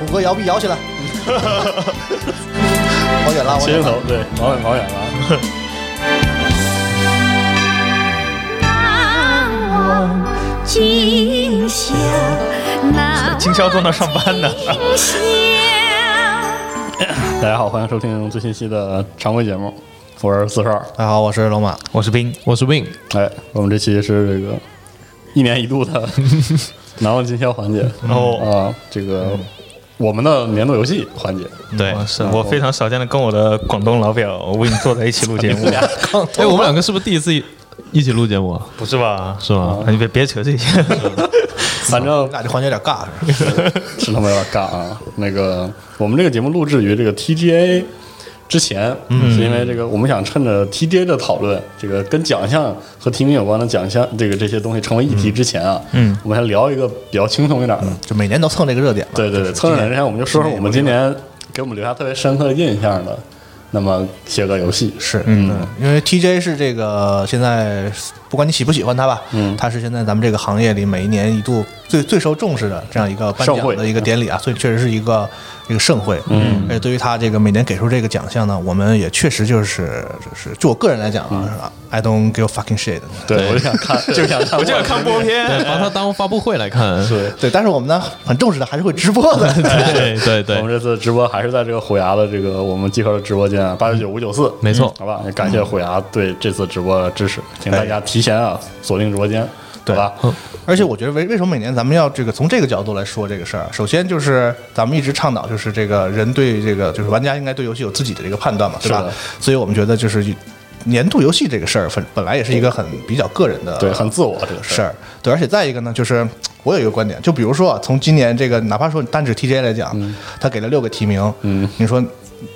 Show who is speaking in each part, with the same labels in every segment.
Speaker 1: 虎哥摇臂摇起来，跑远了，我
Speaker 2: 心头对，
Speaker 3: 跑远跑远了。
Speaker 4: 难忘今宵，难忘
Speaker 2: 今宵坐那儿上班呢。
Speaker 4: 今宵。
Speaker 3: 大家好，欢迎收听最新期的常规节目，我是四十二。
Speaker 1: 大家好，我是龙马。
Speaker 2: 我是冰，
Speaker 5: 我是 Win，
Speaker 3: 哎，我们这期是这个一年一度 的难忘今宵环节，然后啊，这个我们的年度游戏环节，
Speaker 2: 对
Speaker 5: 哇，
Speaker 3: 啊
Speaker 5: 塞
Speaker 2: 我非常少见的跟我的广东老表 Win 坐在一起录节目，
Speaker 5: 哎，我们两个是不是第一次一一起录节目啊？
Speaker 2: 不是吧？
Speaker 5: 是吗？
Speaker 2: 你别别扯这些，
Speaker 3: 反正
Speaker 1: 那这环节有点尬，是吧
Speaker 3: 是他妈有点尬啊！那个，我们这个节目录制于这个 TGA 之前，嗯，是因为这个我们想趁着 TGA 的讨论，这个跟奖项和提名有关的奖项，这个这些东西成为议题之前啊，嗯，我们还聊一个比较轻松一点的。
Speaker 1: 嗯就每年都蹭这个热点嘛。
Speaker 3: 对对对，蹭着人之前我们就说说我们今年给我们留下特别深刻的印象的，那么些个游戏
Speaker 1: 是，
Speaker 3: 嗯，
Speaker 1: 因为 TJ 是这个现在不管你喜不喜欢它吧，嗯，它是现在咱们这个行业里每一年一度最最受重视的这样一个颁
Speaker 3: 盛
Speaker 1: 奖
Speaker 3: 会嗯
Speaker 1: 的一个典礼啊，所以确实是一个一个盛会，嗯，而且对于它这个每年给出这个奖项呢，我们也确实就是就是就我个人来讲啊、是吧 i don't give a fucking shit，
Speaker 3: 嗯对我就想看， 就想看，我就想看播片，
Speaker 5: 对，把它当发布会来看。
Speaker 3: 对。
Speaker 1: 对，但是我们呢很重视的，还是会直播 的，
Speaker 5: 对对
Speaker 3: 我们这
Speaker 5: 对，
Speaker 3: 次直播还是在这个虎牙的这个我们集合的直播间啊，八九九五九四，
Speaker 5: 没错哎
Speaker 3: 好吧，也感谢虎牙对这次直播的支持，请大家提前啊锁定直播间，
Speaker 1: 哎对嗯
Speaker 3: 好吧？
Speaker 1: 而且我觉得为为什么每年咱们要这个从这个角度来说这个事儿？啊首先就是咱们一直倡导，就是这个人对这个就是玩家应该对游戏有自己的这个判断嘛，对吧
Speaker 3: 是的？
Speaker 1: 所以我们觉得就是年度游戏这个事儿，本本来也是一个很比较个人的
Speaker 3: 对，很自我这个
Speaker 1: 事
Speaker 3: 事儿，
Speaker 1: 儿。对，而且再一个呢，就是我有一个观点，就比如说啊从今年这个，哪怕说你单指 TJ 来讲，他给了六个提名，嗯，你说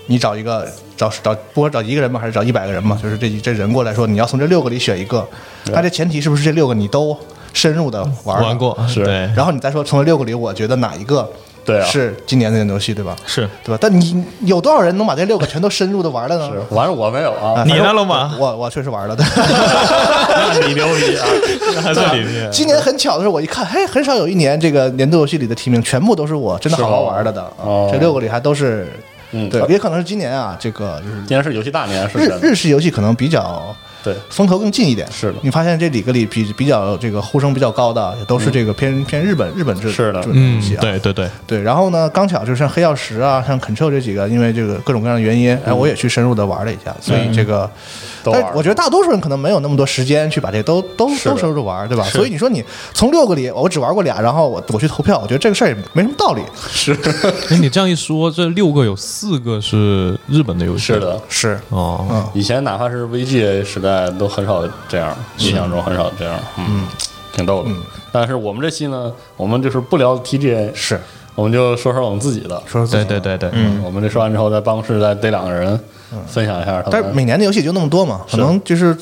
Speaker 1: 你找一个找找，不管找一个人嘛，还是找一百个人嘛，就是这这人过来说，你要从这六个里选一个，那这前提是不是这六个你都深入的玩了
Speaker 5: 玩？过，
Speaker 3: 是
Speaker 5: 对，
Speaker 1: 然后你再说从这六个里，我觉得哪一个
Speaker 3: 对啊
Speaker 1: 是今年的游戏，对吧？
Speaker 5: 是
Speaker 1: 对吧？但你有多少人能把这六个全都深入的玩了呢？
Speaker 3: 是完了我没有啊，
Speaker 5: 你呢，龙马？
Speaker 1: 我我确实玩了，对。
Speaker 3: 那你牛逼啊！
Speaker 5: 还在里面。
Speaker 1: 今年很巧的是，我一看，嘿，很少有一年这个年度游戏里的提名全部都是我真的好好玩了的啊
Speaker 3: 是吗哦
Speaker 1: 这六个里还都是，
Speaker 3: 嗯
Speaker 1: 对
Speaker 3: 好，
Speaker 1: 也可能是今年啊，这个就是
Speaker 3: 今年是游戏大年，是真
Speaker 1: 日
Speaker 3: 的，
Speaker 1: 日式游戏可能比较
Speaker 3: 对，
Speaker 1: 风头更近一点。
Speaker 3: 是的
Speaker 1: 你发现这几个里比比较这个呼声比较高的，也都是这个偏偏日本日本制
Speaker 3: 嗯是的
Speaker 1: 这种
Speaker 5: 嗯
Speaker 1: 游戏，啊。
Speaker 5: 对对对，
Speaker 1: 对，然后呢，刚巧就像黑曜石啊，像 Control 这几个，因为这个各种各样的原因，哎，我也去深入的玩了一下，所以这个，
Speaker 3: 嗯都
Speaker 1: 但
Speaker 3: 玩
Speaker 1: 我觉得大多数人可能没有那么多时间去把这都都
Speaker 3: 的
Speaker 1: 都深入玩，对吧？所以你说你从六个里，我只玩过俩，然后我我去投票，我觉得这个事儿也没什么道理。
Speaker 5: 哎，你这样一说，这六个有四个是日本的游戏，
Speaker 3: 是嗯的。
Speaker 1: 是，
Speaker 5: 哦，
Speaker 1: 啊
Speaker 3: 以前哪怕是 VGA 时代都很少这样，印象中很少这样，嗯，挺逗的。但是我们这期呢，我们就是不聊 TGA，
Speaker 1: 是，
Speaker 3: 我们就说说我们自己的，
Speaker 1: 说实
Speaker 5: 对
Speaker 1: 在，
Speaker 5: 对对对，
Speaker 3: 嗯，我们这说完之后，在办公室再逮两个人
Speaker 1: 嗯
Speaker 3: 分享一下他
Speaker 1: 但是
Speaker 3: 们。
Speaker 1: 每年的游戏也就那么多嘛，可能就是。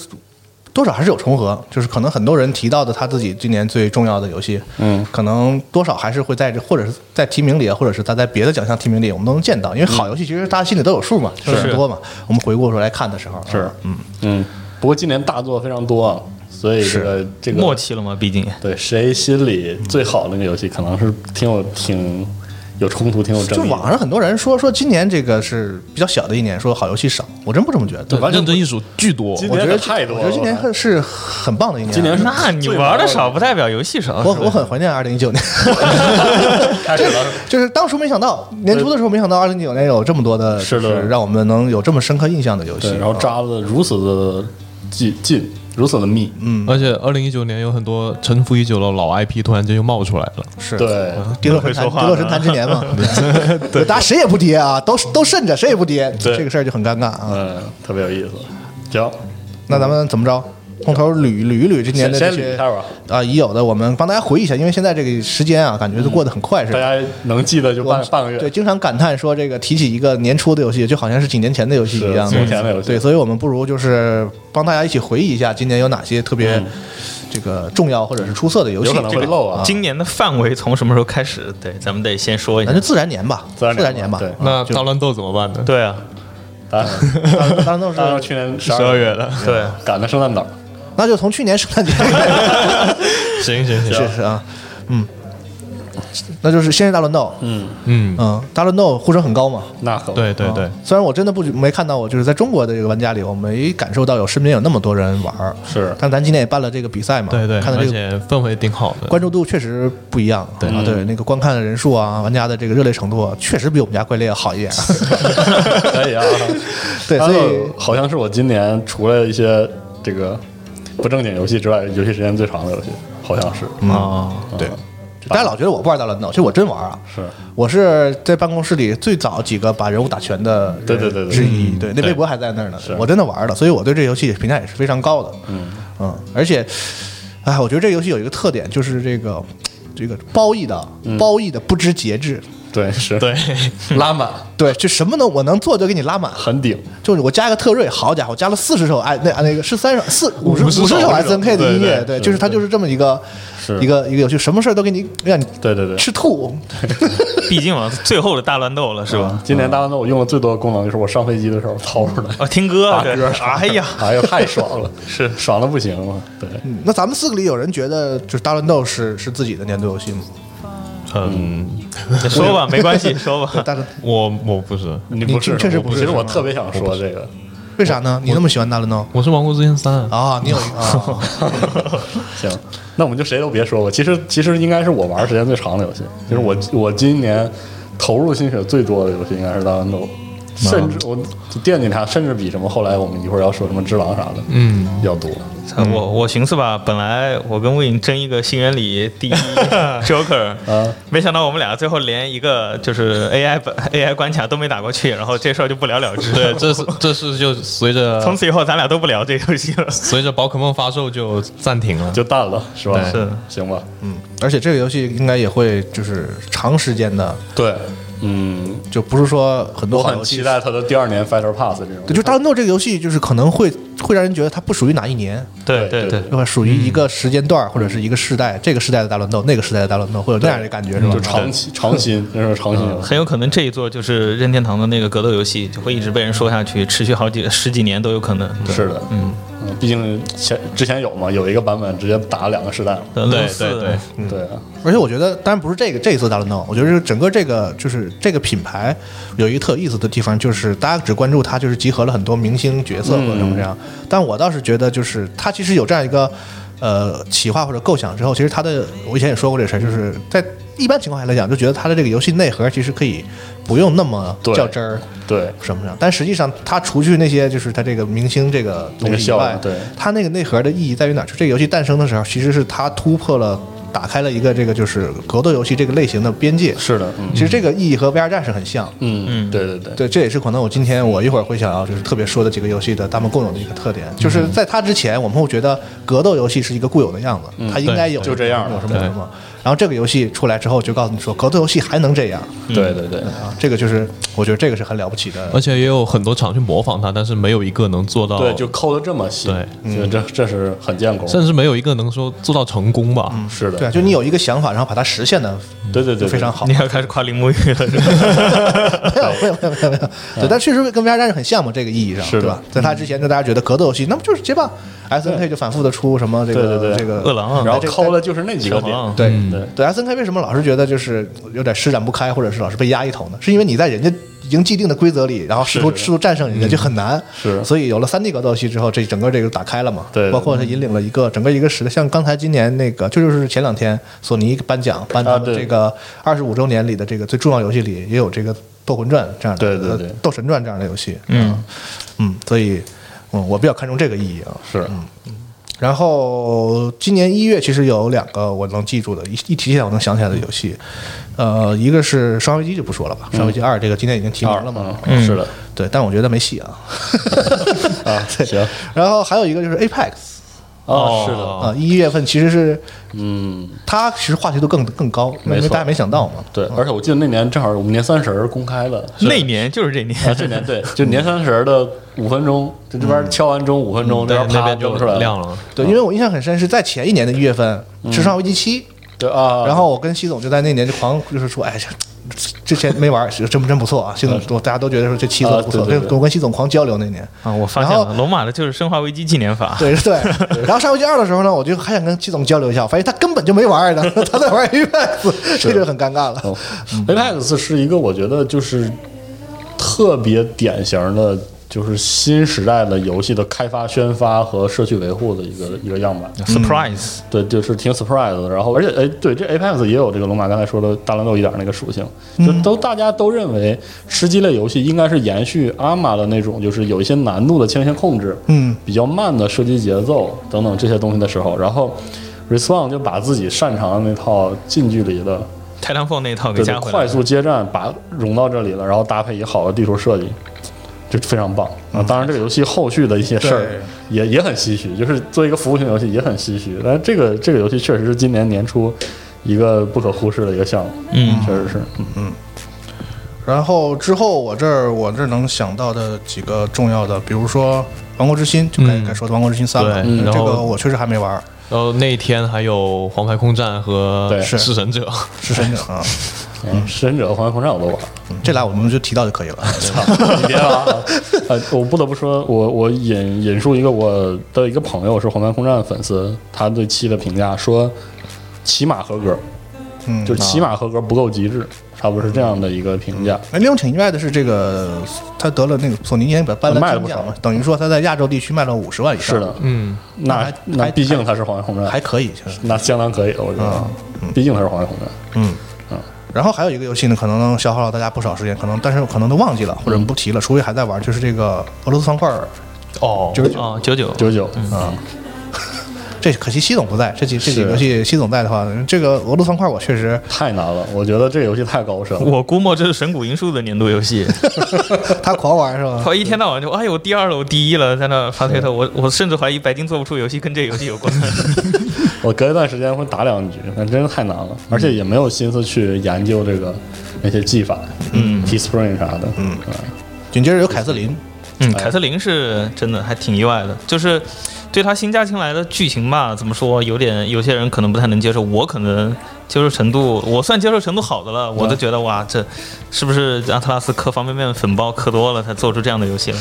Speaker 1: 多少还是有重合，就是可能很多人提到的他自己今年最重要的游戏，
Speaker 3: 嗯，
Speaker 1: 可能多少还是会在这，或者是在提名里，或者是他在别的奖项提名里，我们都能见到。因为好游戏其实大家心里都有数嘛，就是很多嘛。我们回顾出来看的时候，
Speaker 3: 是
Speaker 1: 啊，
Speaker 3: 嗯嗯。不过今年大作非常多，啊，所以这个这个
Speaker 2: 默契了吗？毕竟
Speaker 3: 对谁心里最好那个游戏，可能是挺有挺有冲突、挺有
Speaker 1: 就
Speaker 3: 争议的。
Speaker 1: 网上很多人说说今年这个是比较小的一年，说好游戏少，我真不这么觉得。
Speaker 5: 对，认真艺术巨多，
Speaker 3: 今
Speaker 1: 我觉
Speaker 3: 年
Speaker 1: 得
Speaker 3: 可太多
Speaker 1: 我觉
Speaker 3: 了，
Speaker 1: 得今年是很棒的一年。啊
Speaker 3: 今年是
Speaker 2: 那你
Speaker 3: 最
Speaker 2: 玩的少不代表游戏
Speaker 3: 啊
Speaker 2: 少，
Speaker 1: 我我很怀念二零一九年，
Speaker 3: 开始了，
Speaker 1: 就是当初没想到年初的时候没想到二零一九年有这么多的，
Speaker 3: 是的
Speaker 1: 就是让我们能有这么深刻印象的游戏。
Speaker 3: 对，然后
Speaker 1: 啊
Speaker 3: 扎的如此的近近，如此的密，嗯，
Speaker 5: 而且二零一九年有很多沉浮已久的老 IP 突然间又冒出来了，嗯
Speaker 1: 是
Speaker 3: 对，
Speaker 1: 跌落神
Speaker 2: 会说
Speaker 1: 坛，
Speaker 2: 话
Speaker 1: 跌落神坛之年嘛， 对，大家谁也不跌啊，都都慎着，谁也不跌，
Speaker 3: 对
Speaker 1: 这个事儿就很尴尬啊。
Speaker 3: 嗯，特别有意思。行，
Speaker 1: 那咱们怎么着？从头捋捋一捋今年的这
Speaker 3: 先先捋
Speaker 1: 些
Speaker 3: 一下吧
Speaker 1: 啊已有的，我们帮大家回忆一下，因为现在这个时间啊，感觉就过得很快似
Speaker 3: 嗯大
Speaker 1: 的。
Speaker 3: 家能记得就
Speaker 1: 我
Speaker 3: 半半个月。
Speaker 1: 对，经常感叹说这个提起一个年初的游戏，就好像是几年前的游戏
Speaker 3: 是
Speaker 1: 一样。
Speaker 3: 几年前的游戏
Speaker 1: 对，所以我们不如就是帮大家一起回忆一下今年有哪些特别这个重要或者是出色的游戏。
Speaker 3: 嗯有可能
Speaker 1: 这
Speaker 3: 会
Speaker 1: 个
Speaker 3: 漏啊。
Speaker 2: 今年的范围从什么时候开始？对，咱们得先说一下
Speaker 1: 咱就。自然年吧，
Speaker 3: 自
Speaker 1: 自
Speaker 3: 然年
Speaker 1: 年吧。
Speaker 3: 吧对
Speaker 1: 啊
Speaker 5: 那
Speaker 1: 就
Speaker 5: 大乱斗怎么办呢？
Speaker 2: 对啊，
Speaker 3: 当然，
Speaker 1: 当然都
Speaker 3: 当然
Speaker 1: 是，
Speaker 3: 去年十
Speaker 5: 十二
Speaker 3: 二
Speaker 5: 月了，
Speaker 2: 对，
Speaker 3: 赶的圣诞档，
Speaker 1: 那就从去年圣诞节开始。
Speaker 5: 行行行，
Speaker 1: 是是啊，嗯，那就是先是大乱斗，
Speaker 5: 嗯，
Speaker 1: 嗯，大乱斗呼声很高嘛。
Speaker 3: 那可不
Speaker 5: 对对对
Speaker 1: 啊，虽然我真的不没看到我，就是在中国的这个玩家里，我没感受到有身边有那么多人玩儿。
Speaker 3: 是
Speaker 1: 但咱今天也办了这个比赛嘛，
Speaker 5: 对对，
Speaker 1: 看到
Speaker 5: 而
Speaker 1: 这个
Speaker 5: 且氛围挺好的。
Speaker 1: 关注度确实不一样，对啊，对那个观看的人数啊，玩家的这个热烈程度啊，确实比我们家怪猎要好一点。
Speaker 3: 可以啊。
Speaker 1: 对，
Speaker 3: 然
Speaker 1: 所
Speaker 3: 后
Speaker 1: 以
Speaker 3: 好像是我今年除了一些这个不正经游戏之外，游戏时间最长的游戏，好像是嗯
Speaker 2: 哦，
Speaker 1: 对，大家老觉得我不玩大乱斗，其实我真玩啊。
Speaker 3: 是
Speaker 1: 我是在办公室里最早几个把人物打全的人
Speaker 3: 对对对对
Speaker 1: 之一，对，那
Speaker 2: 对
Speaker 1: 微博还在那儿呢，我真的玩了，所以我对这游戏评价也是非常高的，嗯而且，哎，我觉得这游戏有一个特点，就是这个这个褒义的
Speaker 5: 嗯
Speaker 1: 褒义的不知节制，
Speaker 3: 对是
Speaker 2: 对，
Speaker 3: 拉满
Speaker 1: 对，就什么能我能做就给你拉满，
Speaker 3: 很顶，
Speaker 1: 就是我加一个特瑞，好家伙，加了四十首哎，那那个是三十四五十五十
Speaker 3: 首
Speaker 1: 首 S N K 的音乐，
Speaker 3: 对
Speaker 1: 对，
Speaker 3: 对是
Speaker 1: 就是它就是这么一个
Speaker 3: 是
Speaker 1: 一个一个游戏，什么事儿都给你让你
Speaker 3: 对对对。
Speaker 1: 吃吐，
Speaker 2: 毕竟啊，最后的大乱斗了是吧？
Speaker 3: 今年大乱斗我用的最多的功能就是我上飞机的时候掏出来，
Speaker 2: 哦，听歌，
Speaker 3: 打
Speaker 2: 对
Speaker 3: 歌，
Speaker 2: 哎呀，
Speaker 3: 哎呀，太爽了，
Speaker 2: 是
Speaker 3: 爽的不行了。对，
Speaker 1: 嗯那咱们四个里有人觉得就是大乱斗是是自己的年度游戏吗？
Speaker 5: 嗯，
Speaker 2: 你说 吧，没关系，说吧。
Speaker 1: 大乱
Speaker 5: 我我不是，
Speaker 3: 你
Speaker 1: 你
Speaker 3: 不是，
Speaker 1: 确实
Speaker 3: 我
Speaker 1: 不是
Speaker 3: 其实我
Speaker 1: 是吗
Speaker 3: 特别想说这个，
Speaker 1: 为啥呢？你那么喜欢大乱斗
Speaker 5: 我是《王国之心三》啊，
Speaker 1: 啊？你有一个 啊
Speaker 3: 行，那我们就谁都别说了。其实其实应该是我玩儿时间最长的游戏，就是
Speaker 1: 嗯
Speaker 3: 我我今年投入心血最多的游戏应该是《大乱
Speaker 1: 嗯
Speaker 3: 斗》，甚至我就惦记它，甚至比什么后来我们一会儿要说什么《只狼》啥的，嗯，要多。 嗯
Speaker 2: 我我寻思吧，本来我跟魏颖争一个新人里第一 Joker，
Speaker 3: 啊
Speaker 2: 没想到我们俩最后连一个就是 AI 本 AI 关卡都没打过去，然后这事儿就不了了之。
Speaker 5: 对，这是这是就随着
Speaker 2: 从此以后咱俩都不聊这游戏了。
Speaker 5: 随着宝可梦发售就暂停了。
Speaker 3: 就淡了，是吧？
Speaker 2: 对是
Speaker 3: 行吧？
Speaker 1: 嗯，而且这个游戏应该也会就是长时间的，
Speaker 3: 对，嗯，
Speaker 1: 就不是说很多
Speaker 3: 我
Speaker 1: 好
Speaker 3: 很
Speaker 1: 游
Speaker 3: 期
Speaker 1: 戏。
Speaker 3: 待它的第二年 Fighter Pass 这种。
Speaker 1: 对，就大乱斗这个游戏，就是可能会会让人觉得它不属于哪一年，
Speaker 2: 对对
Speaker 3: 对对嗯
Speaker 2: 对，
Speaker 1: 对吧？属于一个时间段儿或者是一个世代，这个时代的大乱斗，那个时代的大乱斗，会有那样的感觉，是吧？
Speaker 3: 就长期长新，那是长新游
Speaker 2: 嗯
Speaker 3: 戏。
Speaker 2: 很有可能这一座就是任天堂的那个格斗游戏，就会一直被人说下去，持续好几十几年都有可能。对
Speaker 3: 是的，嗯，毕竟前之前有嘛，有一个版本直接打两个时代嘛。
Speaker 2: 对嗯
Speaker 5: 对
Speaker 2: 类似
Speaker 5: 对对，
Speaker 3: 对啊，
Speaker 1: 而且我觉得，当然不是这个这一次大乱斗，我觉得是整个这个就是这个品牌有一个特有意思的地方，就是大家只关注它，就是集合了很多明星角色或者什么这样。
Speaker 3: 嗯
Speaker 1: 但我倒是觉得，就是它其实有这样一个呃企划或者构想之后，其实它的我以前也说过这事儿，就是在一般情况下来讲，就觉得它的这个游戏内核其实可以不用那么
Speaker 3: 对
Speaker 1: 较真儿。
Speaker 3: 对，
Speaker 1: 什么样？但实际上，它除去那些就是它这个明星这个东西以
Speaker 3: 那个效
Speaker 1: 外
Speaker 3: 应，对
Speaker 1: 它那个内核的意义在于哪儿？就这个游戏诞生的时候，其实是它突破了、打开了一个这个就是格斗游戏这个类型的边界。
Speaker 3: 是的，嗯
Speaker 1: 其实这个意义和 VR 战士很像。
Speaker 3: 嗯嗯，对对对。
Speaker 1: 对，这也是可能我今天我一会儿会想要就是特别说的几个游戏的他们共有的一个特点，
Speaker 3: 嗯
Speaker 1: 就是在它之前我们会觉得格斗游戏是一个固有的样子，它嗯应该有
Speaker 3: 嗯就这样
Speaker 1: 有什么有什么。然后这个游戏出来之后，就告诉你说格斗游戏还能这样
Speaker 3: 对嗯对对，
Speaker 1: 啊，这个就是我觉得这个是很了不起的
Speaker 5: 而且也有很多厂去模仿它，但是没有一个能做到，
Speaker 3: 对，就抠的这么细，
Speaker 5: 对
Speaker 3: 这
Speaker 1: 嗯
Speaker 3: 这这是很见功，嗯
Speaker 5: 甚至没有一个能说做到成功吧。
Speaker 3: 是的，
Speaker 1: 对啊，就你有一个想法，然后把它实现的，
Speaker 3: 对对
Speaker 1: 就
Speaker 3: 对，
Speaker 1: 非常好。
Speaker 2: 你
Speaker 1: 没
Speaker 2: 要开始夸林沐玉了，是吧？
Speaker 1: 有没有没有没有没有，对，但确实跟 VR 战士很像嘛，这个意义上，
Speaker 3: 是的
Speaker 1: 对吧？在它之前，就大家觉得格斗游戏，那么就是街霸 S N K 就反复的出什么这
Speaker 3: 对
Speaker 1: 个
Speaker 3: 对对
Speaker 1: 这个
Speaker 2: 饿狼啊
Speaker 3: 对。然后
Speaker 1: 这个啊
Speaker 3: 抠的就是那几个
Speaker 2: 小
Speaker 3: 点
Speaker 2: 黄，
Speaker 1: 对
Speaker 3: 对
Speaker 1: 对 S N K 为什么老是觉得就是有点施展不开，或者是老是被压一头呢？是因为你在人家已经既定的规则里，然后试图
Speaker 3: 是嗯
Speaker 1: 试图战胜人家就很难，
Speaker 3: 是
Speaker 1: 所以有了三 D 格斗游戏之后，这整个这个打开了嘛，
Speaker 3: 对对
Speaker 1: 包括它引领了一个整个一个时代，像刚才今年那个，就就是前两天索尼颁奖颁他
Speaker 3: 啊对
Speaker 1: 们这个二十五周年里的这个最重要游戏里也有这个《斗魂传》这样的，
Speaker 3: 对对对
Speaker 1: 呃斗神传》这样的游戏，嗯嗯，所以嗯，我比较看重这个意义啊，
Speaker 3: 是
Speaker 1: 然后今年一月其实有两个我能记住的，一一提起来我能想起来的游戏，呃，一个是《双危机》就不说了吧，双危机二》这个今天已经提名了嘛，
Speaker 3: 嗯是的
Speaker 1: 对，但我觉得没戏啊。
Speaker 3: 啊，行，
Speaker 1: 然后还有一个就是 Apex，
Speaker 3: 哦，是的，
Speaker 2: 哦
Speaker 1: 啊，一月份其实是
Speaker 3: 嗯，
Speaker 1: 它其实话题度更更高，因
Speaker 3: 没
Speaker 1: 为
Speaker 3: 错
Speaker 1: 大家没想到嘛。嗯
Speaker 3: 对，而且我记得那年正好我们年三十儿公开了，
Speaker 2: 那年就是这年，
Speaker 3: 啊，这 年对，就年三十儿的五分钟，就这边敲完钟五分钟，
Speaker 2: 嗯对
Speaker 3: 边
Speaker 2: 那
Speaker 3: 啪
Speaker 2: 边就
Speaker 3: 就出来
Speaker 2: 亮。了。
Speaker 1: 嗯
Speaker 2: 嗯
Speaker 1: 对，因为我印象很深，是在前一年的一月份《时尚危机七》，
Speaker 3: 嗯对啊，
Speaker 1: 然后我跟习总就在那年就狂就是说，哎呀，这些没玩儿，真不真不错啊！习总说大家都觉得说这七做的不错，
Speaker 3: 嗯啊对对
Speaker 1: 跟
Speaker 3: 对
Speaker 1: 我跟习总狂交流那年。
Speaker 2: 啊，我发现
Speaker 1: 然
Speaker 2: 了，龙马的就是《生化危机》纪念法。
Speaker 1: 对 对，然后上回去二的时候呢，我就还想跟季总交流一下，我发现他根本就没玩儿，然后他在玩 Apex，这 就很尴尬了。
Speaker 3: Apex 是一个我觉得就是特别典型的，就是新时代的游戏的开发、宣发和社区维护的一个一个样板。
Speaker 2: Surprise，
Speaker 3: 对，就是挺 surprise 的。然后，而且，哎，对，这 Apex 也有这个龙马刚才说的大乱斗一点那个属性，就都大家都认为吃鸡类游戏应该是延续阿玛的那种，就是有一些难度的枪械控制，
Speaker 1: 嗯，
Speaker 3: 比较慢的射击节奏等等这些东西的时候，然后 Respawn 就把自己擅长的那套近距离的
Speaker 2: 太阳凤那一套给
Speaker 3: 对
Speaker 2: 加
Speaker 3: 对
Speaker 2: 回来
Speaker 3: 快
Speaker 2: 了。
Speaker 3: 速接战，把融到这里了，然后搭配一个好的地图设计，就非常棒啊！
Speaker 2: 嗯
Speaker 3: 当然，这个游戏后续的一些事儿也也很唏嘘，就是做一个服务型游戏也很唏嘘。但这个这个游戏确实是今年年初一个不可忽视的一个项目，
Speaker 2: 嗯
Speaker 3: 确实是，嗯
Speaker 1: 然后之后我这儿我这儿能想到的几个重要的，比如说《王国之心》，就该
Speaker 5: 嗯
Speaker 1: 该说的《王国之心三》了，
Speaker 5: 对
Speaker 3: 嗯
Speaker 1: 因为
Speaker 5: 然
Speaker 1: 这
Speaker 5: 后
Speaker 1: 个我确实还没玩儿，
Speaker 5: 然后那一天还有黄牌空战和
Speaker 3: 对
Speaker 1: 是
Speaker 5: 弑神者，
Speaker 1: 是深 圳啊，
Speaker 3: 嗯，食人者和黄金空战我都玩，
Speaker 1: 嗯这俩我们就提到就可以了。
Speaker 3: 你别玩啊！呃，我不得不说，我我引引述一个我的一个朋友是黄金空战粉丝，他对七的评价说，起码合格，
Speaker 1: 嗯，
Speaker 3: 就是
Speaker 2: 啊
Speaker 3: 起码合格不够极致， 差不多是这样的一个评价。
Speaker 1: 哎，令我挺意外的是，这个他得了那个索尼年把颁了
Speaker 3: 卖了
Speaker 1: 金
Speaker 3: 不
Speaker 1: 奖嘛
Speaker 3: 少，
Speaker 1: 等于说他在亚洲地区卖了五十万以上，
Speaker 3: 是的，
Speaker 5: 嗯，
Speaker 3: 那
Speaker 1: 还
Speaker 3: 那
Speaker 1: 还
Speaker 3: 毕竟它是黄金空
Speaker 1: 还
Speaker 3: 战，
Speaker 1: 可以。其实，
Speaker 3: 那相当可以了，我觉得，毕竟它是黄金空战。
Speaker 1: 嗯然后还有一个游戏呢，可能能消耗了大家不少时间，可能但是可能都忘记了或者不提了，除非还在玩，就是这个俄罗斯方块儿，
Speaker 5: 哦，
Speaker 1: 就是
Speaker 2: 哦，九九
Speaker 3: 九九
Speaker 1: 啊。 这可惜西总不在，这几这几
Speaker 3: 是
Speaker 1: 个游戏西总在的话，这个俄罗斯方块我确实
Speaker 3: 太难了，我觉得这个游戏太高深了。
Speaker 2: 我估摸这是神谷英树的年度游戏，
Speaker 1: 他狂玩是 吧？
Speaker 2: 他一天到晚就哎呦我第二了，我第一了，在那发推特，我我甚至怀疑白金做不出游戏跟这游戏有关。
Speaker 3: 我隔一段时间会打两局，那真是太难了，而且也没有心思去研究这个那些技法，嗯，T Spring 啥的，嗯，
Speaker 1: 紧接着有凯瑟琳，
Speaker 2: 嗯，凯瑟琳是真的还挺意外的，就是对她新加进来的剧情吧，怎么说，有点有些人可能不太能接受，我可能接受程度，我算接受程度好的了，我都觉得哇，这是不是阿特拉斯磕方便面粉包磕多了才做出这样的游戏了？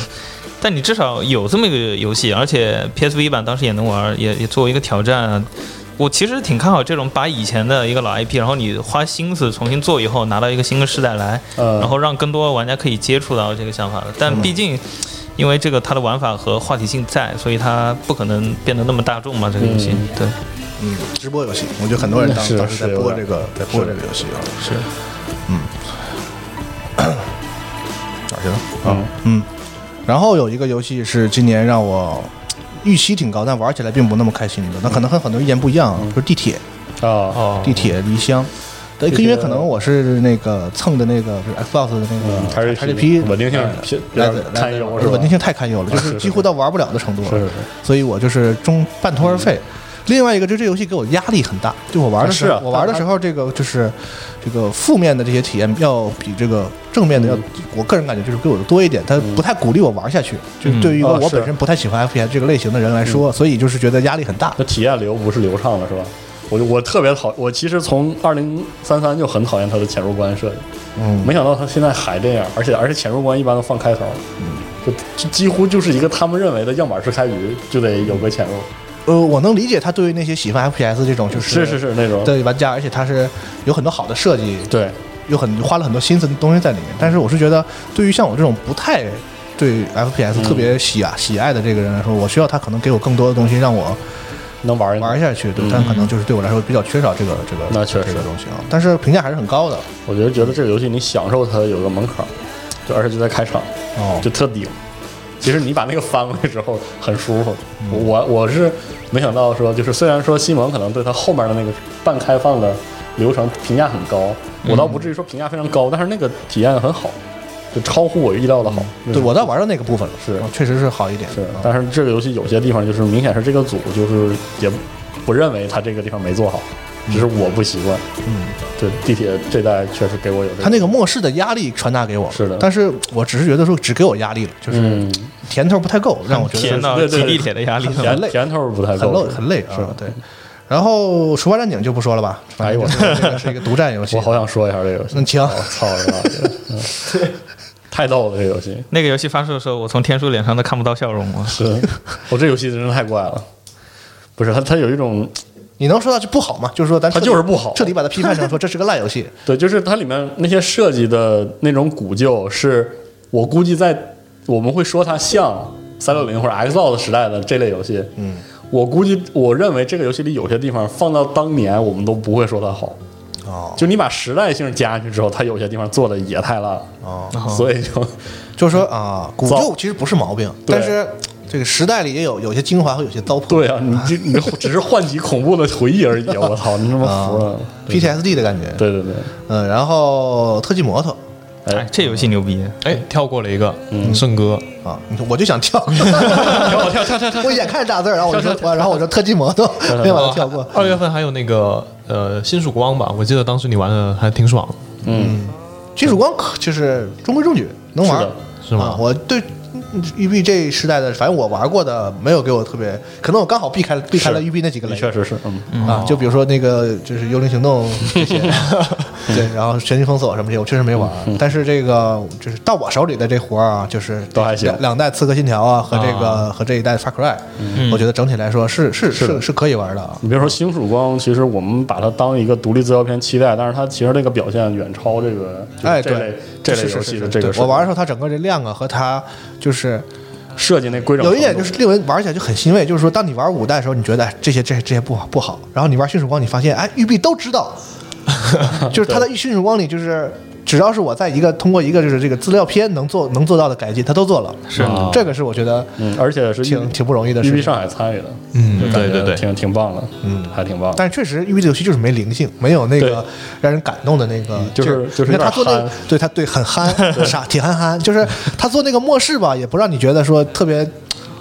Speaker 2: 但你至少有这么一个游戏，而且 PSV 版当时也能玩，也也作为一个挑战啊。我其实挺看好这种把以前的一个老 IP，然后你花心思重新做以后，拿到一个新的世代来，
Speaker 3: 呃
Speaker 2: 然后让更多玩家可以接触到这个想法的。但毕竟，因为这个它的玩法和话题性在，所以它不可能变得那么大众嘛。这个游戏，
Speaker 3: 嗯
Speaker 2: 对，
Speaker 1: 嗯，直播游戏，我觉得很多人当
Speaker 3: 是
Speaker 1: 当时在
Speaker 3: 是
Speaker 1: 播
Speaker 3: 有
Speaker 1: 这个在播这个游戏啊，
Speaker 2: 是
Speaker 1: 哪儿去了？
Speaker 3: 嗯，
Speaker 1: 然后有一个游戏是今年让我预期挺高，但玩起来并不那么开心的。那可能和很多人意见不一样啊，就是地铁，
Speaker 3: 啊，
Speaker 5: 哦，
Speaker 1: 地铁离乡。对，
Speaker 3: 这个
Speaker 1: 因为可能我是那个蹭的那个就是 Xbox 的那
Speaker 3: 嗯还
Speaker 1: 个
Speaker 3: 是
Speaker 1: 叉哎 GP
Speaker 3: 稳定性偏
Speaker 1: 来
Speaker 3: 比
Speaker 1: 的
Speaker 3: 较
Speaker 1: 来
Speaker 3: 堪
Speaker 1: 的
Speaker 3: 忧是
Speaker 1: 啊呃
Speaker 3: 吧啊
Speaker 1: 稳定性太堪忧了，就是是
Speaker 3: 是
Speaker 1: 几乎到玩不了的程度
Speaker 3: 是是
Speaker 1: 了
Speaker 3: 是。
Speaker 1: 所以我就是中半途而废。另外一个就是这游戏给我压力很大，就我玩的时
Speaker 3: 是
Speaker 1: 候
Speaker 3: 啊，
Speaker 1: 我玩的时候这个就是这个负面的这些体验要比这个正面的
Speaker 3: 嗯
Speaker 1: 要，我个人感觉就是给我的多一点，它不太鼓励我玩下去。就是对于一个
Speaker 3: 哦
Speaker 1: 我
Speaker 3: 嗯是
Speaker 1: 本身不太喜欢 FPS 这个类型的人来说，所以就是觉得压力很大。
Speaker 3: 嗯那体验流不是流畅了是吧？我就我特别讨，我其实从二零三三就很讨厌它的潜入关设计，
Speaker 1: 嗯，
Speaker 3: 没想到他现在还这样，而且而且潜入关一般都放开头，
Speaker 1: 嗯
Speaker 3: 就就几乎就是一个他们认为的样板式开局就得有个潜入，
Speaker 1: 呃，我能理解他对于那些喜欢 FPS 这种就是
Speaker 3: 是是那种，
Speaker 1: 的玩家，而且他是有很多好的设计，
Speaker 3: 对
Speaker 1: 有很花了很多心思的东西在里面。但是我是觉得，对于像我这种不太对 FPS 特
Speaker 3: 嗯
Speaker 1: 别喜啊、喜爱的这个人来说，我需要他可能给我更多的东西让我
Speaker 3: 能玩一嗯
Speaker 1: 玩下去，对，但可能就是对我来说比较缺少这个这个
Speaker 3: 那确实
Speaker 1: 这个东西啊。但是评价还是很高的
Speaker 3: 我觉得觉得这个游戏你享受它有个门槛儿，就而且就在开场
Speaker 1: 哦
Speaker 3: 就特顶。其实你把那个翻过去之后很舒服。我我是没想到说，就是虽然说西蒙可能对他后面的那个半开放的流程评价很高，我倒不至于说评价非常高，但是那个体验很好。就超乎我预料的好。
Speaker 1: 对我倒玩到那个部分了，
Speaker 3: 是
Speaker 1: 啊确实是好一点。
Speaker 3: 是
Speaker 1: 啊，
Speaker 3: 但是这个游戏有些地方就是明显是这个组就是也不认为他这个地方没做好，只是我不习惯。
Speaker 1: 嗯，
Speaker 3: 对，地铁这代确实给我有这
Speaker 1: 他那个末世的压力传达给我了，
Speaker 3: 是的
Speaker 1: 但是我只是觉得说只给我压力了，就是
Speaker 3: 嗯
Speaker 1: 甜头不太够，让我觉
Speaker 2: 甜
Speaker 1: 得
Speaker 2: 到
Speaker 3: 对对
Speaker 2: 挤
Speaker 3: 对
Speaker 2: 地铁的压力了。
Speaker 1: 累
Speaker 3: 甜甜头不太
Speaker 1: 很
Speaker 3: 够
Speaker 1: 累，很累啊
Speaker 3: 是吧。
Speaker 1: 对，然后《厨房战警》就不说了吧，
Speaker 3: 哎呦我
Speaker 1: 反正就是这个是一个独占游戏
Speaker 3: 我。好想说一下这个游戏，
Speaker 1: 嗯请
Speaker 3: 我操他妈的，嗯太逗了这个游戏，
Speaker 2: 那个游戏发售的时候，我从天叔脸上都看不到笑容了。
Speaker 3: 是我这游戏真是太怪了。不是它，它有一种
Speaker 1: 你能说它就不好吗？ 就是说咱
Speaker 3: 它
Speaker 1: 彻底
Speaker 3: 就是不好
Speaker 1: 彻底把它批判成说这是个烂游 戏。
Speaker 3: 对，就是它里面那些设计的那种古旧，是我估计在我们会说它像三六零或者 Xbox 时代的这类游戏。嗯，我估计我认为这个游戏里有些地方放到当年我们都不会说它好。
Speaker 1: 哦，
Speaker 3: 就你把时代性加进去之后，它有些地方做的也太烂了。
Speaker 1: 哦，
Speaker 3: 所以就
Speaker 1: 就是说啊，古
Speaker 3: 糟
Speaker 1: 旧其实不是毛病，
Speaker 3: 对
Speaker 1: 但是这个时代里也有有些精华和有些糟粕。
Speaker 3: 对啊，你这 你这只是唤起恐怖的回忆而已。啊我操，你他妈服了
Speaker 1: 啊。，PTSD 的感觉。，
Speaker 3: 对对对，
Speaker 1: 嗯，然后特技摩托
Speaker 2: 哎，这游戏牛逼！
Speaker 5: 哎，跳过了一个，圣哥，
Speaker 1: 啊，你说我就想 跳，
Speaker 3: 啊
Speaker 5: 跳跳跳跳跳
Speaker 1: 我眼看着大字儿，然后我就说，然后我说特技摩托，
Speaker 3: 啊
Speaker 1: 没把它跳过。
Speaker 5: 二月份还有那个呃《新曙光》吧，我记得当时你玩的还挺爽。
Speaker 3: 嗯，
Speaker 1: 金属光可就是中规中矩，能玩
Speaker 3: 是
Speaker 1: 儿
Speaker 3: 的
Speaker 5: 是吗
Speaker 1: 啊我对 UB 这时代的，反正我玩过的没有给我特别，可能我刚好避开了避开了
Speaker 3: 是
Speaker 1: UB 那几个雷
Speaker 3: 确实是，嗯，
Speaker 1: 啊，就比如说那个就是《幽灵行动》这 些，对，然后《全境封锁》什么这些，我确实没玩儿。
Speaker 3: 嗯
Speaker 1: 但是这个就是到我手里的这活儿啊，就是
Speaker 3: 都还行
Speaker 1: 两两代《刺客信条》啊和这个和这一代《Far Cry》，我觉得整体来说是是
Speaker 3: 嗯是的
Speaker 1: 是是可以玩的啊。
Speaker 3: 你别说《星曙光》，其实我们把它当一个独立资料片期待，但是它其实那个表现远超这个就是
Speaker 1: 哎，
Speaker 3: 这
Speaker 1: 对
Speaker 3: 类，这类
Speaker 1: 是是
Speaker 3: 游
Speaker 1: 是
Speaker 3: 戏的
Speaker 1: 是
Speaker 3: 这个
Speaker 1: 对
Speaker 3: 设计。
Speaker 1: 我玩的时候，它整个这量啊和它就是
Speaker 3: 设计那规整，
Speaker 1: 有一点就是令人玩起来就很欣慰，就是说，当你玩五代的时候，你觉得哎这些这些这些不好不好，然后你玩迅曙光，你发现哎玉璧都知 道，就是他在迅曙光里就是。只要是我在一个通过一个就是这个资料片能做能做到的改进，他都做了，
Speaker 2: 是
Speaker 1: 嗯这个是我觉得
Speaker 3: 嗯，而且是
Speaker 1: 挺挺不容易的
Speaker 3: 育
Speaker 1: 事
Speaker 3: 碧
Speaker 1: 情。
Speaker 3: 上海参与的，
Speaker 5: 嗯
Speaker 3: 就感觉
Speaker 5: 对对对
Speaker 3: 挺挺棒的，
Speaker 1: 嗯
Speaker 3: 还挺棒。
Speaker 1: 但是确实，育碧这游戏就是没灵性，没有那
Speaker 3: 啊对嗯
Speaker 1: 个让人感动的那个
Speaker 3: 就
Speaker 1: 劲儿，
Speaker 3: 是就
Speaker 1: 你
Speaker 3: 是有点
Speaker 1: 看他做那
Speaker 3: 憨
Speaker 1: 个，对他对很憨， 傻铁憨憨，就是他做那个末世吧，也不让你觉得说特别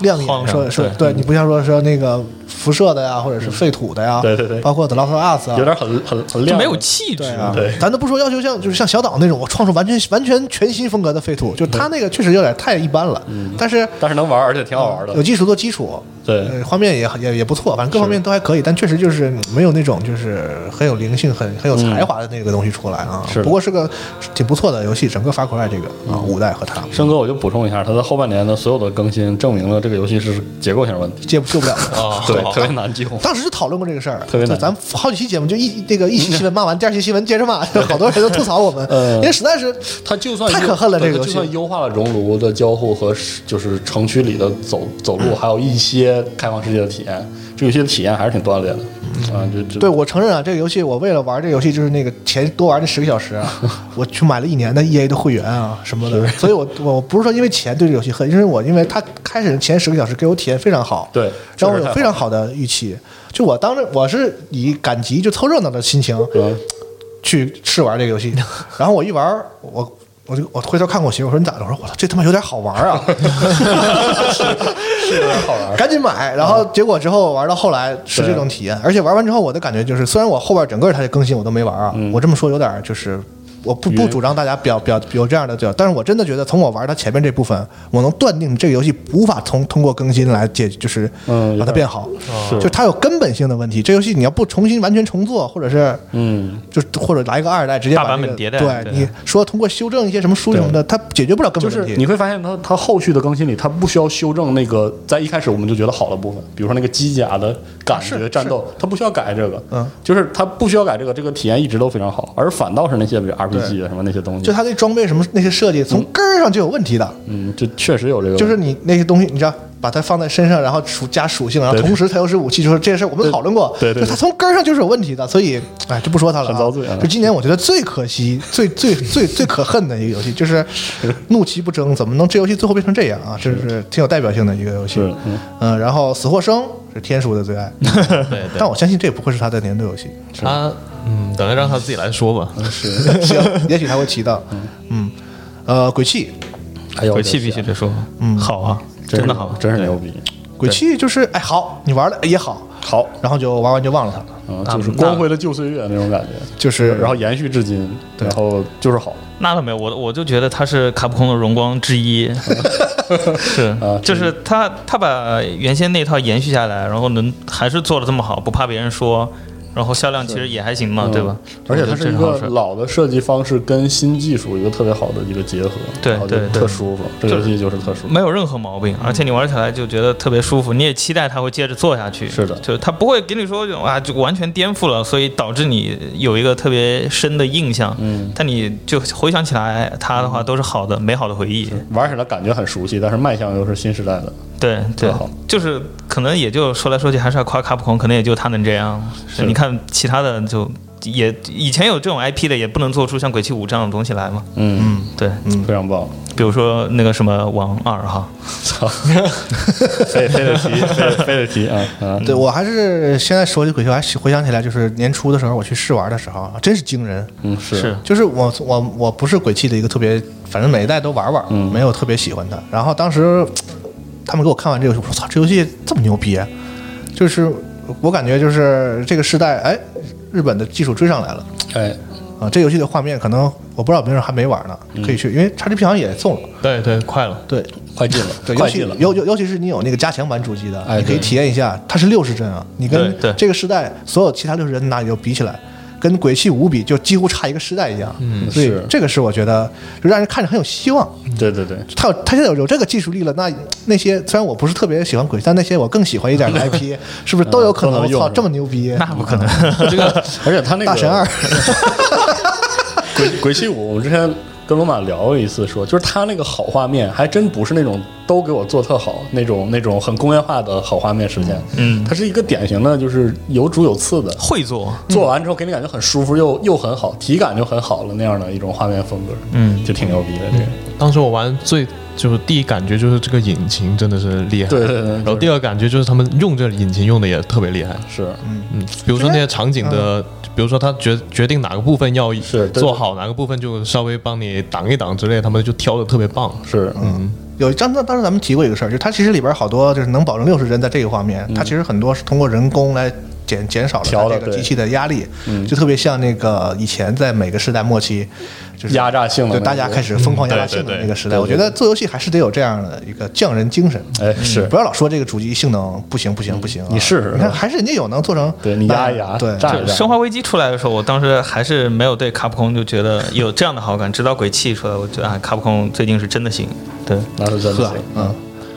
Speaker 1: 亮
Speaker 2: 晃
Speaker 1: 眼，
Speaker 2: 亮
Speaker 1: 说说
Speaker 2: 对
Speaker 1: 对你不像说说那个辐射的呀，或者是废土的呀，
Speaker 3: 对对对
Speaker 1: 包括 The Last of Us 啊，
Speaker 3: 有点很很
Speaker 2: 就
Speaker 3: 很亮，
Speaker 2: 没有气质
Speaker 1: 对，啊，
Speaker 3: 对
Speaker 1: 咱都不说要求像就是像小岛那种，我创出完全完全全新风格的废土，就他那个确实有点太一般了，
Speaker 3: 嗯
Speaker 1: 但是。嗯
Speaker 3: 但是能玩，而且挺好玩
Speaker 1: 有
Speaker 3: 的。
Speaker 1: 技术做基础，
Speaker 3: 对
Speaker 1: 呃画面也也也不错，反正各方面都还可以，但确实就是没有那种就是很有灵性、很很有才华的那个东西出来啊。
Speaker 3: 嗯是的嗯
Speaker 1: 不过是个挺不错的游戏，整个《法国爱》这个啊，五代和它
Speaker 3: 申哥，我就补充一下，它的后半年的所有的更新证明了这个游戏是结构性问题，
Speaker 1: 接不救不了的。
Speaker 5: 啊
Speaker 3: 对，特别难救。
Speaker 1: 当时就讨论过这个事儿，
Speaker 3: 特别难
Speaker 1: 对咱好几期节目就一那个一期新闻骂完，第二期新闻接着 骂，好多人都吐槽我们，
Speaker 3: 嗯
Speaker 1: 因为实在是
Speaker 3: 它就算
Speaker 1: 太可恨了
Speaker 3: 呃对
Speaker 1: 这个游
Speaker 3: 它就
Speaker 1: 戏
Speaker 3: 算优化了熔炉的交互和是就是城区里的走走
Speaker 1: 嗯
Speaker 3: 路，还有一些开放世界的体验，这游戏的体验还是挺锻炼的。啊，就就
Speaker 1: 嗯对，我承认啊，这个游戏我为了玩这个游戏，就是那个前多玩这十个小时 啊，我去买了一年的 EA 的会员啊什么的，所以我我不是说因为钱对这个游戏恨，因为我因为它开始前十个小时给我体验非常好，
Speaker 3: 对
Speaker 1: 让我
Speaker 3: 确实太好
Speaker 1: 有非常好的预期。就我当时我是以赶集就凑热闹的心情
Speaker 3: 嗯
Speaker 1: 去试玩这个游戏，然后我一玩儿我。我就我回头看过我媳妇，我说你咋了？我说我操，这他妈有点好玩儿 啊！
Speaker 3: 是有点好玩。
Speaker 1: 赶紧买。哎然后结果之后玩到后来是这种体验，而且玩完之后我的感觉就是，虽然我后边整个它的更新我都没玩啊，
Speaker 3: 嗯
Speaker 1: 我这么说有点就是。我不不主张大家表表有这样的表，但是我真的觉得从我玩它前面这部分，我能断定这个游戏无法通通过更新来解，就是
Speaker 3: 嗯
Speaker 1: 把它变好，
Speaker 3: 是
Speaker 1: 就它有根本性的问题。这游戏你要不重新完全重做，或者是
Speaker 3: 嗯，
Speaker 1: 就是或者来个二代直接把
Speaker 2: 大
Speaker 1: 这
Speaker 2: 版
Speaker 1: 个
Speaker 2: 本迭代对
Speaker 1: 对你说通过修正一些什么书什么的，它解决不了根
Speaker 3: 就
Speaker 1: 本
Speaker 3: 是
Speaker 1: 问题。
Speaker 3: 你会发现它它后续的更新里，它不需要修正那个在一开始我们就觉得好的部分，比如说那个机甲的感觉、
Speaker 1: 是
Speaker 3: 战斗，它不需要改这个。
Speaker 1: 嗯，
Speaker 3: 就是它不需要改这个，这个体验一直都非常好，而反倒是那些比如 RPG 啊什么那些东西，
Speaker 1: 就它那装备什么那些设计，从根儿上就有问题的。
Speaker 3: 嗯，就确实有这个，
Speaker 1: 就是你那些东西，你知道，把它放在身上，然后属加属性，然后
Speaker 3: 对
Speaker 1: 同时它又是武器，就是这件事我们讨论过，
Speaker 3: 对对对
Speaker 1: 就它从根儿上就是有问题的，所以，哎，就不说它了、啊，
Speaker 3: 很遭罪啊
Speaker 1: 就今年我觉得最可惜、最最最最可恨的一个游戏， 就是怒其不争，怎么能这游戏最后变成这样啊？这是挺有代表性的一个游戏，
Speaker 3: 是嗯
Speaker 1: 嗯然后死或生是天叔的最 爱，
Speaker 5: 对对
Speaker 1: 但我相信这也不会是他的年度游戏，
Speaker 5: 他嗯，等下让他自己来说吧。
Speaker 1: 行，也许他会提到，嗯。呃，鬼泣，
Speaker 3: 哎呦，
Speaker 2: 鬼泣必须得说，嗯，好啊，真的好，
Speaker 3: 真是牛逼，
Speaker 1: 鬼泣就是哎好，你玩了也好，
Speaker 3: 好
Speaker 1: 然后就玩完就忘了它了。
Speaker 3: 啊，就是光辉的旧岁月那种感觉，
Speaker 1: 就是
Speaker 3: 然后延续至今，然后就是好，
Speaker 2: 那倒没有，我我就觉得他是卡普空的荣光之 一，是，
Speaker 3: 啊
Speaker 2: 就是他他把原先那套延续下来，然后能还是做的这么好，不怕别人说，然后销量其实也还行嘛，对吧？
Speaker 3: 嗯而且它
Speaker 2: 我觉得
Speaker 3: 是一
Speaker 2: 这好
Speaker 3: 个
Speaker 2: 事
Speaker 3: 老的设计方式跟新技术一个特别好的一个结合，
Speaker 2: 对
Speaker 3: 然后就
Speaker 2: 对对
Speaker 3: 特舒服，这个游戏就是特舒服。
Speaker 2: 没有任何毛病，
Speaker 3: 嗯
Speaker 2: 而且你玩起来就觉得特别舒服，你也期待它会接着做下去。
Speaker 3: 是的
Speaker 2: 就是它不会给你说啊，就完全颠覆了，所以导致你有一个特别深的印象。嗯，但你就回想起来它的话，都是好的、美好的回忆。
Speaker 3: 玩起来感觉很熟悉，但是卖相又是新时代的，
Speaker 2: 对对
Speaker 3: 特好，
Speaker 2: 就是可能也就说来说去还是要夸卡普空，可能也就他能这样。
Speaker 3: 是
Speaker 2: 你看其他的就也以前有这种 IP 的，也不能做出像《鬼泣五》这样的东西来嘛。
Speaker 3: 嗯，
Speaker 2: 对，
Speaker 3: 非常棒。
Speaker 2: 比如说那个什么《王二》哈，
Speaker 3: 操，非非得提，非得非得提啊啊！
Speaker 1: 对我还是现在说起鬼泣，我还回想起来，就是年初的时候我去试玩的时候，真是惊人。
Speaker 3: 嗯，是
Speaker 2: 是
Speaker 1: 就是我我我不是鬼泣的一个特别，反正每一代都玩玩，
Speaker 3: 嗯
Speaker 1: 没有特别喜欢它。然后当时他们给我看完这个游戏，我说操，这游戏这么牛逼，啊就是我感觉就是这个时代，哎，日本的技术追上来了
Speaker 3: 哎，
Speaker 1: 啊。这游戏的画面可能我不知道有没有人还没玩呢，
Speaker 3: 嗯
Speaker 1: 可以去，因为叉 GP 好像也送了。
Speaker 5: 对对，快了，
Speaker 1: 对，
Speaker 3: 快进了，
Speaker 1: 对，尤
Speaker 3: 快
Speaker 1: 其
Speaker 3: 进了，
Speaker 1: 尤尤尤其是你有那个加强版主机的，
Speaker 3: 哎
Speaker 1: 你可以
Speaker 3: 对
Speaker 1: 体验一下，它是六十帧啊，你跟
Speaker 2: 对对
Speaker 1: 这个时代所有其他六十帧哪里就比起来，跟鬼泣五比就几乎差一个时代一样。嗯所以
Speaker 3: 是
Speaker 1: 这个是我觉得就让人看着很有希望。
Speaker 3: 对对对，
Speaker 1: 它有它现在有有这个技术力了，那那些虽然我不是特别喜欢鬼泣，但那些我更喜欢一 点的 IP，是不是都有可
Speaker 3: 都
Speaker 1: 能？
Speaker 3: 能
Speaker 1: 我
Speaker 3: 用
Speaker 1: 操，
Speaker 3: 是吧
Speaker 1: 这么牛逼！
Speaker 2: 那不可 能。
Speaker 3: 这个而且他那个
Speaker 1: 大神二，
Speaker 3: 鬼鬼泣五，我们之前跟罗马聊过一次说，就是他那个好画面，还真不是那种都给我做特好那种那种很工业化的好画面实现，
Speaker 2: 嗯
Speaker 3: 它是一个典型的就是有主有次的，
Speaker 2: 会做，嗯
Speaker 3: 做完之后给你感觉很舒服又又很好，体感就很好了那样的一种画面风格，
Speaker 2: 嗯
Speaker 3: 就挺牛逼的这个。
Speaker 5: 当时我玩最就是第一感觉就是这个引擎真的是厉害，
Speaker 3: 对对对对
Speaker 5: 然后第二感觉就是他们用这引擎用的也特别厉害，
Speaker 3: 是，
Speaker 5: 嗯，比如说那些场景的，比如说他决决定哪个部分要
Speaker 3: 是对
Speaker 5: 做好，哪个部分就稍微帮你挡一挡之类，他们就挑的特别棒。
Speaker 3: 是，嗯，
Speaker 1: 有一张，当当时咱们提过一个事儿，就是它其实里边好多就是能保证六十帧在这个画面，它其实很多是通过人工来减减少了
Speaker 3: 嗯调
Speaker 1: 它这
Speaker 3: 的
Speaker 1: 个
Speaker 3: 对嗯
Speaker 1: 机器的压力，就特别像那个以前在每个时代末期，就是
Speaker 3: 压榨性的
Speaker 1: 对
Speaker 3: 那
Speaker 1: 大
Speaker 3: 个
Speaker 1: 家开始疯狂压榨
Speaker 5: 嗯对对
Speaker 1: 性的
Speaker 5: 对
Speaker 1: 那个时代。
Speaker 3: 对
Speaker 1: 我觉得做游戏还是得有这样的一个匠人精神，嗯
Speaker 3: 哎是
Speaker 1: 不。要老说这个主机性能不行不行不行啊，
Speaker 3: 你试试
Speaker 1: 你看还是人家有能做成，哎
Speaker 3: 对你压一压
Speaker 1: 对，
Speaker 3: 榨一
Speaker 2: 就
Speaker 3: 榨
Speaker 2: 《生化危机》出来的时候，我当时还是没有对卡普空就觉得有这样的好感，直到《鬼泣》出来，我觉得啊，卡普空最近是真的行。对，
Speaker 3: 那是真的
Speaker 1: 呵
Speaker 3: 行，
Speaker 1: 嗯。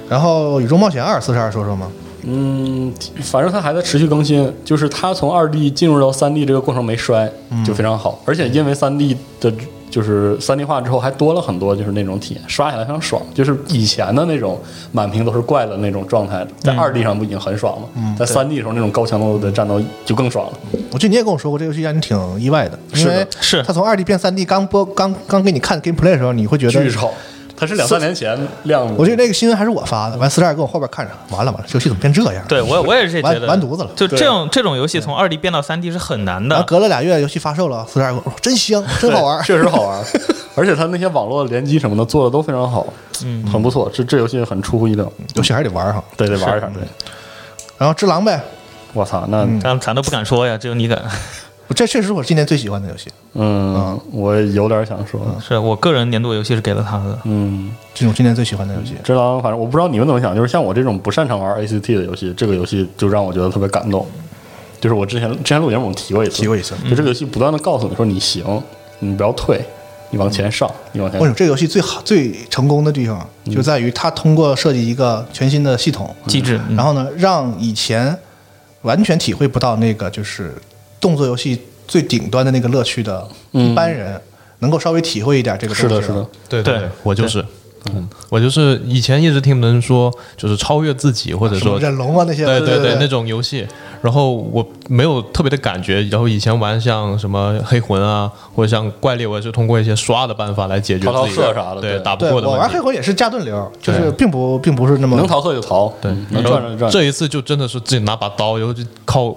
Speaker 1: 然后《宇宙冒险二》四十二说说吗？
Speaker 3: 嗯，反正它还在持续更新，就是它从二 D 进入到三 D 这个过程没摔，
Speaker 1: 嗯
Speaker 3: 就非常好。而且因为三 D 的，就是三 D 化之后，还多了很多就是那种体验，刷起来非常爽。就是以前的那种满屏都是怪的那种状态，在
Speaker 1: 嗯
Speaker 3: 二 D 上不已经很爽了，在三 D 的时候那种高强度的战斗就更爽了。
Speaker 1: 我记得你也跟我说过，这游戏让你挺意外的，因
Speaker 3: 是的
Speaker 1: 为
Speaker 2: 是
Speaker 1: 它从二 D 变三 D，刚播刚刚给你看 gameplay 的时候，你会觉
Speaker 3: 巨
Speaker 1: 得，哎
Speaker 3: 丑，它是两三年前亮的，
Speaker 1: 我记得那个新闻还是我发的，完四十二跟我后边看着，完了完了，这游戏怎么变这样？
Speaker 2: 对我我也是这觉得
Speaker 1: 完完犊子了
Speaker 2: 就这种这种游戏从二 D 变到三 D 是很难
Speaker 1: 然
Speaker 2: 的
Speaker 1: 后。隔了俩月，游戏发售了，四十二跟我说真香，真好玩。
Speaker 3: 确实好玩儿。而且它那些网络联机什么的做的都非常好，嗯，很不错。这这游戏很出乎意料，
Speaker 1: 游戏还是得嗯玩哈。
Speaker 3: 对，得玩一下。对，
Speaker 1: 然后《只狼》呗，
Speaker 3: 我操，那
Speaker 2: 咱咱都不敢说呀，只有你敢。
Speaker 1: 这确实是我今年最喜欢的游戏，
Speaker 3: 嗯，我有点想说，
Speaker 1: 嗯
Speaker 2: 是我个人年度游戏是给了他的。
Speaker 3: 嗯，
Speaker 1: 这种今年最喜欢的游戏。
Speaker 3: 只狼，反正我不知道你们怎么想，就是像我这种不擅长玩 ACT 的游戏，这个游戏就让我觉得特别感动。就是我之前之前录节目我们提过一次，
Speaker 1: 提过一次嗯
Speaker 3: 就这个游戏不断的告诉你说你行，你不要退，你往前上，你往前
Speaker 1: 为什。么这个游戏最好最成功的地方就在于它通过设计一个全新的系统
Speaker 2: 机制嗯
Speaker 1: 然后呢，让以前完全体会不到那个就是动作游戏最顶端的那个乐趣的一般人，能够稍微体会一点这个东
Speaker 3: 嗯是
Speaker 1: 西
Speaker 3: 的，
Speaker 1: 了
Speaker 3: 是的，
Speaker 5: 嗯对
Speaker 2: 对
Speaker 5: 我就是嗯我就是以前一直听人说，就是超越自己，或者
Speaker 1: 什么
Speaker 5: 说
Speaker 1: 忍龙啊那些，
Speaker 5: 对
Speaker 1: 对
Speaker 5: 对对，那
Speaker 1: 对，
Speaker 5: 种游戏。然后我没有特别的感觉，然后以前玩像什么黑魂啊，或者像怪猎，我也是通过一些刷的办法来解决
Speaker 3: 逃逃
Speaker 5: 自己的
Speaker 3: 课啥的
Speaker 5: 对
Speaker 3: 对
Speaker 5: 啊打不
Speaker 1: 对
Speaker 5: 过的
Speaker 1: 我玩
Speaker 5: 问
Speaker 1: 黑
Speaker 5: 题。
Speaker 1: 魂也是加盾流，就是
Speaker 5: 对
Speaker 1: 并不并不是那么
Speaker 3: 能逃课就逃，对，
Speaker 1: 嗯
Speaker 3: 能
Speaker 5: 然后
Speaker 3: 转着就转着。
Speaker 5: 这一次就真的是自己拿把刀，然后就靠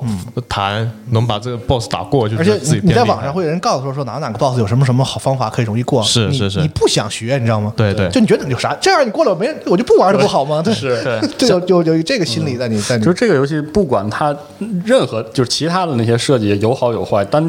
Speaker 5: 弹能把这个 boss 打过，就
Speaker 1: 嗯而
Speaker 5: 觉
Speaker 1: 且
Speaker 5: 得自己
Speaker 1: 你你
Speaker 5: 变
Speaker 1: 在
Speaker 5: 厉害
Speaker 1: 网上会有人告诉说说哪哪个 boss 有什么什么好方法可以容易过，
Speaker 5: 是
Speaker 1: 你
Speaker 5: 是是
Speaker 1: 你不想学，你知道吗？
Speaker 5: 对对
Speaker 1: 就你觉得有啥这样你过了没人，我就不玩了不好吗？对，
Speaker 3: 是
Speaker 2: 对
Speaker 1: 对，有有有这个心
Speaker 3: 嗯
Speaker 1: 理在你在你
Speaker 3: 就是这个游戏，不管它任何就是其他的那些设计有好有坏，单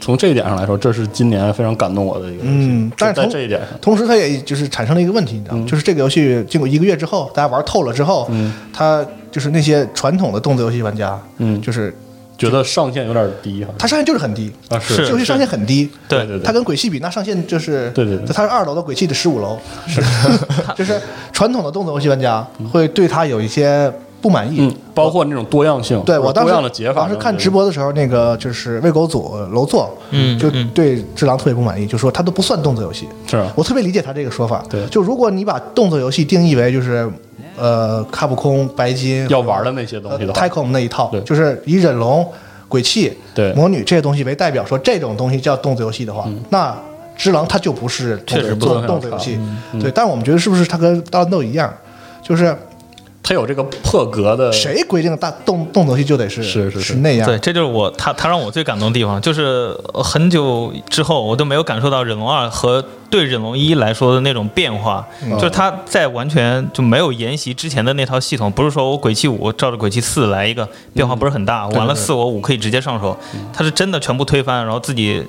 Speaker 3: 从这一点上来说，这是今年非常感动我的一个游戏。
Speaker 1: 嗯
Speaker 3: 就
Speaker 1: 但是
Speaker 3: 在
Speaker 1: 从
Speaker 3: 这一点上，
Speaker 1: 同时，它也就是产生了一个问题，你知道
Speaker 3: 嗯
Speaker 1: 吗？就是这个游戏经过一个月之后，大家玩透了之后，它就是那些传统的动作游戏玩家，
Speaker 3: 嗯
Speaker 1: 就是
Speaker 3: 觉得上限有点低哈。
Speaker 1: 它上限就是很低，
Speaker 3: 啊是
Speaker 1: 这游戏上限很低，
Speaker 2: 对
Speaker 3: 对对
Speaker 1: 它跟鬼泣比，那上限就是
Speaker 3: 对对对
Speaker 1: 它是二楼的鬼泣的十五楼，是， 就是传统的动作游戏玩家会对它有一些不满意
Speaker 3: 嗯，，包括那种多样性，
Speaker 1: 对我当
Speaker 3: 多
Speaker 1: 时
Speaker 3: 样的解法。
Speaker 1: 当时看直，播的时候，那个就是喂狗组呃楼座，
Speaker 2: 嗯
Speaker 1: 就
Speaker 2: 嗯
Speaker 1: 对《只狼》特别不满意，就说它都不算动作游戏。
Speaker 3: 是啊
Speaker 1: 我特别理解他这个说法。
Speaker 3: 对
Speaker 1: 就如果你把动作游戏定义为就是，呃，卡普空、白金
Speaker 3: 要玩的那些东西的话
Speaker 1: t a c o m 那一套
Speaker 3: 对，
Speaker 1: 就是以忍龙、鬼泣、
Speaker 3: 对嗯
Speaker 1: 魔女这些东西为代表，说这种东西叫动作游戏的话，那。只狼它就不是
Speaker 2: 确实不
Speaker 1: 做
Speaker 3: 能
Speaker 1: 动作游戏，
Speaker 3: 嗯
Speaker 1: 对，但我们觉得是不是它跟大乱斗一样，就是
Speaker 3: 它有这个破格的，
Speaker 1: 谁规定大动动作游戏就得是
Speaker 3: 是是是
Speaker 1: 那样，
Speaker 2: 对，这就是我他他让我最感动的地方，就是呃很久之后我都没有感受到忍龙二和对忍龙一来说的那种变化，
Speaker 1: 嗯
Speaker 2: 就是他在完全就没有沿袭之前的那套系统，不是说我鬼泣五照着鬼泣四来一个变
Speaker 1: 嗯
Speaker 2: 化不是很大，完了四我五可以直接上手，他是真的全部推翻，然后自己。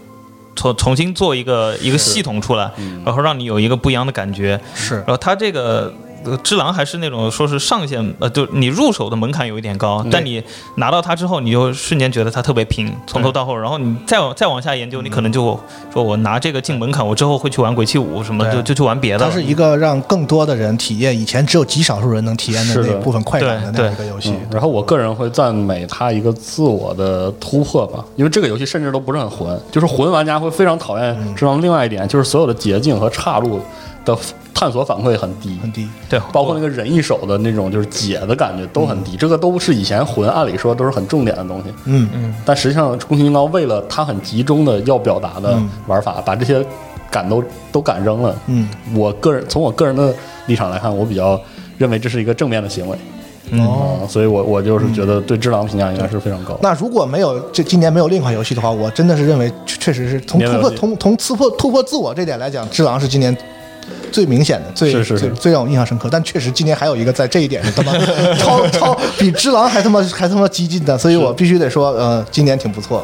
Speaker 2: 重重新做一个一个系统出来，然后让你有一个不一样的感觉。
Speaker 1: 嗯是
Speaker 2: 然后它这个呃只狼还是那种说是上限，呃，就你入手的门槛有一点高，但你拿到它之后，你就瞬间觉得它特别平，从头到后，然后你再往再往下研究，你可
Speaker 1: 嗯
Speaker 2: 能就说我拿这个进门槛，我之后会去玩鬼泣五什么的，
Speaker 1: 对
Speaker 2: 就就去玩别的
Speaker 1: 它
Speaker 2: 了。
Speaker 1: 是一个让更多的人体验以前只有极少数人能体验的
Speaker 3: 是的
Speaker 1: 那部分快感的那
Speaker 2: 对
Speaker 1: 样一个游戏
Speaker 3: 嗯。然后我个人会赞美它一个自我的突破吧，因为这个游戏甚至都不是很魂，就是魂玩家会非常讨厌。知道另外一点就是所有的捷径和岔路的探索反馈很低，
Speaker 1: 很低，
Speaker 2: 对，
Speaker 3: 包括那个人一手的那种就是解的感觉都很低，这个都是以前魂按理说都是很重点的东西，
Speaker 1: 嗯
Speaker 3: 但实际上宫崎英高为了他很集中的要表达的玩法，把这些感都都敢扔了。
Speaker 1: 嗯，
Speaker 3: 我个人从我个人的立场来看，我比较认为这是一个正面的行为，
Speaker 1: 哦。
Speaker 3: 嗯，所以我我就是觉得对《只狼》评价应该是非常高。
Speaker 1: 那如果没有这今年没有另一款游戏的话，我真的是认为确确实是从
Speaker 3: 年
Speaker 1: 突
Speaker 3: 度
Speaker 1: 破
Speaker 3: 游戏
Speaker 1: 从从突破突破自我这点来讲，《只狼》是今年最明显的、最
Speaker 3: 是是是
Speaker 1: 最最让我印象深刻。但确实今年还有一个在这一点上他妈 超超比《只狼》还他妈还他妈激进的，所以我必须得说，呃，今年挺不错。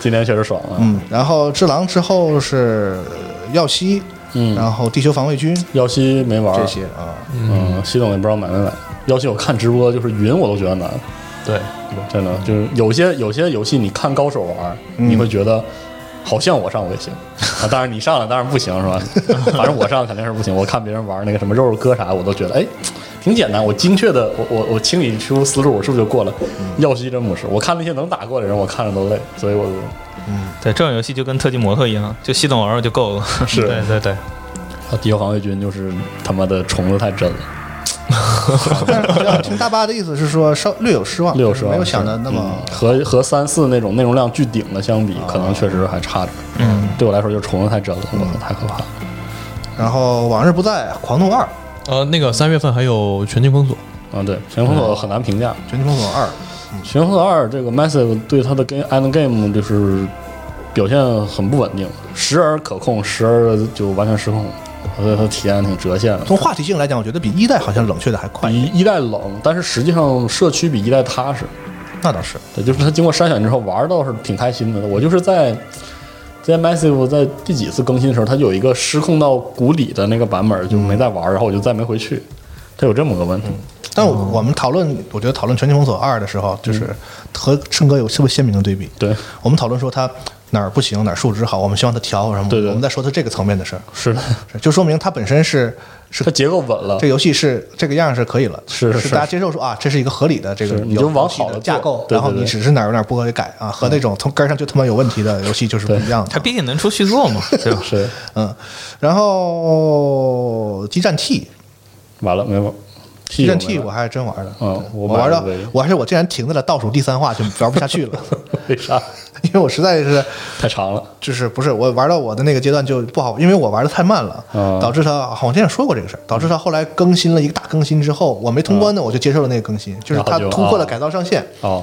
Speaker 3: 今天确实爽啊了，
Speaker 1: 嗯，然后《只狼》之后是呃耀西，嗯，然后《地球防卫军》
Speaker 3: 耀西没玩儿
Speaker 1: 这些啊。
Speaker 3: 嗯，系统也不知道买没买。要求我看直播就是云我都觉得难，
Speaker 5: 对，
Speaker 3: 真的就是有些有些游戏你看高手玩儿，你会觉得好像我上我也行啊，当然你上了当然不行是吧？反正我上肯定是不行。我看别人玩那个什么肉肉哥啥，我都觉得哎挺简单，我精确的我我我清理出思路，我是不是就过了？耀西真不是，我看那些能打过的人，我看着都累，所以我
Speaker 2: 对这种游戏就跟特技摩托一样，就系统玩 玩就够了。
Speaker 3: 是
Speaker 5: 对对对，
Speaker 3: 啊敌后防卫军就是他妈的虫子太真了。
Speaker 1: 但是我听大 巴的意思是说，稍略有失望，
Speaker 3: 六十万
Speaker 1: 没有想的那么。
Speaker 3: 嗯和和三四那种内容量巨顶的相比，可能确实还差点。嗯，对我来说就是虫子太真了，我操太可怕了。
Speaker 1: 然后往日不在，狂怒二，
Speaker 5: 呃，那个三月份还有全境封锁，
Speaker 3: 啊，对，《全封锁》很难评价，
Speaker 1: 全境封锁二，
Speaker 3: 《全封锁二》这个 Massive 对它的 Game End Game 就是表现很不稳定，时而可控，时而就完全失控，所以它体验挺折现的。
Speaker 1: 从话题性来讲，我觉得比一代好像冷却的还快。
Speaker 3: 比一代冷，但是实际上社区比一代踏实。
Speaker 1: 那倒是，
Speaker 3: 对，就是他经过筛选之后玩儿倒是挺开心的。我就是在在 Massive 在第几次更新的时候，它有一个失控到谷底的那个版本，就没再玩儿，然后我就再没回去。它有这么个问题，
Speaker 1: 嗯但我们讨论，我觉得讨论《全球封锁二》的时候，就是和圣哥有特别鲜明的对比。
Speaker 3: 嗯对，
Speaker 1: 我们讨论说他哪儿不行，哪儿数值好，我们希望他调什么。
Speaker 3: 对对
Speaker 1: 我们在说他这个层面的事儿，
Speaker 3: 是的，
Speaker 1: 是 就说明它本身是是
Speaker 3: 它结构稳了
Speaker 1: 这。游戏是这个样是可以了，
Speaker 3: 是
Speaker 1: 是
Speaker 3: 是
Speaker 1: 大家接受说啊，这是一个合理的这个
Speaker 3: 是你
Speaker 1: 有
Speaker 3: 就往
Speaker 1: 游戏
Speaker 3: 好
Speaker 1: 的
Speaker 3: 了
Speaker 1: 架
Speaker 3: 做
Speaker 1: 构，
Speaker 3: 对
Speaker 1: 然后
Speaker 3: 对嗯
Speaker 1: 你
Speaker 3: 对
Speaker 1: 只是哪儿有哪儿不合理改啊，和那种从根儿上就他妈有问题的游戏就是不一样的。
Speaker 2: 它毕竟能出续作 嘛，对吧？
Speaker 3: 是，
Speaker 1: 嗯，然后激战 T，
Speaker 3: 完了没有
Speaker 1: 激
Speaker 3: ？T
Speaker 1: 战 T
Speaker 3: 没
Speaker 1: 我
Speaker 3: 玩
Speaker 1: 还是真玩了，
Speaker 3: 嗯
Speaker 1: 我
Speaker 3: 我买
Speaker 1: 玩到
Speaker 3: 了呗
Speaker 1: 我而且我竟然停在了倒数第三话，就玩不下去了，
Speaker 3: 为啥？
Speaker 1: 因为我实在是
Speaker 3: 太长了。
Speaker 1: 就是不是我玩到我的那个阶段就不好，因为我玩的太慢了，
Speaker 3: 嗯
Speaker 1: 导致他好像之前说过这个事儿，导致他后来更新了一个大更新之后，我没通关呢，我就接受了那个更新，就是
Speaker 3: 啊然后
Speaker 1: 他
Speaker 3: 就
Speaker 1: 突破了
Speaker 3: 哦
Speaker 1: 改造上限。
Speaker 3: 哦，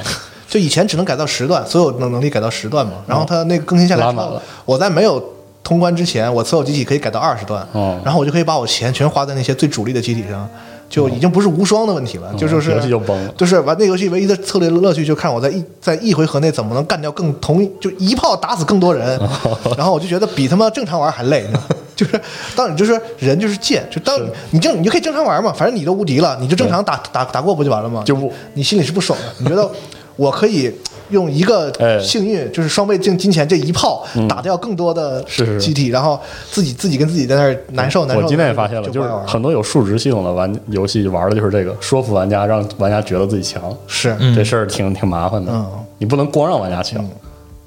Speaker 1: 就以前只能改到十段，所有能能力改到十段嘛。然后它那个更新下来
Speaker 3: 嗯拉
Speaker 1: 之后
Speaker 3: 满了
Speaker 1: 我在没有通关之前，我所有机体可以改到二十段，
Speaker 3: 哦
Speaker 1: 然后我就可以把我钱全花在那些最主力的机体上，就已经不是无双的问题了，就就是
Speaker 3: 游戏就崩哦了
Speaker 1: 就是玩那游戏唯一的策略乐趣就看我在一在一回合内怎么能干掉更同就一炮打死更多人，
Speaker 3: 哦
Speaker 1: 然后我就觉得比他妈正常玩还累呢。 就是，当你就是人就是贱，就当你就你就可以正常玩嘛，反正你都无敌了，你就正常打打打过不就完了吗？
Speaker 3: 就不
Speaker 1: 你心里是不爽的，你觉得我可以用一个
Speaker 3: 哎嗯
Speaker 1: 幸运，就是双倍镜金钱这一炮打掉更多的
Speaker 3: 是是是
Speaker 1: 机体，然后自己自己跟自己在那儿难受难受。
Speaker 3: 我今天也发现了，
Speaker 1: 就
Speaker 3: 就是
Speaker 1: 不爱玩
Speaker 3: 很多有数值系统的玩游戏玩的就是这个，说服玩家，让玩家觉得自己强，
Speaker 1: 是。
Speaker 3: 这事儿挺挺麻烦的
Speaker 1: 嗯。
Speaker 3: 你不能光让玩家强，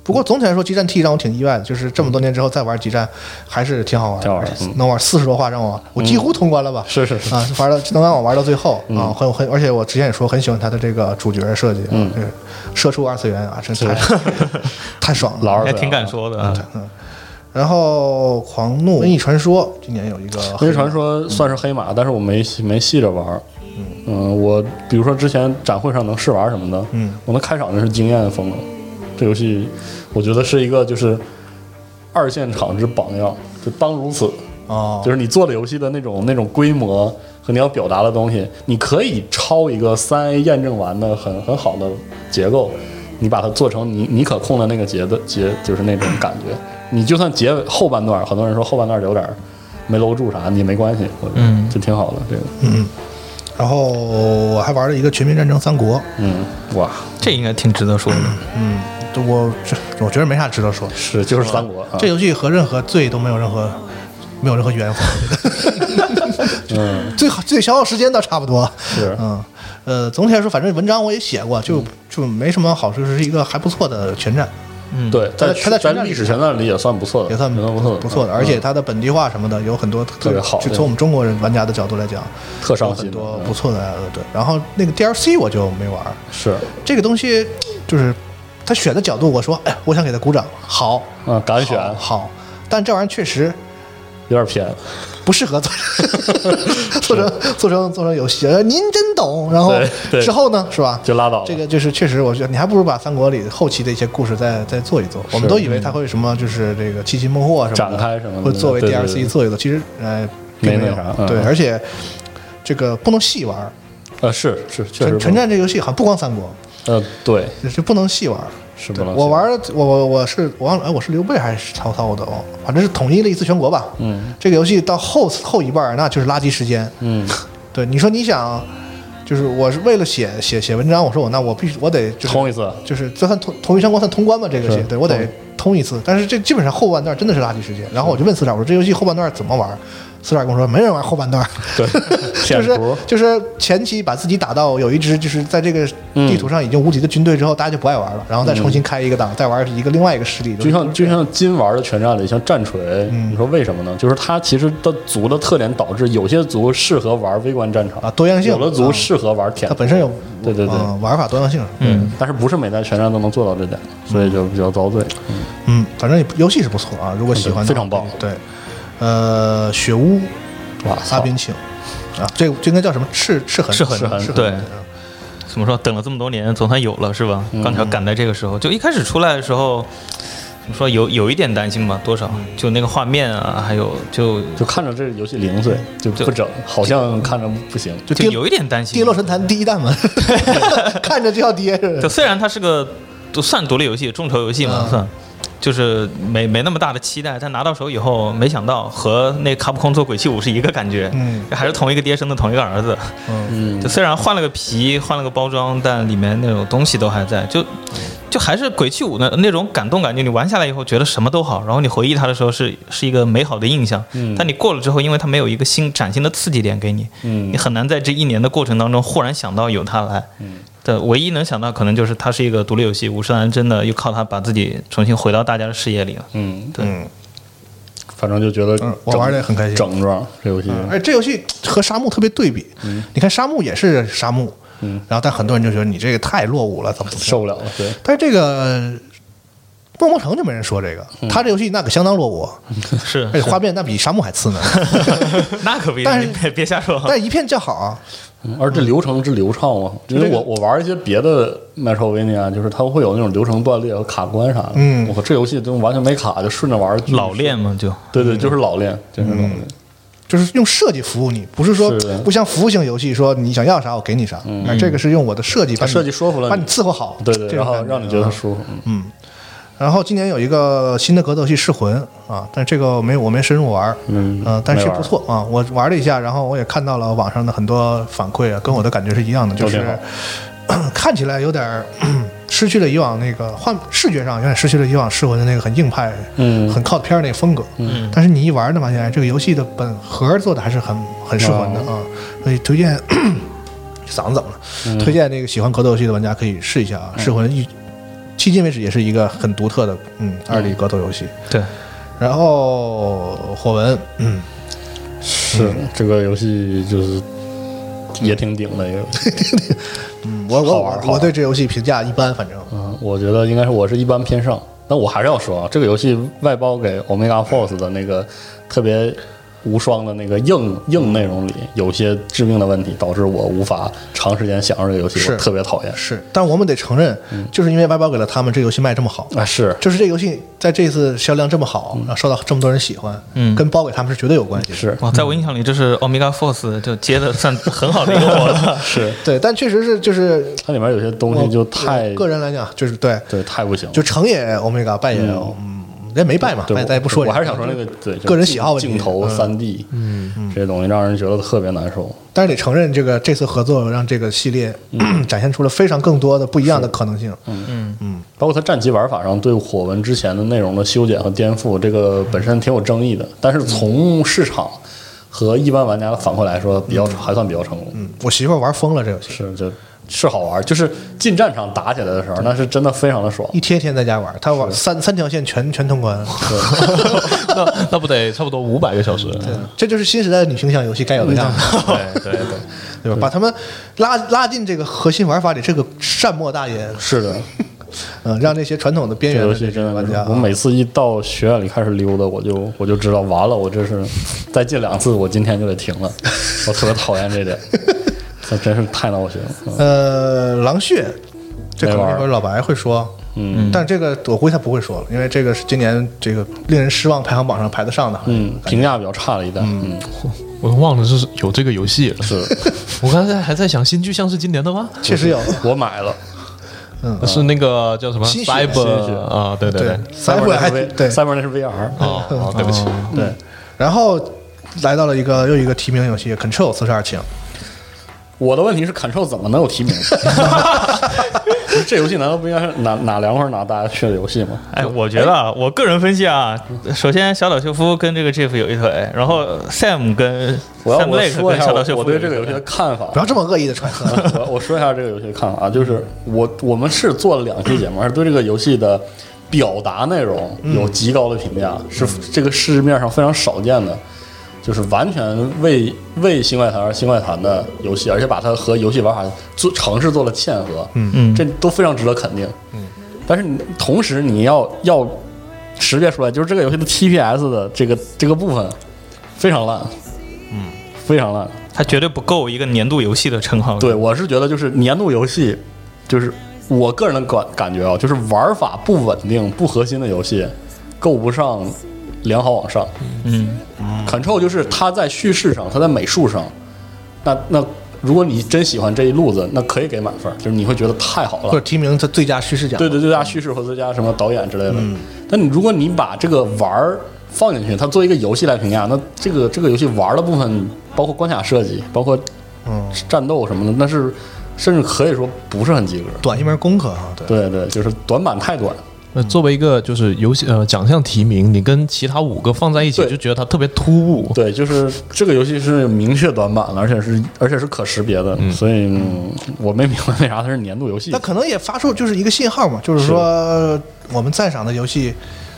Speaker 1: 不过总体来说，激战 T 让我挺意外的，就是这么多年之后再玩激战，还是挺好玩的，
Speaker 3: 挺好玩
Speaker 1: 而且
Speaker 3: 嗯
Speaker 1: 能玩四十多话让我玩，我几乎通关了吧？
Speaker 3: 是是是嗯
Speaker 1: 啊，玩到能让我玩到最后啊，很很，而且我之前也说很喜欢他的这个主角设计，嗯，这个射出二次元啊，真太 太爽了，嗯
Speaker 3: 老二
Speaker 2: 还
Speaker 3: 岁
Speaker 2: 挺
Speaker 3: 啊
Speaker 2: 敢说的啊。
Speaker 1: 然后《狂怒》《瘟疫传说》今年有一个
Speaker 3: 《瘟疫传说》算是黑马，但是我没细没细着玩儿。嗯，我比如说之前展会上能试玩什么的，
Speaker 1: 嗯，
Speaker 3: 我那开场真是惊艳疯了。这游戏我觉得是一个就是二线厂之榜样，就当如此。
Speaker 1: 哦，
Speaker 3: 就是你做的游戏的那种那种规模和你要表达的东西，你可以抄一个三 A 验证完的很很好的结构，你把它做成你你可控的那个节的节，就是那种感觉。你就算结尾后半段，很多人说后半段有点儿没搂住啥，你也没关系，我觉
Speaker 1: 嗯
Speaker 3: 得就挺好的。这个，
Speaker 1: 然后我还玩了一个《全面战争三国》，
Speaker 3: 嗯，哇，
Speaker 2: 这应该挺值得说的。
Speaker 1: 这嗯我这我觉得没啥值得说的，
Speaker 3: 是就是三国啊
Speaker 1: 这，游戏和任何罪都没有任何没有任何渊源，
Speaker 3: 嗯，
Speaker 1: 最好最消耗时间倒差不多，
Speaker 3: 是嗯
Speaker 1: 嗯。呃，总体来说，反正文章我也写过，就就没什么好处，就是一个还不错的全战，
Speaker 3: 对，
Speaker 1: 嗯它在
Speaker 3: 在
Speaker 1: 它在
Speaker 3: 在
Speaker 1: 全战里
Speaker 3: 历史前段里也算不错的，
Speaker 1: 也算
Speaker 3: 也算不错的，
Speaker 1: 不错的，
Speaker 3: 嗯
Speaker 1: 而且它的本地化什么的有很多特
Speaker 3: 特别好
Speaker 1: 就
Speaker 3: 对
Speaker 1: 从我们中国人玩家的角度来讲，
Speaker 3: 特
Speaker 1: 有
Speaker 3: 伤
Speaker 1: 很
Speaker 3: 心的，
Speaker 1: 多
Speaker 3: 嗯
Speaker 1: 不错的对。然后那个 DLC 我就没玩儿，
Speaker 3: 是
Speaker 1: 这个东西就是他选的角度，我说，哎，我想给他鼓掌，好，
Speaker 3: 啊，敢选
Speaker 1: 好好，但这玩意儿确实
Speaker 3: 有点偏，
Speaker 1: 不适合做 做成做成做成游戏。呃您真懂，然后
Speaker 3: 对对
Speaker 1: 之后呢，是吧？
Speaker 3: 就拉倒了
Speaker 1: 这个就是确实，我觉得你还不如把三国里后期的一些故事再再做一做。我们都以为他会什么，就是这个七擒孟获什么的
Speaker 3: 展开什么的
Speaker 1: 会作为
Speaker 3: 对对
Speaker 1: DLC
Speaker 3: 对
Speaker 1: 做一做。其实呃，并
Speaker 3: 没
Speaker 1: 没
Speaker 3: 那
Speaker 1: 有
Speaker 3: 啥嗯
Speaker 1: 对，而且这个不能细玩儿。
Speaker 3: 呃，是是，确实
Speaker 1: 全
Speaker 3: 不
Speaker 1: 全战这游戏好像不光三国，
Speaker 3: 呃，对，
Speaker 1: 就不能细玩儿。
Speaker 3: 是
Speaker 1: 对
Speaker 3: 不能
Speaker 1: 我玩儿我我我是我忘了，哎，我是刘备还是曹操的？我反正是统一了一次全国吧。
Speaker 3: 嗯，
Speaker 1: 这个游戏到后后一半儿那就是垃圾时间。
Speaker 3: 嗯，
Speaker 1: 对，你说你想，就是我是为了写写写文章，我说我那我必须我得就是
Speaker 3: 通一次，
Speaker 1: 就是这算通同一三关算通关吗？这个游戏
Speaker 3: 是
Speaker 1: 对我得
Speaker 3: 通
Speaker 1: 通一次，但是这基本上后半段真的是垃圾时间。然后我就问四少，我说这游戏后半段怎么玩儿？四少跟我说没人玩后半段儿，，
Speaker 3: 对 显
Speaker 1: 就是
Speaker 3: 图，
Speaker 1: 就是前期把自己打到有一支就是在这个地图上已经无敌的军队之后，大家就不爱玩了，然后再重新开一个档，再玩一个另呃外一个势力。
Speaker 3: 嗯就像就像金玩的全战里，像战锤，
Speaker 1: 嗯
Speaker 3: 你说为什么呢？就是它其实的族的特点导致有些族适合玩微观战场
Speaker 1: 啊多样性
Speaker 3: 有的
Speaker 1: 啊
Speaker 3: 族适合玩舔
Speaker 1: 它，本身有
Speaker 3: 对对对
Speaker 1: 嗯玩法多样性。
Speaker 3: 嗯，但是不是每代全战都能做到这点，所以就比较遭罪。
Speaker 1: 嗯，反正游戏是不错啊，如果喜欢的话
Speaker 3: 非常棒
Speaker 1: 对，呃，雪屋
Speaker 3: 哇，
Speaker 1: 阿
Speaker 3: 操
Speaker 1: 宾请啊，这这应该叫什么？赤赤痕
Speaker 2: 赤痕
Speaker 1: 赤痕
Speaker 2: 赤痕对怎么说？等了这么多年，总算有了是吧？刚巧赶在这个时候，就一开始出来的时候，怎么说有有一点担心吧？多少？就那个画面啊，还有就
Speaker 3: 就看着这游戏零碎，就
Speaker 2: 就
Speaker 3: 不整，好像看着不行。
Speaker 1: 就
Speaker 2: 就
Speaker 1: 跌
Speaker 2: 有一点担心。
Speaker 1: 跌落神坛第一弹 嘛，看着就要跌，是
Speaker 2: 就虽然它是个就算独立游戏、众筹游戏嘛，
Speaker 1: 嗯
Speaker 2: 算，就是没没那么大的期待，但拿到手以后，没想到和那卡普空做《鬼泣五》是一个感觉，
Speaker 1: 嗯，
Speaker 2: 还是同一个爹生的同一个儿子，
Speaker 3: 嗯
Speaker 2: 就虽然换了个皮，换了个包装，但里面那种东西都还在，就就还是《鬼泣五》的那种感动感觉。你玩下来以后觉得什么都好，然后你回忆它的时候是是一个美好的印象，
Speaker 3: 嗯
Speaker 2: 但你过了之后，因为它没有一个新崭新的刺激点给你，
Speaker 3: 嗯
Speaker 2: 你很难在这一年的过程当中忽然想到有它来。对，唯一能想到可能就是它是一个独立游戏，五十岚真的又靠它把自己重新回到大家的视野里了。
Speaker 3: 嗯，
Speaker 2: 对，
Speaker 1: 嗯
Speaker 3: 反正就觉得
Speaker 1: 嗯我
Speaker 3: 整
Speaker 1: 玩得很开心
Speaker 3: 整装这游戏，
Speaker 1: 嗯而且这游戏和沙漠特别对比，
Speaker 3: 嗯
Speaker 1: 你看沙漠也是沙漠，嗯，然后但很多人就觉得你这个太落伍了，怎么怎么样
Speaker 3: 受不了了，对，
Speaker 1: 但是这个梦魔城就没人说这个，
Speaker 3: 嗯
Speaker 1: 他这游戏那可相当落 伍，
Speaker 2: 是
Speaker 1: 而且画面那比沙漠还次呢，
Speaker 2: 那可不一
Speaker 1: 但
Speaker 2: 定，
Speaker 1: 是
Speaker 2: 你别别瞎说。
Speaker 1: 但一片叫好啊，
Speaker 3: 嗯而这流程之流畅嘛，因为
Speaker 1: 这个
Speaker 3: 我我玩一些别的 Metrovania，就是它会有那种流程断裂和卡关啥的，
Speaker 1: 嗯
Speaker 3: 我靠这游戏就完全没卡，就顺着玩，
Speaker 2: 老练嘛，就
Speaker 3: 对对，就是老练，
Speaker 1: 嗯
Speaker 3: 真是老练，
Speaker 1: 就是用设计服务你，不是说
Speaker 3: 是的
Speaker 1: 不像服务型游戏说你想要啥我给你啥，那这个是用我的设计把
Speaker 3: 它
Speaker 1: 你
Speaker 3: 啊设计说服了
Speaker 1: 把
Speaker 3: 你
Speaker 1: 你伺候好，
Speaker 3: 对对，
Speaker 1: 这
Speaker 3: 然
Speaker 1: 种
Speaker 3: 后
Speaker 1: 感
Speaker 3: 让你觉得
Speaker 1: 啊
Speaker 3: 舒服，嗯
Speaker 1: 然后今年有一个新的格斗游戏《噬魂》啊，但这个没有我没深入玩儿，
Speaker 3: 嗯
Speaker 1: 呃但是
Speaker 3: 没玩儿
Speaker 1: 不错啊，我玩了一下，然后我也看到了网上的很多反馈啊，跟我的感觉是一样的，就
Speaker 3: 都
Speaker 1: 是
Speaker 3: 挺好
Speaker 1: 看起来有点儿嗯失去了以往那个换视觉上有点失去了以往《噬魂》的那个很硬派、
Speaker 3: 嗯
Speaker 1: 很靠片儿那个风格，嗯，但是你一玩呢，发现哎这个游戏的本盒做的还是很很《噬魂》的啊，所以推荐 嗓子怎么了？推荐那个喜欢格斗游戏的玩家可以试一下啊，《噬魂》一迄今为止也是一个很独特的嗯二 D 格斗游戏。
Speaker 2: 对，
Speaker 1: 然后火纹，嗯，
Speaker 3: 是这个游戏就是也挺顶的一个游 戏，
Speaker 1: 嗯我
Speaker 3: 好
Speaker 1: 我
Speaker 3: 玩
Speaker 1: 我
Speaker 3: 好玩
Speaker 1: 我对这游戏评价一般，反正
Speaker 3: 嗯，我觉得应该是我是一般偏上，但我还是要说啊，这个游戏外包给 Omega Force 的那个特别无双的那个硬硬内容里，有些致命的问题，导致我无法长时间享受这个游戏，
Speaker 1: 是
Speaker 3: 我特别讨厌。
Speaker 1: 是，但我们得承认，就是因为外包给了他们，这游戏卖这么好，
Speaker 3: 啊，是
Speaker 1: 就是这游戏在这次销量这么好，然后受到这么多人喜欢，
Speaker 2: 嗯
Speaker 1: 跟包给他们是绝对有关系的。
Speaker 3: 是
Speaker 2: 哇，在我印象里，这是 Omega Force 就接的算很好的一个活了。
Speaker 3: 是，
Speaker 1: 对，但确实是就是
Speaker 3: 它里面有些东
Speaker 1: 我
Speaker 3: 西就太
Speaker 1: 我个人来讲，就是对，
Speaker 3: 对太不行了，
Speaker 1: 就成也 Omega，败也嗯，人没败嘛，
Speaker 3: 对，
Speaker 1: 败
Speaker 3: 我
Speaker 1: 咱也不说人
Speaker 3: 我
Speaker 1: 家，
Speaker 3: 还是想说那个对
Speaker 1: 个人喜好问题
Speaker 3: 镜头
Speaker 1: 嗯
Speaker 3: 三 D，嗯，这些东西让人觉得特别难受。
Speaker 1: 但是得承认，这个这次合作让这个系列、
Speaker 3: 嗯
Speaker 1: 展现出了非常更多的不一样的可能性。
Speaker 3: 包括它战棋玩法上对火纹之前的内容的修剪和颠覆，这个
Speaker 1: 嗯
Speaker 3: 本身挺有争议的。但是从市场和一般玩家的反馈来说，比较还算比较成功。嗯，
Speaker 1: 我媳妇儿玩疯了这游戏，
Speaker 3: 是就是好玩，就是进战场打起来的时候，那是真的非常的爽。
Speaker 1: 一天天在家玩，她玩三三条线全全通关，
Speaker 5: 那那不得差不多五百个小时？
Speaker 1: 这就是新时代的女性向游戏该有的样子，
Speaker 3: 对对对，
Speaker 1: 对吧？把他们拉拉进这个核心玩法里，这个善莫大焉，
Speaker 3: 是的，
Speaker 1: 嗯，让那些传统的边
Speaker 3: 这
Speaker 1: 缘
Speaker 3: 游
Speaker 1: 的
Speaker 3: 戏
Speaker 1: 这
Speaker 3: 真
Speaker 1: 些
Speaker 3: 的
Speaker 1: 玩
Speaker 3: 是
Speaker 1: 家，啊
Speaker 3: 我每次一到学院里开始溜达，我就我就知道完了，我这是再进两次，我今天就得停了。我特别讨厌 这点，那真是太闹心了。嗯
Speaker 1: 呃，狼血，这可能
Speaker 3: 没玩
Speaker 1: 一会儿老白会说，嗯，但这个我估计他不会说了，因为这个是今年这个令人失望排行榜上排得上的，
Speaker 3: 嗯，评价比较差的一代，嗯，
Speaker 5: 我都忘了是有这个游戏了。
Speaker 3: 是。
Speaker 5: 我刚才还在想，新剧像是今年的吗？
Speaker 1: 确实有。
Speaker 3: 我买了，
Speaker 5: 是那个叫什么
Speaker 1: 新血
Speaker 3: 新血
Speaker 5: Cyber 啊？对对
Speaker 1: 对
Speaker 5: 对，
Speaker 1: 三会还
Speaker 3: Cyber 那是 V-
Speaker 1: 对
Speaker 3: Cyber 那是 VR，
Speaker 5: 哦，哦对不起，
Speaker 3: 对，嗯
Speaker 1: 然后嗯来到了一个又一个提名游戏《Control 四十二请
Speaker 3: 我的问题是 Control 怎么能有提名？ 这游戏难道不应该是哪哪凉快哪大家去的游戏吗？
Speaker 2: 哎，我觉得啊，我个人分析啊，首先小岛秀夫跟这个 Jeff 有一腿，然后 Sam 跟
Speaker 3: 哎我要
Speaker 2: Sam
Speaker 3: 我
Speaker 2: Lake
Speaker 3: 说一
Speaker 2: 跟
Speaker 3: 下
Speaker 2: 小岛
Speaker 3: 我
Speaker 2: 秀
Speaker 3: 我
Speaker 2: 夫
Speaker 3: 对
Speaker 2: 有一腿
Speaker 3: 这个游戏的看法
Speaker 1: 不。要这么恶意的揣测。
Speaker 3: 我我说一下这个游戏的看法啊，就是我我们是做了两期节目，而对这个游戏的表达内容
Speaker 2: 嗯
Speaker 3: 有极高的评价，是这个市面上非常少见的，就是完全为为新怪谈而新怪谈的游戏，而且把它和游戏玩法做尝试做了嵌合，嗯
Speaker 2: 嗯
Speaker 3: 这都非常值得肯定，嗯，但是你同时你要要识别出来，就是这个游戏的 TPS 的这个这个部分非常烂，嗯，非常烂，
Speaker 2: 它绝对不够一个年度游戏的称号。
Speaker 3: 对，，我是觉得就是年度游戏，就是我个人的感感觉啊，就是玩法不稳定、不核心的游戏，够不上良好往上。
Speaker 2: 嗯，
Speaker 3: Control 就是它在叙事上，它在美术上，那那如果你真喜欢这一路子，那可以给满分，就是你会觉得太 好
Speaker 1: 或者
Speaker 3: 了。
Speaker 1: 提名他最佳叙事奖。啊嗯
Speaker 3: 对对，最佳叙事和最佳什么导演之类的。但你如果你把这个玩儿放进去，它作为一个游戏来评价，那这个这个游戏玩儿的部分，包括关卡设计，包括
Speaker 1: 嗯
Speaker 3: 战斗什么的，那是甚至可以说不是很及格。
Speaker 1: 短一门功课哈，对，
Speaker 3: 对对，就是短板太短。
Speaker 5: 那作为一个就是游戏呃奖项提名，你跟其他五个放在一起，
Speaker 3: 对
Speaker 5: 就觉得它特别突兀。
Speaker 3: 对，就是这个游戏是明确短板了，而且是而且是可识别的，所以嗯我没明白为啥它是年度游戏
Speaker 1: 那。可能也发出就是一个信号嘛，就是说呃我们赞赏的游戏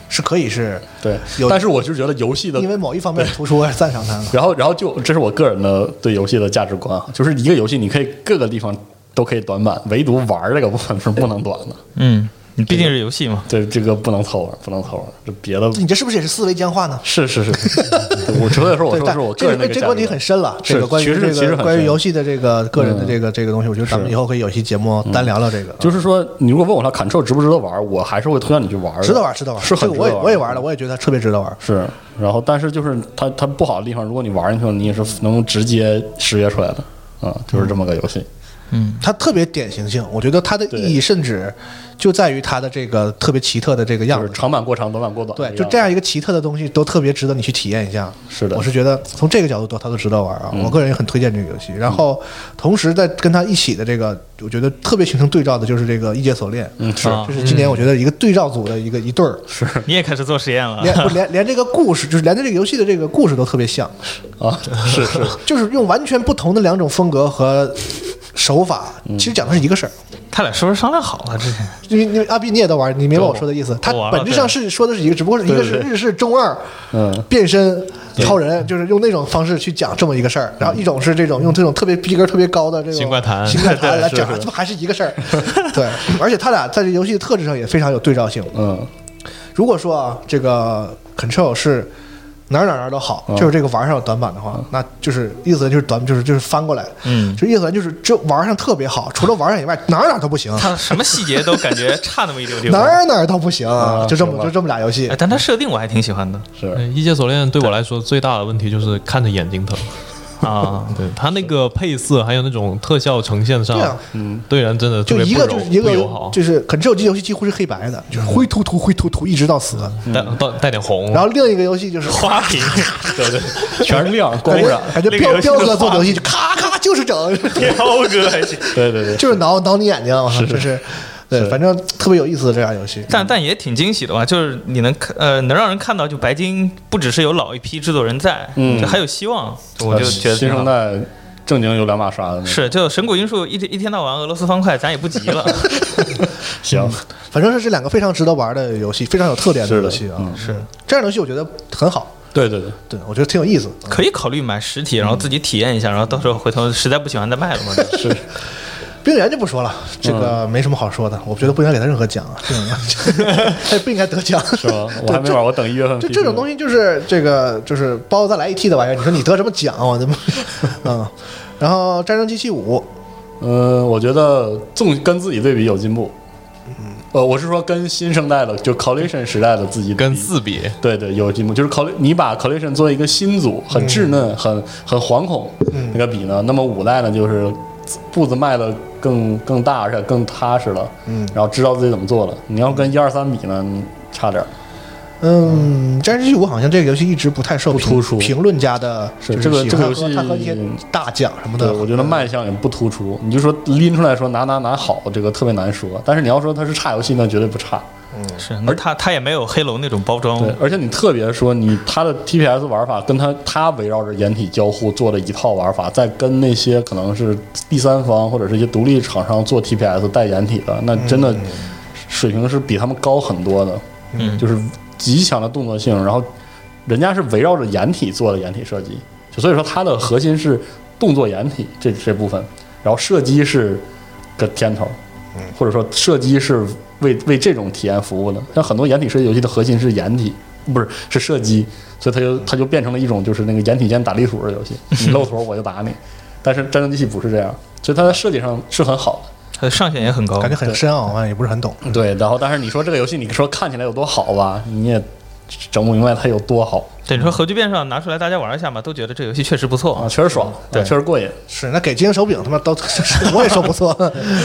Speaker 1: 是可以是
Speaker 3: 对
Speaker 1: 有，
Speaker 3: 但是我就觉得游戏的
Speaker 1: 因为某一方面突出而赞赏它的。
Speaker 3: 然后，然后就这是我个人的对游戏的价值观啊，就是一个游戏你可以各个地方都可以短板，唯独玩儿这个部分是不能短的。
Speaker 2: 嗯，你毕竟是游戏嘛，
Speaker 3: 对，这个不能偷玩儿，不能偷玩儿，这别的
Speaker 1: 你这是不是也是思维僵化呢？
Speaker 3: 是是 是，我所以说我
Speaker 1: 对，
Speaker 3: 说
Speaker 1: 但
Speaker 3: 是我
Speaker 1: 这
Speaker 3: 个人的一
Speaker 1: 这
Speaker 3: 价
Speaker 1: 个
Speaker 3: 值
Speaker 1: 问题
Speaker 3: 观
Speaker 1: 很深了，啊这
Speaker 3: 是
Speaker 1: 个关于
Speaker 3: 其实
Speaker 1: 这
Speaker 3: 其实
Speaker 1: 个
Speaker 3: 很嗯
Speaker 1: 关于
Speaker 3: 深
Speaker 1: 游戏的这个个人的这个这个东西，我觉得咱们以后可以有一期节目单聊聊这个。
Speaker 3: 嗯
Speaker 1: 啊
Speaker 3: 就是是说，你如果问我它 Control 值不值得玩儿，我还是会推荐你去玩儿的，
Speaker 1: 值得玩，值得玩，
Speaker 3: 是很
Speaker 1: 这个我
Speaker 3: 值
Speaker 1: 也
Speaker 3: 得
Speaker 1: 我也
Speaker 3: 的
Speaker 1: 玩了，我也觉得它特别值得玩。
Speaker 3: 是，然后但是就是它它不好的地方，如果你玩进去了，你也是能直接识别出来的啊、就是这么个游戏。
Speaker 1: 嗯它特别典型性，我觉得它的
Speaker 3: 对
Speaker 1: 意义甚至就在于它的这个特别奇特的这个样
Speaker 3: 就是
Speaker 1: 子。
Speaker 3: 长板过长，短板过短。
Speaker 1: 对，就这样一个奇特的东西都特别值得你去体验一下。
Speaker 3: 是的
Speaker 1: 我是觉得从这个角度都它都值得玩啊，我个人也很推荐这个游戏。然后同时在跟它一起的这个，我觉得特别形成对照的就是这个《异界锁链》，
Speaker 3: 嗯，是
Speaker 2: 啊
Speaker 1: 这是今年我觉得一个对照组的一个一对儿，是
Speaker 2: 你也开始做实验了。
Speaker 1: 连不连连这个故事，就是连这个游戏的这个故事都特别像，
Speaker 3: 啊， 是是，
Speaker 1: 就是用完全不同的两种风格和手法，
Speaker 3: 嗯
Speaker 1: 其实讲的是一个事儿。
Speaker 2: 嗯他俩是不是商量好
Speaker 1: 啊
Speaker 2: 了之前？
Speaker 1: 你你阿斌你也在玩，你明白我说的意思？它
Speaker 2: 我玩了
Speaker 1: 本质上是说的是一个，只不过是一个是
Speaker 3: 对对对
Speaker 1: 日式中二，
Speaker 3: 嗯
Speaker 1: 变身超人，就是用那种方式去讲这么一个事儿。然后一种是这种用这种特别逼格特别高的这种
Speaker 5: 新怪谈
Speaker 1: 新怪谈
Speaker 3: 对
Speaker 1: 来
Speaker 3: 是
Speaker 1: 讲，
Speaker 3: 是
Speaker 1: 这不还是一个事 儿？对，而且他俩在这游戏的特质上也非常有对照性。
Speaker 3: 嗯，
Speaker 1: 如果说啊，这个 Control 是哪儿哪儿哪儿都好，
Speaker 3: 嗯
Speaker 1: 就是这个玩儿上有短板的话，那就是意思就是短就是就是翻过来，
Speaker 2: 嗯
Speaker 1: 就意思就是这玩儿上特别好，除了玩儿上以外，哪儿哪儿都不行，
Speaker 2: 他什么细节都感觉差那么一丢丢。
Speaker 1: 啊 哪儿哪儿都不行，
Speaker 3: 啊
Speaker 1: 就这
Speaker 3: 明
Speaker 1: 么
Speaker 3: 白
Speaker 1: 就这么俩游戏
Speaker 2: 哎，。但他设定我还挺喜欢的
Speaker 5: 呃
Speaker 3: 是
Speaker 5: 异界锁链对我来说最大的问题就是看着眼睛疼。
Speaker 2: 啊。
Speaker 5: 对它那个配色还有那种特效呈现上，
Speaker 1: 对啊
Speaker 5: 嗯，对人真的特
Speaker 1: 就
Speaker 5: 别
Speaker 1: 一
Speaker 5: 不
Speaker 1: 个
Speaker 5: 友
Speaker 1: 就是一
Speaker 5: 不
Speaker 1: 个
Speaker 5: 友好，
Speaker 1: 就是 Control 机游戏几乎是黑白的，就是灰突突灰突突一直到死。
Speaker 5: 带带带点红，
Speaker 1: 嗯然后另一个游戏就是
Speaker 2: 花瓶，
Speaker 3: 对对，全亮光
Speaker 1: 感觉
Speaker 3: 染，
Speaker 1: 感觉
Speaker 2: 那个
Speaker 1: 彪
Speaker 2: 游戏
Speaker 1: 彪
Speaker 2: 是
Speaker 1: 哥做
Speaker 2: 花
Speaker 1: 的游戏就咔咔啊就是整，
Speaker 2: 彪哥还 行，
Speaker 3: 对对对，
Speaker 1: 就是挠挠你眼睛，我操，这是对，反正特别有意思的这俩游戏。
Speaker 2: 但但也挺惊喜的吧？就是你能看，呃，能让人看到，就白金不只是有老一批制作人在，
Speaker 3: 嗯呃
Speaker 2: 就还有希望，我就觉得
Speaker 3: 啊新
Speaker 2: 挺好
Speaker 3: 生代正经有两把刷的那种，
Speaker 2: 是，就神谷英树一天一天到晚俄罗斯方块，咱也不急了。
Speaker 3: 行，
Speaker 1: 嗯反正是这两个非常值得玩的游戏，非常有特点的
Speaker 3: 是的
Speaker 1: 游戏啊。
Speaker 3: 嗯
Speaker 1: 是这样的游戏，我觉得很好，
Speaker 3: 对对对，
Speaker 1: 对我觉得挺有意思。
Speaker 2: 可以考虑买实体，然后自己体验一下，然后到时候回头实在不喜欢再卖了嘛。就是
Speaker 1: 冰原就不说了，这个没什么好说的，我觉得不应该给他任何奖啊，这种 他也不应该得奖，
Speaker 3: 是吗？我还没玩，我等一月份。
Speaker 1: 就这种东
Speaker 3: 西，
Speaker 1: 西就是这个就是包再来一 T 的玩意儿，你说你得什么奖啊？我他妈，嗯。然后《战争机器五》
Speaker 3: 嗯，我觉得纵跟自己对比有进步。呃，我是说跟新生代的，就 Collision 时代的自己
Speaker 5: 跟
Speaker 3: 比
Speaker 5: 四比，
Speaker 3: 对对，有进步，就是考虑你把 collision 作为一个新组，很稚嫩、很很惶恐那个比呢，那么五代呢，就是步子迈的更更大，而且更踏实了，嗯，然后知道自己怎么做了。你要跟一二三比呢，差点儿。
Speaker 1: 嗯，《战争机器五》好像这个游戏一直不太受
Speaker 3: 不
Speaker 1: 评
Speaker 3: 突出
Speaker 1: 评论家的
Speaker 3: 是
Speaker 1: 就是
Speaker 3: 这个
Speaker 1: 喜
Speaker 3: 这个
Speaker 1: 欢
Speaker 3: 游
Speaker 1: 和
Speaker 3: 戏嗯
Speaker 1: 它和一些大奖什么
Speaker 3: 对，
Speaker 1: 的，
Speaker 3: 我觉得卖相也不突出，你就说拎出来说哪哪哪好，这个特别难说。但是你要说它是差游戏呢，绝对不差。
Speaker 2: 嗯是，那他他也没有黑龙那种包装
Speaker 3: 对，，而且你特别说你它的 TPS 玩法跟它它围绕着掩体交互做的一套玩法，再跟那些可能是第三方或者是一些独立厂商做 TPS 带掩体的，那真
Speaker 1: 嗯
Speaker 3: 的水平是比他们高很多的，
Speaker 2: 嗯
Speaker 3: 就是极强的动作性，然后人家是围绕着掩体做的掩体设计，就所以说它的核心是动作掩体这这部分，然后射击是个天头，或者说射击是为为这种体验服务的。像很多掩体射击游戏的核心是掩体，不是是射击，所以它就它就变成了一种就是那个掩体间打地鼠的游戏，你露头我就打你。 但是战争机器不是这样，所以它的设计上是很好
Speaker 2: 他的呃上限也很
Speaker 3: 哦
Speaker 2: 高，
Speaker 1: 感觉很深奥，我也不是很懂。
Speaker 3: 的。对，然后但是你说这个游戏，你说看起来有多好吧，你也整不明白它有多好
Speaker 2: 对，你说核聚变上拿出来大家玩一下嘛，都觉得这游戏确实不错
Speaker 3: 啊，。确实爽，
Speaker 2: 对
Speaker 3: 啊确实过瘾。
Speaker 1: 是那给金手柄他妈都 我也说不 错，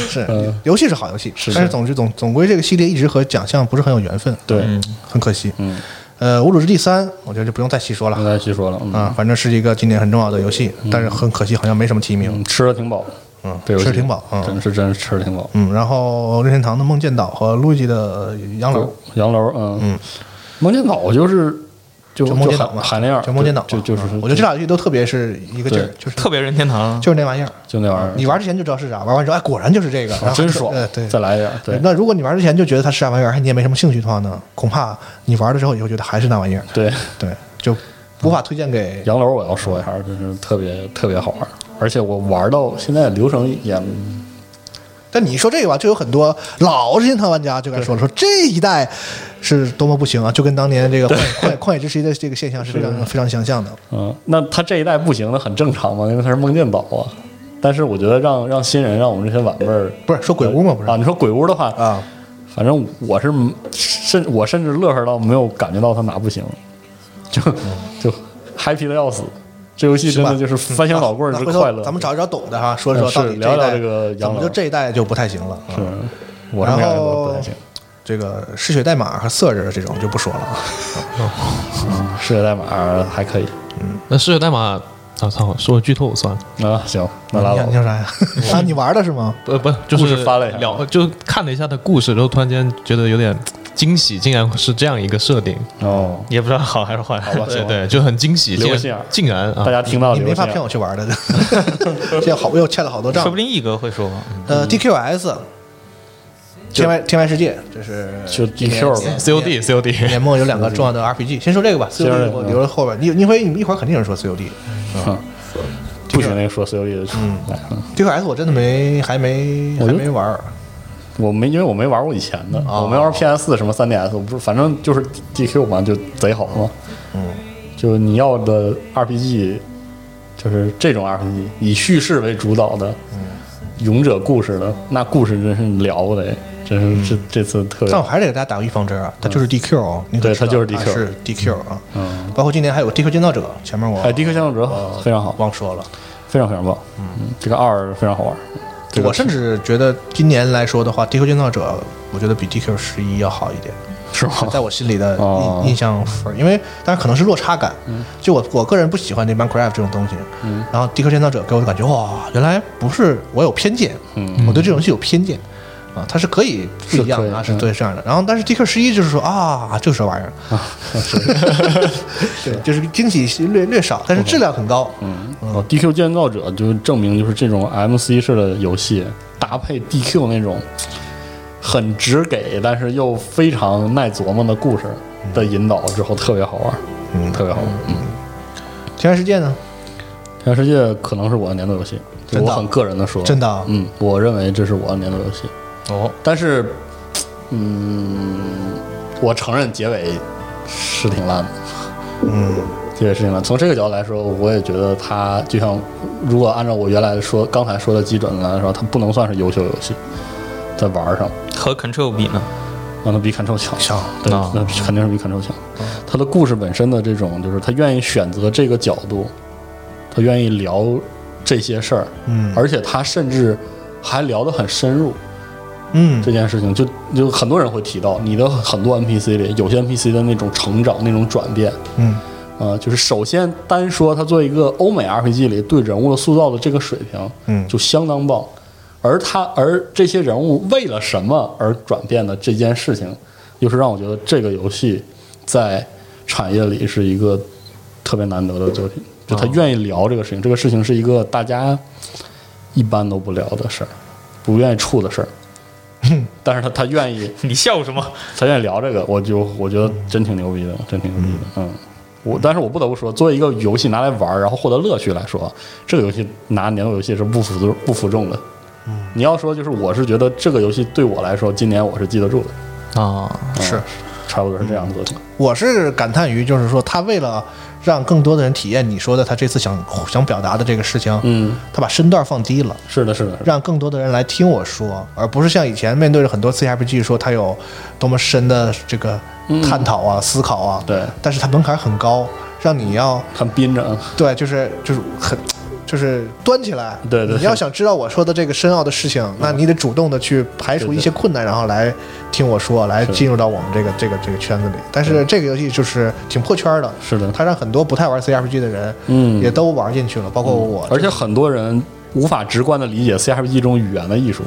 Speaker 1: 是游戏是好游戏，
Speaker 3: 嗯是
Speaker 1: 但是
Speaker 3: 是
Speaker 1: 总之总总归这个系列一直和奖项不是很有缘分，
Speaker 3: 对，
Speaker 1: 很可惜。
Speaker 3: 嗯，
Speaker 1: 呃，《无主之地三》我觉得就不用再细说
Speaker 3: 刚
Speaker 1: 了
Speaker 3: 才细说了，嗯，
Speaker 1: 啊，反正是一个今年很重要的游戏，但是很可惜好像没什么提名
Speaker 3: 嗯，吃的挺饱，
Speaker 1: 嗯，
Speaker 3: 这游戏
Speaker 1: 吃挺饱，嗯
Speaker 3: 真是真是吃的挺饱。
Speaker 1: 嗯，然后任天堂的《梦见岛》和路易吉的《洋楼》，
Speaker 3: 洋楼，嗯嗯，梦见岛就是就
Speaker 1: 就梦见岛
Speaker 3: 含
Speaker 1: 嘛，
Speaker 3: 含那样，
Speaker 1: 就梦见岛嘛，
Speaker 3: 就就是
Speaker 1: 嗯我觉得这俩游戏都特别是一个劲儿
Speaker 3: 对，
Speaker 1: 就是
Speaker 2: 特别任天堂，啊
Speaker 1: 就是那玩意儿，
Speaker 3: 就那玩意
Speaker 1: 你玩之前就知道是啥，玩完之后哎果然就是这个，然
Speaker 3: 儿，
Speaker 1: 后
Speaker 3: 啊真爽
Speaker 1: 呃，对，
Speaker 3: 再来一点，对
Speaker 1: 那如果你玩之前就觉得它是啥玩意儿，哎你也没什么兴趣的话呢，恐怕你玩了之后也会觉得还是那玩意儿，
Speaker 3: 对，
Speaker 1: 对，就无法推荐给。
Speaker 3: 洋楼我要说一下，真是特别特别好玩，而且我玩到现在流程也
Speaker 1: 但你一说这个吧，就有很多老任天堂玩家就该说了，说这一代是多么不行啊，就跟当年 这个旷野旷旷野之息的这个现象是非常非常相像的。
Speaker 3: 嗯，那他这一代不行，那很正常嘛，因为他是梦见岛啊。但是我觉得让让新人，让我们这些晚辈儿，
Speaker 1: 不是说鬼屋吗？不是
Speaker 3: 啊，你说鬼屋的话，
Speaker 1: 啊，
Speaker 3: 反正我是甚我甚至乐呵到没有感觉到他哪不行，就就 happy 的要死。 这游戏真的就是翻箱倒柜儿
Speaker 1: 那
Speaker 3: 之
Speaker 1: 回头
Speaker 3: 快乐。
Speaker 1: 咱们找一找懂的哈，说一说
Speaker 3: 嗯是
Speaker 1: 到底
Speaker 3: 聊
Speaker 1: 一
Speaker 3: 聊
Speaker 1: 代
Speaker 3: 这个
Speaker 1: 怎
Speaker 3: 养
Speaker 1: 么
Speaker 3: 老
Speaker 1: 就这一代就不太行了。
Speaker 3: 是
Speaker 1: 嗯，
Speaker 3: 我是没来过，不太行。
Speaker 1: 这个嗜血代码和色日这种就不说了啊。
Speaker 3: 世界代码还可以
Speaker 5: 那试试代码，啊操，说剧透算了。
Speaker 3: 啊，行，那拉
Speaker 1: 你想
Speaker 3: 倒
Speaker 1: 你。想啥呀？ 啊，你玩的是 吗？
Speaker 5: 不不，就
Speaker 3: 故
Speaker 5: 是
Speaker 3: 事翻了一下
Speaker 5: 聊，就看了一下的故事，然后突然间觉得有点惊喜，竟然是这样一个设定，
Speaker 3: 哦，
Speaker 2: 也不知道好还是坏。
Speaker 3: 吧
Speaker 5: 对
Speaker 3: 行
Speaker 5: 对，就很惊喜，
Speaker 3: 留个
Speaker 5: 竟然
Speaker 3: 心眼儿
Speaker 5: 竟然
Speaker 3: 大
Speaker 5: 啊，
Speaker 3: 家听到
Speaker 1: 你
Speaker 3: 留
Speaker 1: 没
Speaker 3: 个
Speaker 1: 法
Speaker 3: 信
Speaker 1: 骗
Speaker 3: 啊
Speaker 1: 我去玩的， 这样好我又欠了好多
Speaker 2: 说
Speaker 1: 账
Speaker 2: 不。定一哥会说吧。
Speaker 3: 嗯
Speaker 1: 呃，DQS，天外天外世界，这是
Speaker 3: 就 DQ 吧。
Speaker 5: COD COD，
Speaker 1: 年末有两个重要的 RPG，先说这个吧
Speaker 3: 说这
Speaker 1: ，COD
Speaker 3: 个
Speaker 1: 我留着后边。你因为你们一会儿肯定有人说 COD，DQS
Speaker 3: 嗯不许那个说 COD 的，嗯，来，
Speaker 1: 我真的没还没
Speaker 3: 我
Speaker 1: 还
Speaker 3: 就
Speaker 1: 没玩儿。
Speaker 3: 我没，因为我没玩过以前的，
Speaker 1: 哦
Speaker 3: 我没玩 PS 什么 3DS，我不是，反正就是 DQ 嘛，就贼好嘛。嗯，就你要的 RPG，就是这种 RPG，以叙事为主导的，
Speaker 1: 嗯
Speaker 3: 勇者故事的，那故事真是了不得，真是这这次特别
Speaker 1: 嗯但我。还是得给大家打个预防针啊，它就是 DQ 啊，你可
Speaker 3: 嗯对
Speaker 1: 知道
Speaker 3: 它就是
Speaker 1: 它
Speaker 3: DQ
Speaker 1: 是 DQ 啊。嗯，包括今年还有 DQ 建造者，前面我呃
Speaker 3: 哎，DQ 降落者非常好，
Speaker 1: 忘说了。
Speaker 3: 非常非常棒。嗯，这个二非常好玩。这个
Speaker 1: 我甚至觉得今年来说的话，DQ 建造者，我觉得比 DQ 十一要好一点，
Speaker 3: 是吗？
Speaker 1: 在我心里的
Speaker 3: 哦
Speaker 1: 印印象分儿，因为当然可能是落差感，就我我个人不喜欢这 Minecraft 这种东西，然后 DQ 建造者给我的感觉，哇，原来不是我有偏见，我对这种游戏有偏见。啊，它是可以不一样的，啊是
Speaker 3: 是可以
Speaker 1: 对这样的。然后，但是 DQ 十一就是说啊，就是这玩意儿， 对，就是惊喜是略略少，但是质量很高。
Speaker 3: 嗯，哦，DQ 建造者就证明就是这种 MC 式的游戏搭配 DQ 那种很直给，但是又非常耐琢磨的故事
Speaker 1: 嗯
Speaker 3: 的引导之后，特别好玩，嗯，特别好玩。嗯，
Speaker 1: 天外世界呢？
Speaker 3: 《天外世界》可能是我的年度游戏，就
Speaker 1: 真
Speaker 3: 我
Speaker 1: 的啊
Speaker 3: 很个人的说，
Speaker 1: 真的啊
Speaker 3: 嗯，我认为这是我的年度游戏。
Speaker 1: 哦，
Speaker 3: 但是，嗯，我承认结尾是挺烂的。
Speaker 1: 嗯，
Speaker 3: 结尾是挺烂。从这个角度来说，我也觉得它就像，如果按照我原来说刚才说的基准来说，它不能算是优秀游戏，在玩儿上，
Speaker 2: 和 Control 比呢？
Speaker 3: 那它比 Control 强，
Speaker 1: 强嗯
Speaker 3: 对，
Speaker 2: 啊
Speaker 3: 那肯定是比 Control 强。它的故事本身的这种，就是他愿意选择这个角度，他愿意聊这些事儿，
Speaker 1: 嗯
Speaker 3: 而且他甚至还聊得很深入，
Speaker 1: 嗯
Speaker 3: 这件事情就就很多人会提到你的很多 NPC 里，有些 NPC 的那种成长、那种转变，
Speaker 1: 嗯
Speaker 3: 呃，就是首先单说它作为一个欧美 RPG 里对人物的塑造的这个水平，
Speaker 1: 嗯
Speaker 3: 就相当棒。而他而这些人物为了什么而转变的这件事情，又是让我觉得这个游戏在产业里是一个特别难得的作品。就他愿意聊这个事情，这个事情是一个大家一般都不聊的事儿，不愿意触的事儿。
Speaker 6: 嗯
Speaker 3: 但是他他愿意
Speaker 2: 你笑什么？
Speaker 3: 咱愿意聊这个，我就我觉得真挺牛逼的，真挺牛逼的。嗯，我但是我不得不说，作为一个游戏拿来玩儿，然后获得乐趣来说，这个游戏拿年度游戏是不服众不服众的。嗯，你要说就是，我是觉得这个游戏对我来说，今年我是记得住的，
Speaker 2: 啊，
Speaker 1: 是。
Speaker 3: 嗯差不多是这样的作品。
Speaker 1: 我是感叹于，就是说他为了让更多的人体验你说的他这次想想表达的这个事情，
Speaker 3: 嗯，
Speaker 1: 他把身段放低了，
Speaker 3: 是的，是的，是的
Speaker 1: 让更多的人来听我说，而不是像以前面对着很多 CRPG 说他有多么深的这个探讨啊、思考啊。
Speaker 3: 嗯对
Speaker 1: 但是它门槛很高，让你要
Speaker 3: 很憋着啊。
Speaker 1: 对，就是就是很。就是端起来，
Speaker 3: 对对
Speaker 1: 你要想知道我说的这个深奥的事情，
Speaker 3: 嗯
Speaker 1: 那你得主动的去排除一些困难，然后来听我说，来进入到我们这个这个这个圈子里。但是这个游戏就是挺破圈的，
Speaker 3: 是的
Speaker 1: 它让很多不太玩 CRPG 的人，
Speaker 3: 嗯
Speaker 1: 也都玩进去了，包括我。
Speaker 3: 而且很多人无法直观的理解 CRPG 中语言的艺术。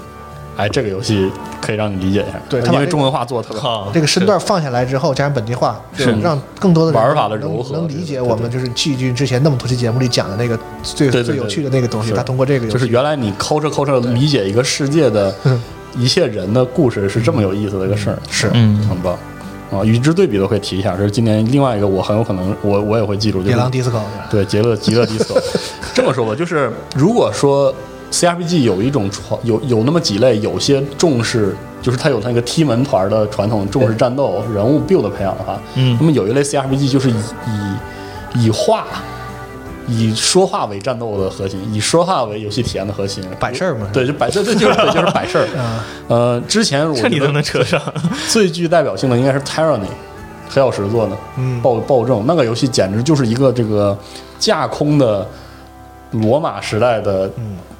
Speaker 3: 哎，这个游戏可以让你理解一下，
Speaker 1: 对他把
Speaker 3: 因为
Speaker 1: 这个
Speaker 3: 中文化做的特别好。
Speaker 2: 好，
Speaker 1: 这个身段放下来之后，加上本地化，就是让更多的人
Speaker 3: 玩法的
Speaker 1: 能
Speaker 3: 柔和
Speaker 1: 能
Speaker 3: 对
Speaker 1: 理解
Speaker 3: 对
Speaker 1: 我们就是戏剧之前那么多期节目里讲的那个最
Speaker 3: 对对对
Speaker 1: 最有趣的那个东西，
Speaker 3: 是
Speaker 1: 他通过这个游戏嗯
Speaker 3: 就是原来你抠着抠着理解一个世界的一切人的故事是这么有意思的一个事儿，
Speaker 1: 是
Speaker 2: 嗯
Speaker 3: 很棒啊！与之对比的会提一下，这是今年另外一个我很有可能我我也会记住，就
Speaker 1: 野
Speaker 3: 是
Speaker 1: 狼 disco，
Speaker 3: 对，极乐极 乐 disco。这么说吧，就是如果说 CRPG 有一种传有有那么几类，有些重视，就是它有那个踢门团的传统，重视战斗、人物 build 的培养的话，
Speaker 2: 嗯
Speaker 3: 那么有一类 CRPG 就是以以以画。以说话为战斗的核心，以说话为游戏体验的核心，
Speaker 1: 摆事儿嘛
Speaker 3: 对，就摆这这就是对就是摆 事儿。呃，之前我
Speaker 2: 这啊你
Speaker 3: 觉得
Speaker 2: 都能扯上，
Speaker 3: 最具代表性的应该是 Tyranny，黑曜石做的，
Speaker 1: 嗯
Speaker 3: 暴暴政那个游戏简直就是一个这个架空的罗马时代的，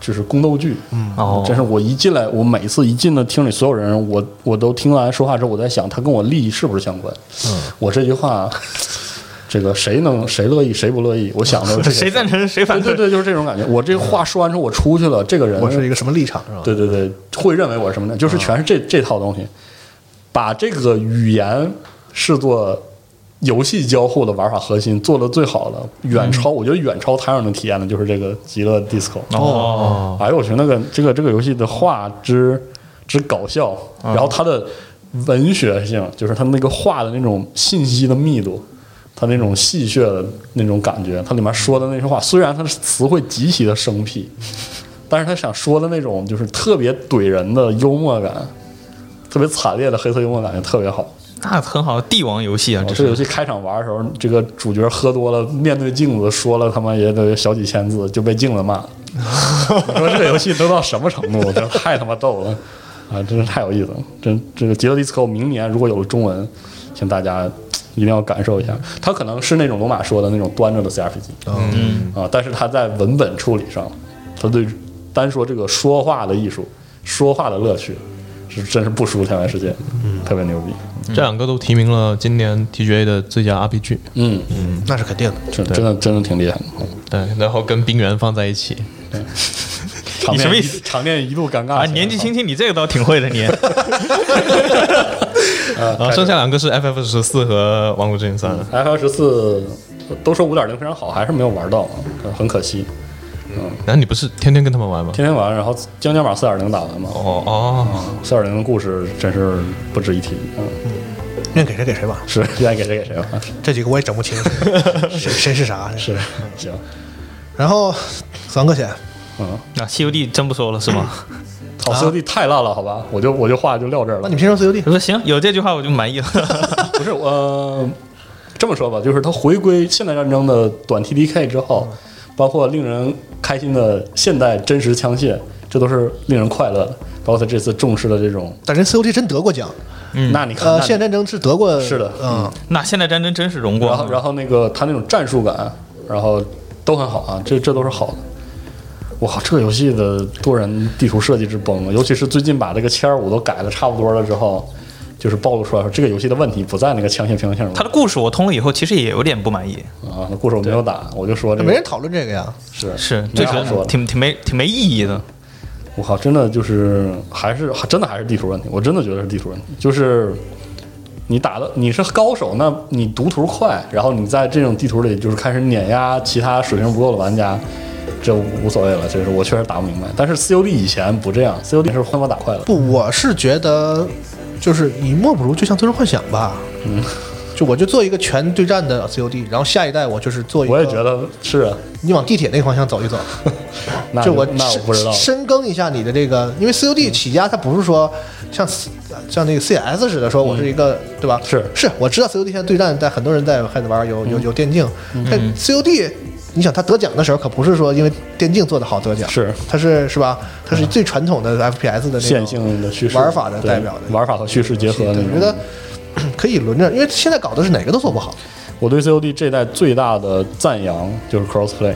Speaker 3: 就是宫斗剧，嗯
Speaker 2: 哦
Speaker 3: 真是我一进来，我每次一进到厅里所有人，我我都听完说话之后，我在想他跟我利益是不是相关，嗯，我这句话。 这个谁能谁乐意谁不乐意？我想的
Speaker 2: 谁赞成谁反
Speaker 3: 对对对，就是这种感觉。我这话说完之后，我出去了，这个人
Speaker 1: 我是一个什么立场是吧？啊
Speaker 3: 对对对，会认为我是什么呢？就是全是这、这套东西，把这个语言视作游戏交互的玩法核心，做的最好的，远
Speaker 1: 嗯
Speaker 3: 超、我觉得远超他让人体验的就是这个极乐 disco。
Speaker 2: 哦，
Speaker 3: 哎呦，我去，那个这个这个游戏的画之之搞笑，然后它的文学性，就是它那个画的那种信息的密度，它那种戏谑的那种感觉，它里面说的那些话，虽然它的词汇极其的生僻，但是他想说的那种就是特别怼人的幽默感，特别惨烈的黑色幽默感就特别好。
Speaker 2: 那很好，帝王游戏啊，
Speaker 3: 哦
Speaker 2: 这
Speaker 3: 这游
Speaker 2: 是
Speaker 3: 戏开场玩的时候，这个主角喝多了，面对镜子说了他妈也得小几千字，就被镜 子骂。你说这个游戏都到什么程度？这太他妈逗了啊！真是太有意思了。真这个《极乐 DISCO》明年如果有了中文，请大家嘖一定要感受一下。它可能是那种罗马说的那种端着的 CRPG，嗯啊，但是它在文本处理上，它对单说这个说话的艺术、说话的乐趣，是真是不输《天外世界》，
Speaker 2: 嗯
Speaker 3: 特别牛逼。
Speaker 5: 这两个都提名了今年 TGA 的最佳 RPG，
Speaker 3: 嗯，
Speaker 1: 嗯，那是肯定的。
Speaker 3: 真真的真的挺厉害的。嗯
Speaker 5: 对，然后跟冰原放在一起，
Speaker 3: 场
Speaker 2: 你
Speaker 3: 面
Speaker 2: 什么意
Speaker 3: 一
Speaker 2: 思
Speaker 3: 场面一度尴尬
Speaker 2: 啊，年纪轻轻，你这个倒挺会的， 你啊
Speaker 3: 呃
Speaker 5: 然后剩下两个是 FF 十四和《王国之心三》。
Speaker 3: ，F 1 4都说五点零非常好，啊还是没有玩到，很可惜。
Speaker 1: 嗯
Speaker 5: 然后你不是天天跟他们玩吗？
Speaker 3: 天天玩，然后将将把四点零打完嘛。
Speaker 5: 哦哦，
Speaker 3: 四点零的故事真是不值一提，嗯，
Speaker 1: 愿给谁给谁吧，
Speaker 3: 是愿意给谁给谁吧，
Speaker 1: 这几个我也整不 清，谁谁是啥嗯
Speaker 3: 是行，
Speaker 1: 然后三哥先，
Speaker 3: 嗯，
Speaker 2: 那《西游记》真不说了是吗？
Speaker 3: 好兄弟太烂了，好吧，我就我就话就撂这儿
Speaker 1: 那
Speaker 3: 了
Speaker 1: 你。们先说自由地
Speaker 2: 我，说行，有这句话我就满意了。
Speaker 3: 不是我、呃这么说吧，就是他回归现代战争的短 TDK 之后，
Speaker 1: 嗯
Speaker 3: 包括令人开心的现代真实枪械，这都是令人快乐的。包括他这次重视的这种，
Speaker 1: 但人 COD 真得过奖，
Speaker 3: 嗯那你看，
Speaker 1: 呃，
Speaker 3: 那你
Speaker 1: 现代战争是得过，
Speaker 3: 是的
Speaker 1: 嗯，
Speaker 2: 那现代战争真是荣
Speaker 3: 然后
Speaker 2: 光，啊
Speaker 3: 然后那个他那种战术感，然后都很好啊，这这都是好的。我靠，这个游戏的多人地图设计之崩了，啊尤其是最近把这个切尔五都改的差不多了之后，就是暴露出来说这个游戏的问题不在那个枪械平衡性
Speaker 2: 他的故事我通了以后，其实也有点不满意，
Speaker 3: 啊。那故事我没有打，我就说这
Speaker 1: 没人
Speaker 3: 个
Speaker 1: 讨论这个呀，
Speaker 3: 是
Speaker 2: 是
Speaker 3: 没
Speaker 2: 这
Speaker 3: 啥说
Speaker 2: 个
Speaker 3: 的。
Speaker 2: 挺挺没挺没意义的。
Speaker 3: 我靠，真的就是还是真的还是地图问题，我真的觉得是地图问题，就是。你打的你是高手，那你读图快，然后你在这种地图里就是开始碾压其他水平不够的玩家，这无所谓了。这是我确实打不明白。但是 COD 以前不这样，COD 是换我打快了。
Speaker 1: 不，我是觉得就是你莫不如就像最终幻想吧，嗯，就我就做一个全对战的 COD，然后下一代我就是做一个，
Speaker 3: 我也觉得是啊，
Speaker 1: 你往地铁那个方向走一走，
Speaker 3: 那
Speaker 1: 就我
Speaker 3: 那我不知道嗯
Speaker 1: 深深耕一下你的这个，因为 COD 起家，它不是说像像那个 CS 似的，说我是一个对吧？
Speaker 3: 嗯是嗯
Speaker 1: 是，我知道 COD 现在对战，但很多人在还在玩有有有电竞，但 COD。你想他得奖的时候，可不是说因为电竞做的好得奖，
Speaker 3: 是
Speaker 1: 他是是吧？他是最传统的 FPS 的那种
Speaker 3: 线性的叙事
Speaker 1: 玩法的
Speaker 3: 对
Speaker 1: 代表的
Speaker 3: 玩法和叙事结合
Speaker 1: 对
Speaker 3: 的那种。
Speaker 1: 我觉得可以轮着，因为现在搞的是哪个都做不好。
Speaker 3: 我对 COD 这代最大的赞扬就是 crossplay，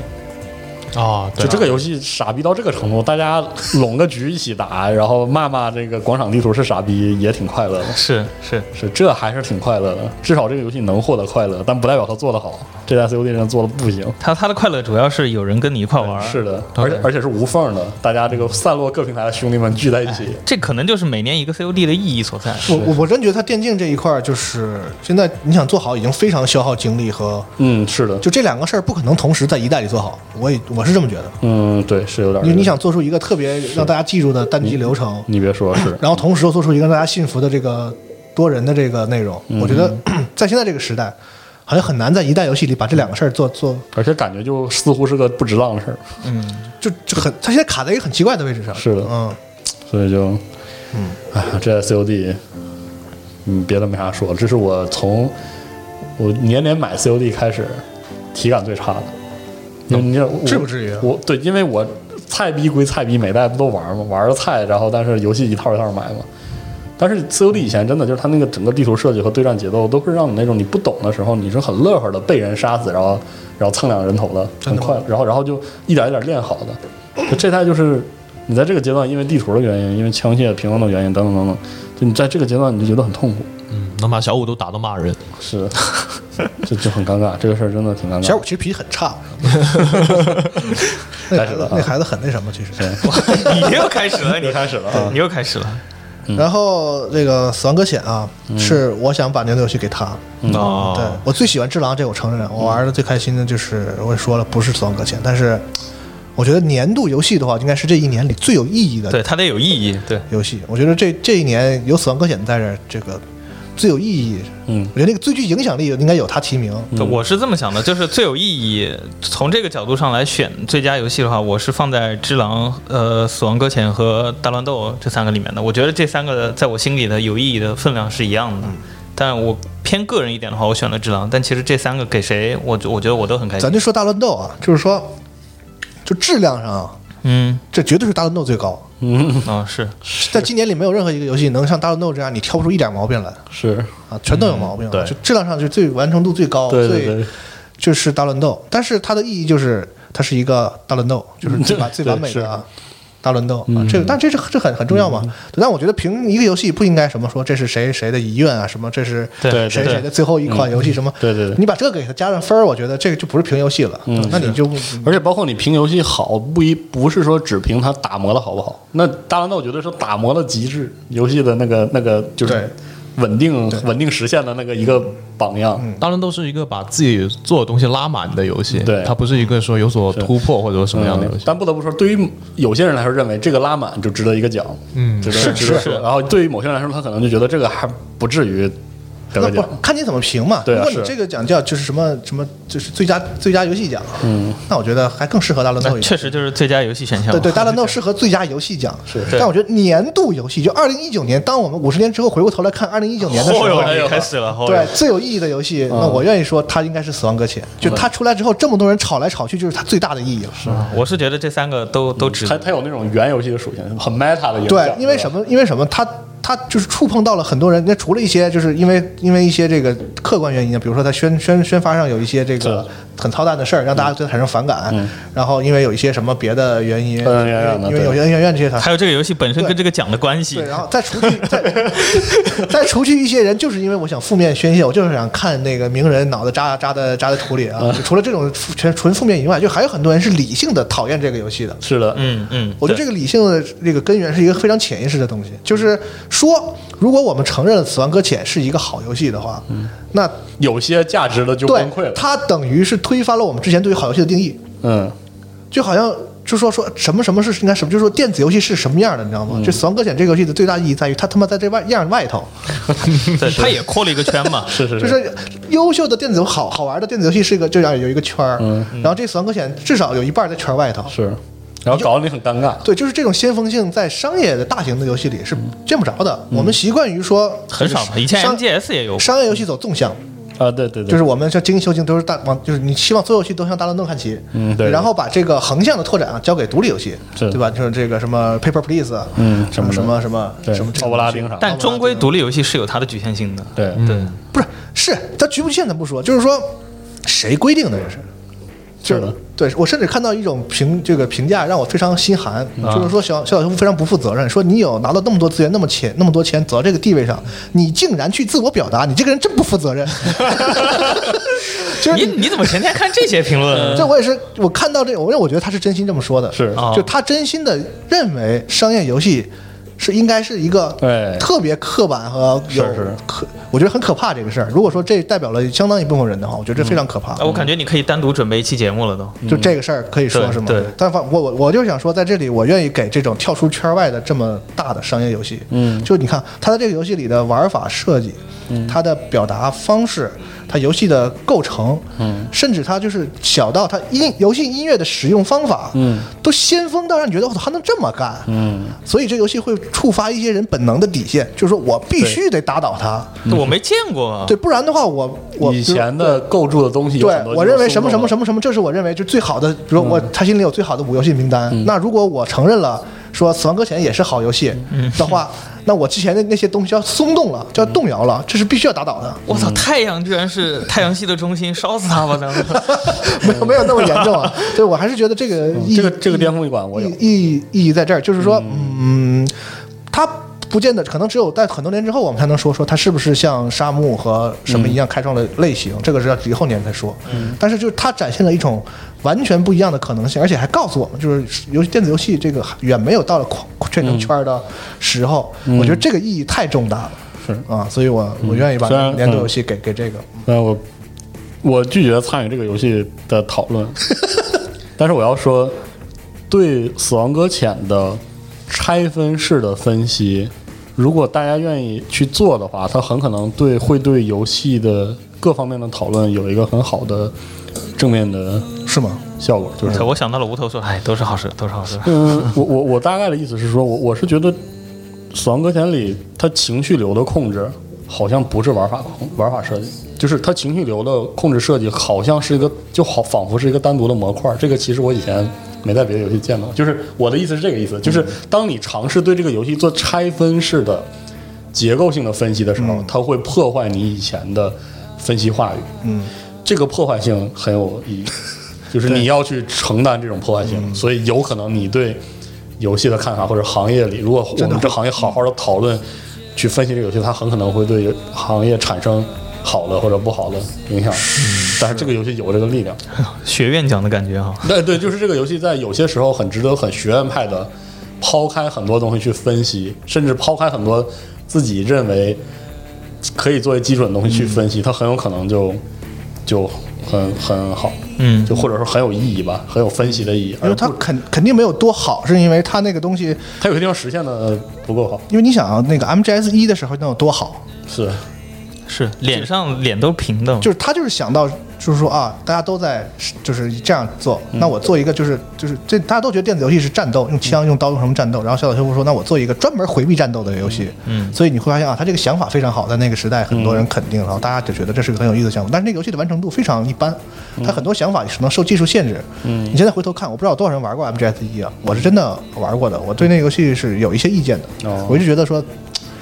Speaker 2: 哦
Speaker 5: 啊，
Speaker 3: 就
Speaker 5: 对
Speaker 3: 这个游戏傻逼到这个程度，大家拢个局一起打，然后骂骂这个广场地图是傻逼，也挺快乐的。
Speaker 2: 是是，
Speaker 3: 是，这还是挺快乐的，至少这个游戏能获得快乐，但不代表它做得好。这代 COD 真的做的不行。
Speaker 2: 他他的快乐主要是有人跟你一块玩儿，
Speaker 3: 是的，而且而且是无缝的，大家这个散落各平台的兄弟们聚在一起，
Speaker 2: 哎这可能就是每年一个 COD 的意义所在。
Speaker 1: 我我我真觉得它电竞这一块儿，就是现在你想做好，已经非常消耗精力和
Speaker 3: 嗯，是的，
Speaker 1: 就这两个事儿不可能同时在一代里做好。我也我是这么觉得。
Speaker 3: 嗯，对，是有点儿。
Speaker 1: 你你想做出一个特别让大家记住的单机流程，
Speaker 3: 你别说，嗯是，
Speaker 1: 然后同时又做出一个让大家信服的这个多人的这个内容，
Speaker 3: 嗯
Speaker 1: 我觉得 在现在这个时代，好像很难在一代游戏里把这两个事儿做做，
Speaker 3: 而且感觉就似乎是个不值当的事儿，
Speaker 1: 就就很，它现在卡在一个很奇怪的位置上。
Speaker 3: 是的
Speaker 1: 嗯，
Speaker 3: 所以就，嗯，哎呀，这 COD，嗯，别的没啥说，这是我从我年年买 COD 开始体感最差的。你你我
Speaker 1: 至不至于啊
Speaker 3: 我对，因为我菜逼归菜逼，每代不都玩嘛，玩了菜，然后但是游戏一套一套买嘛。但是 COD 以前真的就是它那个整个地图设计和对战节奏，都会让你那种你不懂的时候，你是很乐呵的被人杀死，然后然后蹭两人头的，很快，然后然后就一点一点练好的。就这代就是你在这个阶段，因为地图的原因，因为枪械平衡的原因等等等等，就你在这个阶段你就觉得很痛苦，
Speaker 5: 嗯能把小五都打到骂人，
Speaker 3: 是，就就很尴尬，这个事儿真的挺尴
Speaker 1: 小
Speaker 3: 尬
Speaker 1: 五。其实脾气很 差，那
Speaker 3: 开
Speaker 1: 孩
Speaker 3: 始
Speaker 1: 子
Speaker 3: 了
Speaker 1: 那孩子很啊那什么，其实。
Speaker 2: 你又开始了， 你
Speaker 3: 开始了啊
Speaker 2: 你又开始了。
Speaker 1: 然后这个死亡搁浅啊，是我想把年度游戏给他。
Speaker 2: 哦，
Speaker 1: 对我最喜欢《只狼》，这我承认，我玩的最开心的就是我也说了，不是《死亡搁浅》，但是我觉得年度游戏的话，应该是这一年里最有意义的
Speaker 2: 对，它得有意义。对，
Speaker 1: 游戏。我觉得这这一年有《死亡搁浅》在这儿，这个最有意义。
Speaker 3: 嗯
Speaker 1: 我觉得那个最具影响力应该有他提名。
Speaker 2: 我是这么想的，就是最有意义。从这个角度上来选最佳游戏的话，我是放在《只狼》、呃，《死亡搁浅》和《大乱斗》这三个里面的。我觉得这三个在我心里的有意义的分量是一样
Speaker 1: 嗯
Speaker 2: 的。但我偏个人一点的话，我选了《只狼》，但其实这三个给谁，我我觉得我都很
Speaker 3: 哎
Speaker 2: 开
Speaker 1: 咱
Speaker 2: 心。
Speaker 1: 就说大乱斗啊，就是说，就质量上啊，
Speaker 2: 嗯，
Speaker 1: 这绝对是大乱斗最高。
Speaker 2: 啊、是
Speaker 1: 在今年里，没有任何一个游戏能像大乱斗这样，你挑不出一点毛病来
Speaker 3: 是，嗯
Speaker 1: 啊，全都有毛病。
Speaker 3: 对
Speaker 1: 就质量上就最完成度最高，
Speaker 3: 对
Speaker 1: 最
Speaker 3: 对对，
Speaker 1: 就是大乱斗，但是它的意义就是它是一个大乱 斗，就是最完最
Speaker 3: 对
Speaker 1: 完美
Speaker 3: 是嗯
Speaker 1: 的啊大乱斗啊。这个，但这是这很很重要嘛。对但我觉得凭一个游戏不应该什么说这是谁谁的遗愿啊，什么这是
Speaker 2: 对
Speaker 3: 对
Speaker 1: 谁
Speaker 3: 对嗯
Speaker 1: 谁的最后一款游戏什么。
Speaker 3: 对对对嗯
Speaker 1: 你把这个给它加上分儿，我觉得这个就不是评游戏了。那你就
Speaker 3: 而且包括你评游戏好，不一不是说只评它打磨的好不好。那大乱斗绝对是打磨的极致，游戏的那个那个就
Speaker 1: 对
Speaker 3: 是稳定稳定实现的那个一个榜样。
Speaker 1: 嗯
Speaker 5: 当然都是一个把自己做的东西拉满的游戏，
Speaker 3: 对
Speaker 5: 它不是一个说有所突破或者说什么样的游戏。
Speaker 3: 嗯但不得不说，对于有些人来说，认为这个拉满就值得一个奖，嗯，值得值得说。然后对于某些人来说，他可能就觉得这个还不至于得
Speaker 1: 那
Speaker 3: 个
Speaker 1: 不
Speaker 3: 奖。
Speaker 1: 看你怎么评嘛。
Speaker 3: 对啊
Speaker 1: 如果你
Speaker 3: 是
Speaker 1: 这个奖叫就是什么什么就是最佳最佳游戏奖，嗯，那我觉得还更适合大乱斗一点。
Speaker 2: 确实就是最佳游戏选项。
Speaker 1: 对对，大乱斗适合最佳游戏奖，是
Speaker 2: 对
Speaker 1: 但我觉得年度游戏，就二零一九年，当我们五十年之后回过头来看二零一九年的时
Speaker 2: 后
Speaker 1: 候，
Speaker 2: 哦哟，哎你开始了，后
Speaker 1: 对，最有意义的游戏，
Speaker 3: 嗯
Speaker 1: 那我愿意说它应该是《死亡搁浅》，就它出来之后，这么多人吵来吵去，就是它最大的意义了。是，
Speaker 2: 我是觉得这三个都都值
Speaker 3: 嗯它
Speaker 2: 得。
Speaker 3: 它有那种原游戏的属性，很 meta 的啊影响。
Speaker 1: 对，因为
Speaker 3: 吧
Speaker 1: 什？么？因为什么？它它就是触碰到了很多人，那除了一些就是因为因为一些这个客观原因，比如说它宣宣宣发上有一些这个很操蛋的事儿，让大家对它产生反感，
Speaker 3: 嗯
Speaker 1: 然后因为有一些什么别的原因，因
Speaker 3: 恩恩怨
Speaker 1: 为
Speaker 3: 怨的
Speaker 1: 因为
Speaker 3: 对
Speaker 1: 有些恩怨怨这些它
Speaker 2: 还有这个游戏本身跟这个奖的关系
Speaker 1: 对，，然后再除去 再再除去一些人，就是因为我想负面宣泄，我就是想看那个名人脑袋扎扎的扎在土里啊。
Speaker 3: 嗯
Speaker 1: 就除了这种全纯负面以外，就还有很多人是理性的讨厌这个游戏的。
Speaker 3: 是的，
Speaker 2: 嗯嗯，
Speaker 1: 我觉得这个理性的这个根源是一个非常潜意识的东西，就是说，如果我们承认了《死亡搁浅》是一个好游戏的话，那
Speaker 3: 有些价值嗯的就
Speaker 1: 对
Speaker 3: 崩溃了。
Speaker 1: 它等于是推翻了我们之前对于好游戏的定义。
Speaker 3: 嗯，
Speaker 1: 就好像就说说什么什么是应该什么，就是说电子游戏是什么样的，你知道吗？
Speaker 3: 嗯
Speaker 1: 这《死亡搁浅》这个游戏的最大意义在于，它他妈在这外样外 头，
Speaker 2: 对， 他也扩了一个圈嘛，
Speaker 3: 是是，
Speaker 1: 就是是优秀的电子游好好玩的电子游戏是一个就要有一个圈儿，然后这《死亡搁浅》至少有一半在圈外头。
Speaker 3: 嗯是，然后搞得你很尴尬。
Speaker 1: 对，就是这种先锋性，在商业的大型的游戏
Speaker 3: 嗯
Speaker 1: 里是见不着的。我们习惯于说
Speaker 2: 很少吧以前
Speaker 1: 商
Speaker 2: MGS 也有
Speaker 1: 商业游戏走纵向，
Speaker 3: 啊，对对对，
Speaker 1: 就是我们像精益求精，都是大往，就是你希望所有游戏都向大乱斗看齐，
Speaker 3: 嗯对
Speaker 1: 然后把这个横向的拓展啊交给独立游戏，
Speaker 3: 是
Speaker 1: 对吧？就是这个什么 Paper Please，啊
Speaker 3: 嗯什
Speaker 1: 什
Speaker 3: 么的
Speaker 1: 么什么什么
Speaker 3: 对
Speaker 1: 什么这个
Speaker 3: 奥布拉
Speaker 1: 东西
Speaker 3: 丁啥的
Speaker 2: 但终归独立游戏是有它的局限性的。
Speaker 3: 对，
Speaker 2: 对，
Speaker 1: 不是是它局部限咱不说，就是说谁规定的这是？
Speaker 3: 是的，
Speaker 1: 对我甚至看到一种评这个评价让我非常心寒，
Speaker 3: 嗯
Speaker 1: 就是说小小小熊非常不负责任，说你有拿到那么多资源，那么钱那么多钱走到这个地位上，你竟然去自我表达，你这个人真不负责任。就是
Speaker 2: 你你怎么天天看这些评论？啊
Speaker 1: 嗯这我也是，我看到这，我我觉得他是真心这么说的，
Speaker 3: 是啊
Speaker 2: 哦
Speaker 1: 就他真心的认为商业游戏是应该是一个
Speaker 3: 对
Speaker 1: 特别刻板和有
Speaker 3: 是是
Speaker 1: 可，我觉得很可怕这个事儿。如果说这代表了相当一部分人的话，我觉得这非常可怕。
Speaker 2: 啊我感觉你可以单独准备一期节目了都。
Speaker 1: 就这个事儿可以说
Speaker 2: 对
Speaker 1: 是吗？
Speaker 2: 对
Speaker 1: 但反我我我就想说，在这里我愿意给这种跳出圈外的这么大的商业游戏，嗯，就你看它的这个游戏里的玩法设计，嗯，它的表达方式，它游戏的构成，嗯，甚至它就是小到它音游戏音乐的使用方法，嗯，都先锋到让你觉得我操还能这么干，嗯，所以这游戏会触发一些人本能的底线，就是说我必须得打倒他，
Speaker 3: 嗯
Speaker 2: 我没见过啊。
Speaker 1: 对，不然的话我我
Speaker 3: 以前的构筑的东西有
Speaker 1: 对
Speaker 3: 很，多，
Speaker 1: 我认为什么什么什么什么，这是我认为就最好的，比如
Speaker 3: 嗯
Speaker 1: 我他心里有最好的五游戏名单。那如果我承认了说《死亡搁浅》也是好游戏
Speaker 3: 嗯
Speaker 1: 的话，那我之前的那些东西要松动了，就要动摇了，这是必须要打倒的。嗯
Speaker 2: 我
Speaker 3: 嗯
Speaker 2: 操，太阳居然是太阳系的中心，烧死它吧咱们！
Speaker 1: 没有没有那么严重 啊，对我还是觉得这个意义
Speaker 3: 这个这个巅峰一馆我有
Speaker 1: 意义意义在这儿，就是说，嗯，它不见得，可能只有在很多年之后，我们才能说说它是不是像沙漠和什
Speaker 3: 嗯
Speaker 1: 么一样开创了类型，这个是要以后年再说。但是就是它展现了一种完全不一样的可能性，而且还告诉我们，就是游戏电子游戏这个远没有到了跨圈成圈的时候，我觉得这个意义太重大了。
Speaker 3: 嗯是
Speaker 1: 啊，所以我我愿意把
Speaker 3: 虽然
Speaker 1: 年度
Speaker 3: 嗯
Speaker 1: 游戏给给这个，
Speaker 3: 呃，我我拒绝参与这个游戏的讨 论，但是我要说，对《死亡搁浅》的拆分式的分析，如果大家愿意去做的话，它很可能对会对游戏的各方面的讨论有一个很好的正面的
Speaker 1: 是吗？
Speaker 3: 效果，就是
Speaker 2: 我想到了无头说，哎，都是好事，都是好事。
Speaker 3: 嗯，我我我大概的意思是说，我我是觉得《死亡搁浅》里它情绪流的控制好像不是玩法控玩法设计，就是它情绪流的控制设计好像是一个就好仿佛是一个单独的模块儿。这个其实我以前没在别的游戏见到，就是我的意思是这个意思，就是当你尝试对这个游戏做拆分式的结构性的分析的时候，它会破坏你以前的分析话语。
Speaker 1: 嗯，
Speaker 3: 这个破坏性很有 意义，就是你要去承担这种破坏性，所以有可能你对游戏的看法或者行业里，如果我们这行业好好的讨论、去分析这个游戏，它很可能会对行业产生好的或者不好的影响。但是这个游戏有这个力量，
Speaker 2: 学院奖的感觉哈。
Speaker 3: 对对，就是这个游戏在有些时候很值得很学院派的抛开很多东西去分析，甚至抛开很多自己认为可以作为基准的东西去分析，它很有可能就就很很好，
Speaker 2: 嗯
Speaker 3: 就或者说很有意义吧，很有分析的意义，
Speaker 1: 因
Speaker 3: 而
Speaker 1: 为它
Speaker 3: 不
Speaker 1: 肯肯定没有多好，是因为它那个东西，
Speaker 3: 它有些地方实现的呃不够好，
Speaker 1: 因为你想啊，那个 MGS 一的时候能有多好，
Speaker 3: 是
Speaker 2: 是脸上脸都平的，
Speaker 1: 就是他就是想到，就是说啊，大家都在就是这样做，那我做一个就是就是这大家都觉得电子游戏是战斗，用枪用刀用什么战斗，然后小岛秀夫说，那我做一个专门回避战斗的游戏，
Speaker 2: 嗯
Speaker 1: 所以你会发现啊，他这个想法非常好，在那个时代很多人肯定，然后大家就觉得这是个很有意思的想法，但是那个游戏的完成度非常一般，它很多想法也是能受技术限制，嗯，你现在回头看，我不知道有多少人玩过 MGS 一啊，我是真的玩过的，我对那个游戏是有一些意见的，
Speaker 3: 哦
Speaker 1: 我一直觉得说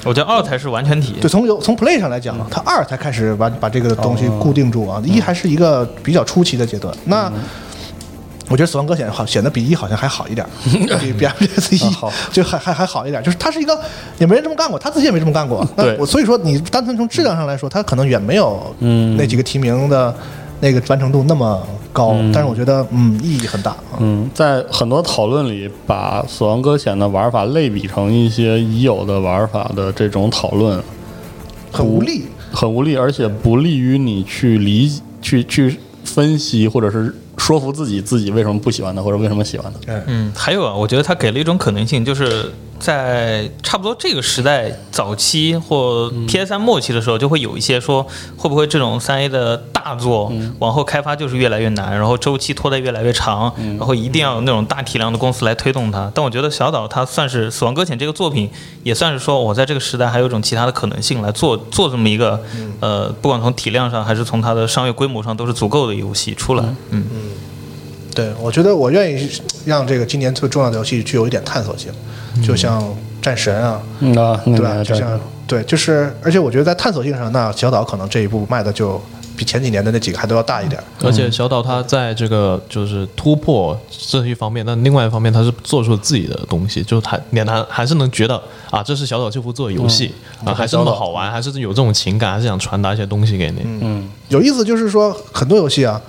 Speaker 2: 我觉得二才是完全体。
Speaker 1: 对，从游从 Play 上来讲，啊
Speaker 3: 嗯
Speaker 1: 它二才开始把把这个东西
Speaker 3: 哦
Speaker 1: 固定住啊，一还是一个比较初期的阶段。那
Speaker 3: 嗯
Speaker 1: 我觉得《死亡搁浅》好显得比一好像还好一点儿，比 比 MGS 一
Speaker 3: 啊好
Speaker 1: 就还还还好一点儿，就是它是一个也没人这么干过，他自己也没这么干过。那
Speaker 3: 对
Speaker 1: 我所以说，你单纯从质量上来说，它可能远没有
Speaker 3: 嗯
Speaker 1: 那几个提名的那个完成度那么高，但是我觉得嗯意义很大啊。
Speaker 3: 嗯，在很多讨论里，把《死亡搁浅》的玩法类比成一些已有的玩法的这种讨论，
Speaker 1: 很无力，
Speaker 3: 很无力，而且不利于你去理去去分析，或者是说服自己自己为什么不喜欢它，或者为什么喜欢它。
Speaker 1: 嗯，
Speaker 2: 嗯，还有啊，我觉得他给了一种可能性，就是在差不多这个时代早期或
Speaker 1: 嗯
Speaker 2: PS 3末期的时候，就会有一些说，会不会这种三 A 的大作
Speaker 1: 嗯
Speaker 2: 往后开发就是越来越难，然后周期拖得越来越长，
Speaker 1: 嗯
Speaker 2: 然后一定要有那种大体量的公司来推动它。但我觉得小岛它算是《死亡搁浅》这个作品，也算是说我在这个时代还有一种其他的可能性来做
Speaker 1: 嗯
Speaker 2: 做这么一个，呃，不管从体量上还是从它的商业规模上都是足够的游戏出来。嗯
Speaker 1: 对，我觉得我愿意让这个今年最重要的游戏具有一点探索性，就像战神啊，
Speaker 3: 嗯啊，那
Speaker 1: 对
Speaker 3: 个
Speaker 1: 吧？就像对，就是而且我觉得在探索性上，那小岛可能这一步迈的就比前几年的那几个还都要大一点。
Speaker 5: 嗯而且小岛他在这个就是突破这一方面，但另外一方面他是做出了自己的东西，就他连他还是能觉得啊，这是小岛秀夫做的游戏、
Speaker 1: 嗯
Speaker 5: 啊，还是那么好玩，还是有这种情感，还是想传达一些东西给你。
Speaker 1: 嗯有意思就是说，很多游戏啊，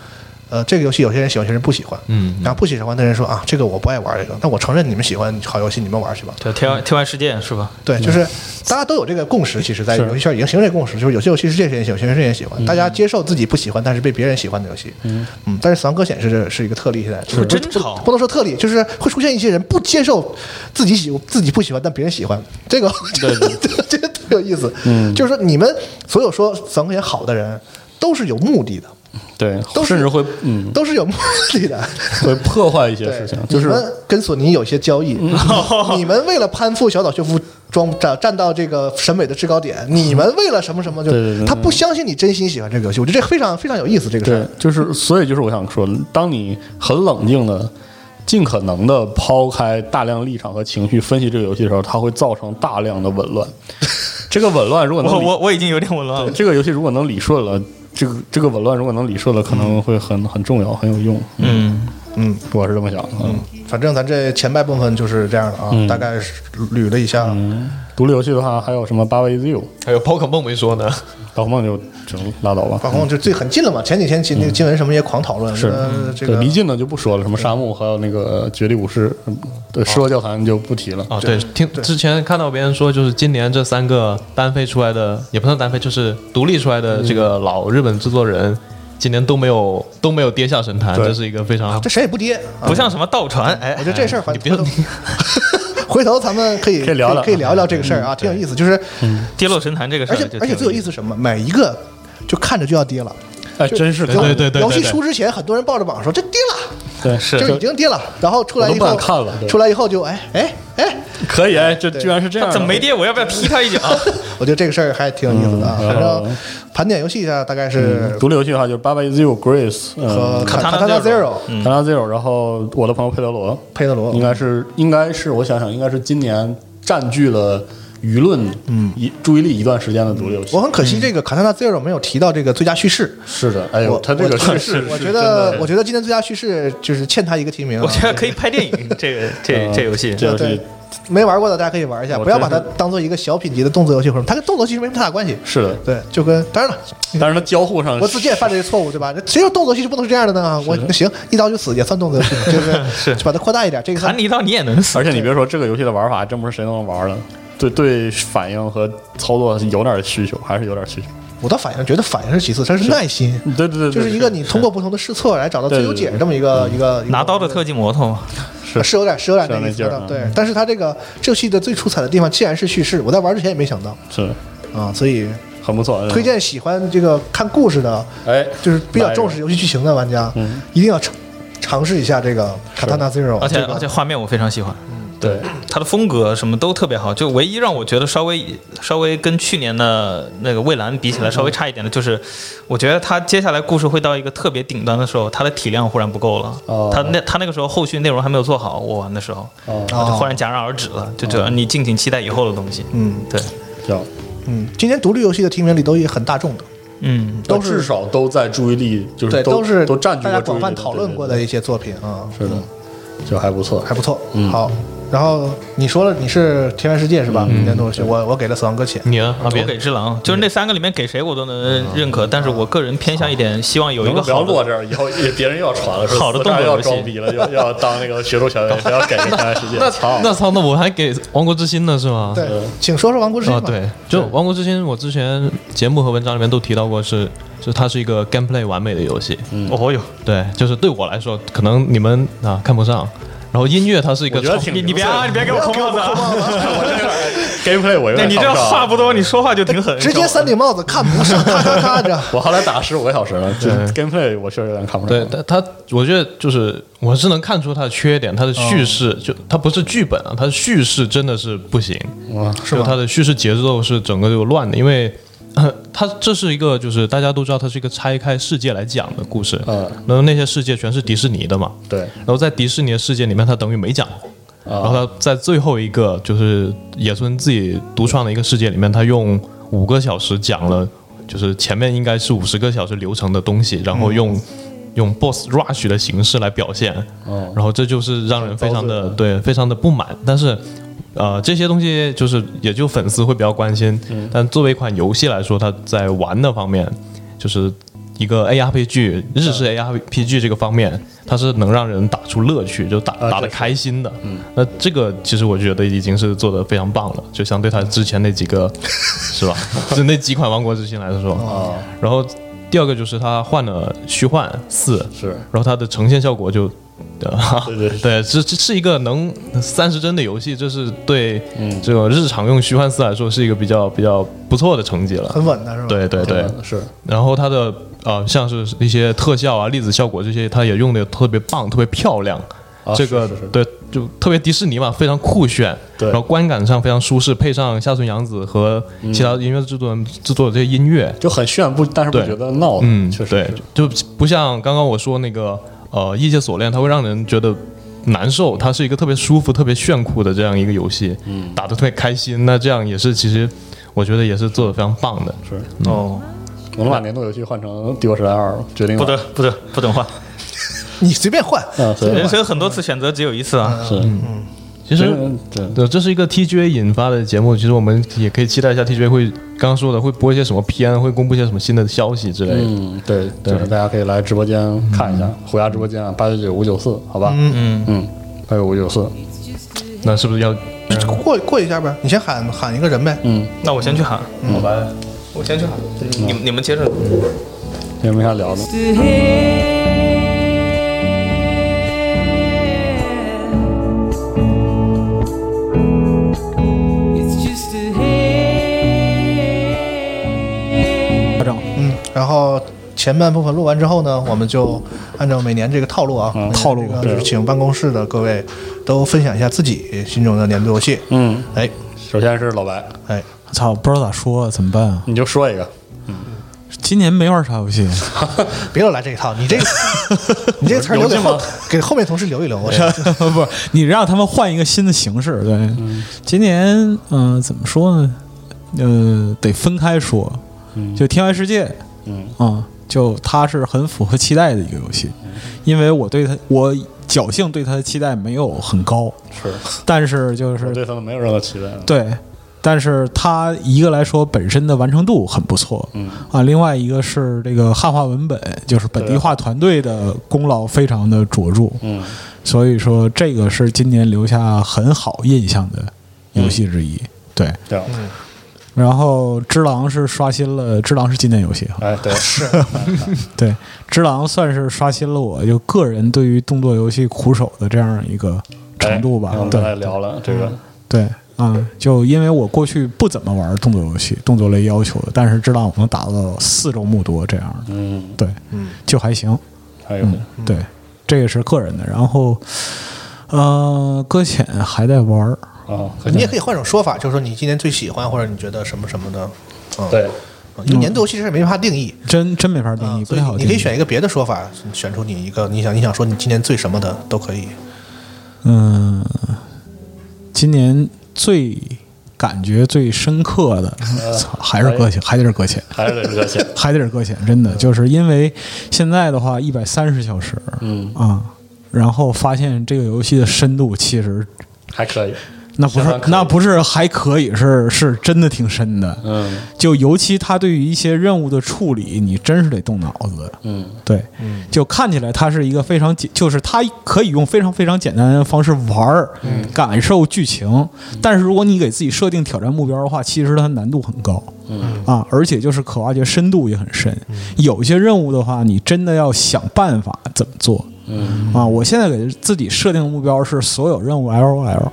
Speaker 1: 呃，这个游戏有些人喜欢，有些人不喜欢。
Speaker 5: 嗯，
Speaker 1: 然后不喜欢的人说啊，这个我不爱玩这个。那我承认你们喜欢好游戏，你们玩去吧。
Speaker 2: 对，天外天外世界是吧？
Speaker 3: 嗯
Speaker 1: 对，就是大家都有这个共识，其实，在游戏圈已经形成这个共识，就是有些游戏是这些人喜欢，有些人也喜
Speaker 3: 嗯
Speaker 1: 欢，大家接受自己不喜欢，但是被别人喜欢的游戏。嗯但是《死亡搁浅》是是一个特例，现在是
Speaker 2: 争吵
Speaker 1: 不能说特例，就是会出现一些人不接受自己喜自己不喜欢，但别人喜欢，这个这个 这个特有意思。嗯， 就是说你们所有说《死亡搁浅》好的人，都是有目的的，
Speaker 3: 对，
Speaker 1: 都是
Speaker 3: 甚至会嗯
Speaker 1: 都是有目的的。
Speaker 3: 会破坏一些
Speaker 1: 对
Speaker 3: 事情，就
Speaker 1: 你
Speaker 3: 是
Speaker 1: 们跟索尼有些交易，
Speaker 3: 嗯
Speaker 1: 你们为了攀附小岛秀夫装站站到这个审美的制高点，你们为了什么什么就
Speaker 3: 对对对
Speaker 1: 他不相信你真心喜欢这个游戏，我觉得这非常非常有意思这个事
Speaker 3: 对
Speaker 1: 儿。，
Speaker 3: 就是所以就是我想说，当你很冷静的。尽可能的抛开大量立场和情绪分析这个游戏的时候，它会造成大量的紊乱。这个紊乱如果能
Speaker 2: 我
Speaker 3: 理
Speaker 2: 我我已经有点混乱了。
Speaker 3: 这个游戏如果能理顺了，这个这个紊乱如果能理顺了，可能会很很重要，很有用。
Speaker 2: 嗯，
Speaker 1: 嗯，
Speaker 3: 我是这么想的。嗯，
Speaker 1: 反正咱这前半部分就是这样的啊，大概是捋了一下。
Speaker 3: 独立游戏的话，还有什么八位 Z，
Speaker 5: 还有宝可梦没说呢，
Speaker 3: 宝可梦就就拉倒吧。
Speaker 1: 宝可梦就最很近了嘛，前几天其那个新闻什么也狂讨论，
Speaker 3: 嗯是嗯
Speaker 1: 呃
Speaker 2: 嗯
Speaker 1: 这
Speaker 3: 对
Speaker 1: 个
Speaker 3: 离近的就不说了，什么沙漠，还有那个绝地武士，嗯对，
Speaker 1: 哦
Speaker 3: 失落教坛就不提了。
Speaker 2: 哦
Speaker 5: 啊，对，听之前看到别人说，就是今年这三个单飞出来的，也不算单飞，就是独立出来的这个老日本制作人，
Speaker 1: 嗯
Speaker 5: 今年都没有都没有跌下神坛，
Speaker 3: 对
Speaker 5: 这是一个非常
Speaker 1: 这谁也不跌啊。
Speaker 2: 不像什么盗船，哎
Speaker 1: 我觉，得这事儿反
Speaker 5: 你别
Speaker 1: 正。 回头咱们可以
Speaker 3: 可以聊聊
Speaker 1: 可以聊聊这个事儿
Speaker 3: 嗯
Speaker 1: 啊，挺有意思。就是，
Speaker 2: 跌落神坛这个事儿
Speaker 1: 而
Speaker 2: 就
Speaker 1: 且
Speaker 2: 挺，
Speaker 1: 而且最有意思是什么？每一个就看着就要跌了，
Speaker 3: 哎，真是
Speaker 5: 对对对对
Speaker 1: 游戏
Speaker 5: 对
Speaker 1: 出之前，很多人抱着榜说这跌了，
Speaker 3: 对
Speaker 2: 是
Speaker 1: 就已经跌了，然后出来
Speaker 3: 我都
Speaker 1: 以
Speaker 3: 不
Speaker 1: 后
Speaker 3: 敢看了对
Speaker 1: 出来以后就哎哎哎，
Speaker 3: 可以哎，这居然是这样
Speaker 2: 他
Speaker 3: 的，
Speaker 2: 怎么没跌？我要不要踢他一脚？啊
Speaker 1: 我觉得这 个事儿还挺有意思的啊。
Speaker 3: 嗯
Speaker 1: 反正
Speaker 3: 嗯
Speaker 1: 盘点游戏一下，大概是
Speaker 3: 独立游戏的话，就是八位 Z、Grace
Speaker 1: 和
Speaker 3: 嗯、
Speaker 1: 卡
Speaker 2: Katana
Speaker 1: 塔纳 Zero
Speaker 2: Zero、嗯
Speaker 3: 卡拉 Zero，然后我的朋友佩德罗，
Speaker 1: 佩德罗
Speaker 3: 应，该是应该是我想想，应该是今年占据了舆论嗯一注意力一段时间的独立游戏
Speaker 1: 我。很可
Speaker 2: 嗯
Speaker 1: 惜这个卡塔纳 Zero 没有提到这个最佳叙事。
Speaker 3: 是的，哎呦，
Speaker 1: 我
Speaker 3: 他这
Speaker 1: 我
Speaker 3: 个
Speaker 1: 我
Speaker 3: 是是，
Speaker 1: 我
Speaker 3: 是
Speaker 1: 觉
Speaker 3: 真
Speaker 1: 得
Speaker 3: 的
Speaker 1: 我觉得今天最佳叙事就是欠他一个提名啊。
Speaker 2: 我觉得可以拍电影，这个这这游戏
Speaker 3: 啊这游
Speaker 1: 嗯对
Speaker 3: 戏，
Speaker 1: 没玩过的大家可以玩一下，
Speaker 3: 我
Speaker 1: 不要
Speaker 3: 真
Speaker 1: 把
Speaker 3: 是
Speaker 1: 它当做一个小品级的动作游戏或者什么，它跟动作游戏是没什么太大关系。
Speaker 3: 是的，
Speaker 1: 对，就跟当然了，
Speaker 3: 但是它交互上
Speaker 1: 我自己也犯这些错误，对吧？谁说动作戏就不能是这样的呢？啊我那行，一刀就死也算动作戏，就是
Speaker 2: 是
Speaker 1: 就把它扩大一点。这 个算
Speaker 2: 砍你一刀你也能死。
Speaker 3: 而且你别说这个游戏的玩法，真不是谁都能玩的。对对，反应和操作有点需求，还是有点需求。
Speaker 1: 我倒反应觉得反应是其次，它是耐心，
Speaker 3: 对对对，
Speaker 1: 就
Speaker 3: 对
Speaker 1: 是一个你通过不同的试错来找到最优解
Speaker 3: 对对对嗯
Speaker 1: 这么一个
Speaker 2: 嗯
Speaker 1: 一个
Speaker 2: 拿刀的特技魔头嘛，
Speaker 1: 是是有点是有点
Speaker 3: 是有
Speaker 1: 那个意思
Speaker 3: 那劲
Speaker 1: 的
Speaker 2: 嗯
Speaker 3: 儿，啊
Speaker 1: 对。但是它这个这游戏的最出彩的地方，既然是叙事，我在玩之前也没想到
Speaker 3: 是
Speaker 1: 啊，所以
Speaker 3: 很不错。
Speaker 1: 推荐喜欢这个看故事的，
Speaker 3: 哎，
Speaker 1: 就是比较重视游戏剧情的玩家，一定要尝尝试一下这个《卡塔纳 Zero》，
Speaker 2: 而且
Speaker 1: 这个嗯
Speaker 2: 而且画面我非常喜欢，
Speaker 3: 对，
Speaker 2: 它的风格什么都特别好。就唯一让我觉得稍微稍微跟去年的那个蔚蓝比起来
Speaker 1: 嗯
Speaker 2: 稍微差一点的，就是我觉得它接下来故事会到一个特别顶端的时候，它的体量忽然不够了
Speaker 3: 哦。
Speaker 2: 它那它那个时候后续内容还没有做好，我玩的时候，
Speaker 3: 哦
Speaker 1: 啊
Speaker 2: 就忽然戛然而止了。就觉得你敬请期待以后的东西。
Speaker 1: 嗯
Speaker 2: 对，
Speaker 3: 行，
Speaker 1: 嗯，今年独立游戏的提名里都也很大众的，
Speaker 2: 嗯，
Speaker 1: 都是
Speaker 3: 至少都在注意力，就是
Speaker 1: 对，
Speaker 3: 嗯都
Speaker 1: 是
Speaker 3: 都占据
Speaker 1: 大
Speaker 3: 过
Speaker 1: 家
Speaker 3: 注
Speaker 1: 广
Speaker 3: 意
Speaker 1: 泛
Speaker 3: 力
Speaker 1: 讨论过的，一些作品啊，
Speaker 3: 对对对是的，就还不错。嗯
Speaker 1: 还不错。好，然后你说了你是《天外世界》是
Speaker 3: 嗯
Speaker 1: 吧？年度游戏，我我给了《死亡搁浅》。
Speaker 5: 你呢？阿
Speaker 2: 我
Speaker 5: 扁
Speaker 2: 给只狼，就是那三个里面给谁我都能认可，但是我个人偏向一点，希望有一
Speaker 3: 能
Speaker 2: 个
Speaker 3: 不要
Speaker 2: 好
Speaker 3: 落
Speaker 2: 的。
Speaker 3: 这儿，以后也别人又 要传了，说
Speaker 2: 好的
Speaker 3: 四大
Speaker 2: 动作
Speaker 3: 要
Speaker 2: 游戏
Speaker 3: 装逼了，要要当那个学术权威，不要给人家世界。操
Speaker 5: 那操，那我还给《王国之心》呢，是吗？
Speaker 1: 对，
Speaker 3: 呃
Speaker 1: 请说说《王国之心》
Speaker 3: 哦
Speaker 5: 啊，
Speaker 1: 吧。
Speaker 5: 对，就《王国之心》，我之前节目和文章里面都提到过是，就它是一个
Speaker 3: 嗯
Speaker 5: gameplay 完美的游戏。
Speaker 2: 哦哟，
Speaker 5: 对，就是对我来说，可能你们啊看不上，然后音乐它是一个
Speaker 3: 我觉得
Speaker 5: 创，
Speaker 3: 挺
Speaker 2: 你你别啊，你别给我扣帽子啊！
Speaker 3: gameplay 我有
Speaker 2: 对
Speaker 3: 点
Speaker 2: 你
Speaker 3: 看
Speaker 2: 这
Speaker 3: 不上
Speaker 2: 话不多，你说话就挺狠。
Speaker 1: 直接三顶帽子看不 上，咔咔咔着。
Speaker 3: 我后来打了十五个小时了，这
Speaker 2: 嗯
Speaker 3: gameplay 我确实有点看不上。
Speaker 5: 对，但它我觉得就是我是能看出它的缺点，它的叙事、就它不是剧本啊，它的叙事真的是不行，
Speaker 3: 哇
Speaker 5: 是它的叙事节奏是整个就乱的，因为。 呃它这是一个，就是大家都知道，它是一个拆开世界来讲的故事。
Speaker 3: 嗯
Speaker 5: 然呃后那些世界全是迪士尼的嘛。
Speaker 3: 对
Speaker 5: 然后在迪士尼的世界里面，他等于没讲。然后
Speaker 3: 啊，
Speaker 5: 他在最后一个就是野村自己独创的一个世界里面，他用五个小时讲了，就是前面应该是五十个小时流程的东西，然后用、
Speaker 3: 嗯
Speaker 5: 用 boss rush 的形式来表现，
Speaker 3: 哦
Speaker 5: 然后这就是让人非常
Speaker 3: 很
Speaker 5: 的
Speaker 3: 高
Speaker 5: 对非常的不满，但是。呃，这些东西就是也就粉丝会比较关心，
Speaker 3: 嗯
Speaker 5: 但作为一款游戏来说，它在玩的方面，就是一个 ARPG 日
Speaker 3: 嗯
Speaker 5: 式 ARPG 这个方面，它是能让人打出乐趣，就打
Speaker 3: 啊嗯
Speaker 5: 打得
Speaker 3: 这是
Speaker 5: 开心的。那这个其实我觉得已经是做得非常棒了，就相对它之前那几个 是吧？就那几款王国之心来说。
Speaker 3: 哦
Speaker 5: 然后第二个就是它换了虚幻四，
Speaker 3: 是
Speaker 5: 然后它的呈现效果就。呃
Speaker 3: 对 对
Speaker 5: 对，这这是一个能三十帧的游戏，这是对
Speaker 3: 嗯
Speaker 5: 这种日常用虚幻四来说是一个比较比较不错的成绩了，
Speaker 1: 很稳的是吧？
Speaker 5: 对对对，
Speaker 3: 是
Speaker 5: 然后它的呃，像是一些特效啊、粒子效果这些，它也用的特别棒、特别漂亮。
Speaker 3: 啊
Speaker 5: 这个
Speaker 3: 是是是
Speaker 5: 对，就特别迪士尼嘛，非常酷炫，
Speaker 3: 对
Speaker 5: 然后观感上非常舒适，配上下村洋子和其他音乐制作人制作的这些音乐，
Speaker 3: 就很炫，不，但是不
Speaker 5: 对
Speaker 3: 觉得闹，
Speaker 5: 嗯，
Speaker 3: 确实
Speaker 5: 对
Speaker 3: 是，
Speaker 5: 就就不像刚刚我说那个呃《异界锁链》，它会让人觉得难受，它是一个特别舒服、特别炫酷的这样一个游戏，嗯，打得特别开心，那这样也是其实我觉得也是做的非常棒的，嗯
Speaker 3: 是。
Speaker 2: 哦，
Speaker 3: 嗯我能把年度游戏换成《帝国时代二》，决定了
Speaker 2: 不得不得不准换，
Speaker 1: 你随便换，嗯
Speaker 3: 嗯，所以
Speaker 5: 哎
Speaker 2: 人生很多次选择只有一次啊。
Speaker 3: 是
Speaker 5: 其实
Speaker 3: 人对
Speaker 5: 对，这是一个 TGA 引发的节目，其实我们也可以期待一下 TGA 会刚刚说的会播一些什么片，啊会公布一些什么新的消息之类的。
Speaker 3: 嗯，对，就是大家可以来直播间看一下，虎牙直播间啊，八九九五九四，好吧？嗯嗯八九五九四，
Speaker 5: 那是不是要
Speaker 1: 过过一下呗。你先喊喊一个人呗。
Speaker 3: 嗯
Speaker 2: 那我先去喊，
Speaker 1: 嗯
Speaker 5: 好吧？
Speaker 2: 我先去喊，你们你们接着。
Speaker 3: 也没啥聊的。
Speaker 7: It's just a haze.
Speaker 1: 嗯，然后前半部分录完之后呢，我们就按照每年这个套路
Speaker 3: 嗯
Speaker 1: 啊，套路就是请办公室的各位都分享一下自己心中的年度游戏。
Speaker 3: 嗯，
Speaker 1: 哎
Speaker 3: 首先是老白，
Speaker 1: 哎，
Speaker 8: 操，不知道咋说，怎么办啊？
Speaker 3: 你就说一个，
Speaker 8: 今年没玩啥游戏，
Speaker 1: 别老来这一套，你 这你这词儿留给后给后面同事留一留。 我觉得
Speaker 8: 不是你让他们换一个新的形式。对，今年嗯、呃怎么说呢？呃，得分开说。就《天外世界》，
Speaker 3: 嗯
Speaker 8: 啊，就它是很符合期待的一个游戏，
Speaker 1: 嗯
Speaker 8: 因为我对它，我侥幸对它的期待没有很高，
Speaker 3: 是
Speaker 8: 但是就是
Speaker 3: 我对他们没有任何期待。
Speaker 8: 对，但是它一个来说本身的完成度很不错，
Speaker 3: 嗯
Speaker 8: 啊，另外一个是这个汉化文本，就是本地化团队的功劳非常的卓著，
Speaker 3: 嗯，
Speaker 8: 所以说这个是今年留下很好印象的游戏之一。对，
Speaker 3: 对啊，
Speaker 8: 然后《只狼》是刷新了，《只狼》是今年游戏啊，
Speaker 3: 哎，对，是
Speaker 8: 对，《只狼》算是刷新了我就个人对于动作游戏苦手的这样一个程度吧。
Speaker 3: 哎我们刚才
Speaker 8: 对，
Speaker 3: 聊了这个，
Speaker 8: 对啊、就因为我过去不怎么玩动作游戏、动作类要求的，但是知道我能打到四周目多这样的，
Speaker 3: 嗯，
Speaker 8: 对，就还行，
Speaker 3: 还有
Speaker 8: 嗯，对，这也是个人的。然后，呃，搁浅还在玩儿，
Speaker 3: 啊，
Speaker 1: 你也可以换种说法，就是说你今年最喜欢或者你觉得什么什么的。嗯，
Speaker 3: 对，
Speaker 1: 嗯，因为年度游戏这事儿没法定义。
Speaker 8: 真真没法定
Speaker 1: 啊
Speaker 8: 义，，不
Speaker 1: 所以
Speaker 8: 太好
Speaker 1: 你
Speaker 8: 定义。
Speaker 1: 可以选一个别的说法，选出你一个你想你想说你今年最什么的都可以。
Speaker 8: 嗯，今年最感觉最深刻的，操还是搁浅，还得是搁浅。
Speaker 3: 呃还是得热血，
Speaker 8: 还得是搁浅，真的就是因为现在的话一百三十小时，
Speaker 3: 嗯
Speaker 8: 啊，然后发现这个游戏的深度其实
Speaker 3: 还可以，
Speaker 8: 那不
Speaker 3: 相当
Speaker 8: 是
Speaker 3: 可以
Speaker 8: 那不是还可以，是是真的挺深的，
Speaker 3: 嗯
Speaker 8: 就尤其它对于一些任务的处理，你真是得动脑子，
Speaker 3: 嗯
Speaker 8: 对，就看起来它是一个非常简，就是它可以用非常非常简单的方式玩儿，
Speaker 3: 嗯
Speaker 8: 感受剧情。但是如果你给自己设定挑战目标的话，其实它难度很高，
Speaker 9: 嗯
Speaker 8: 啊，而且就是
Speaker 3: 嗯
Speaker 8: 可挖掘深度也很深。有些任务的话，你真的要想办法怎么做，
Speaker 3: 嗯
Speaker 8: 啊，我现在给自己设定的目标是所有任务 L O L，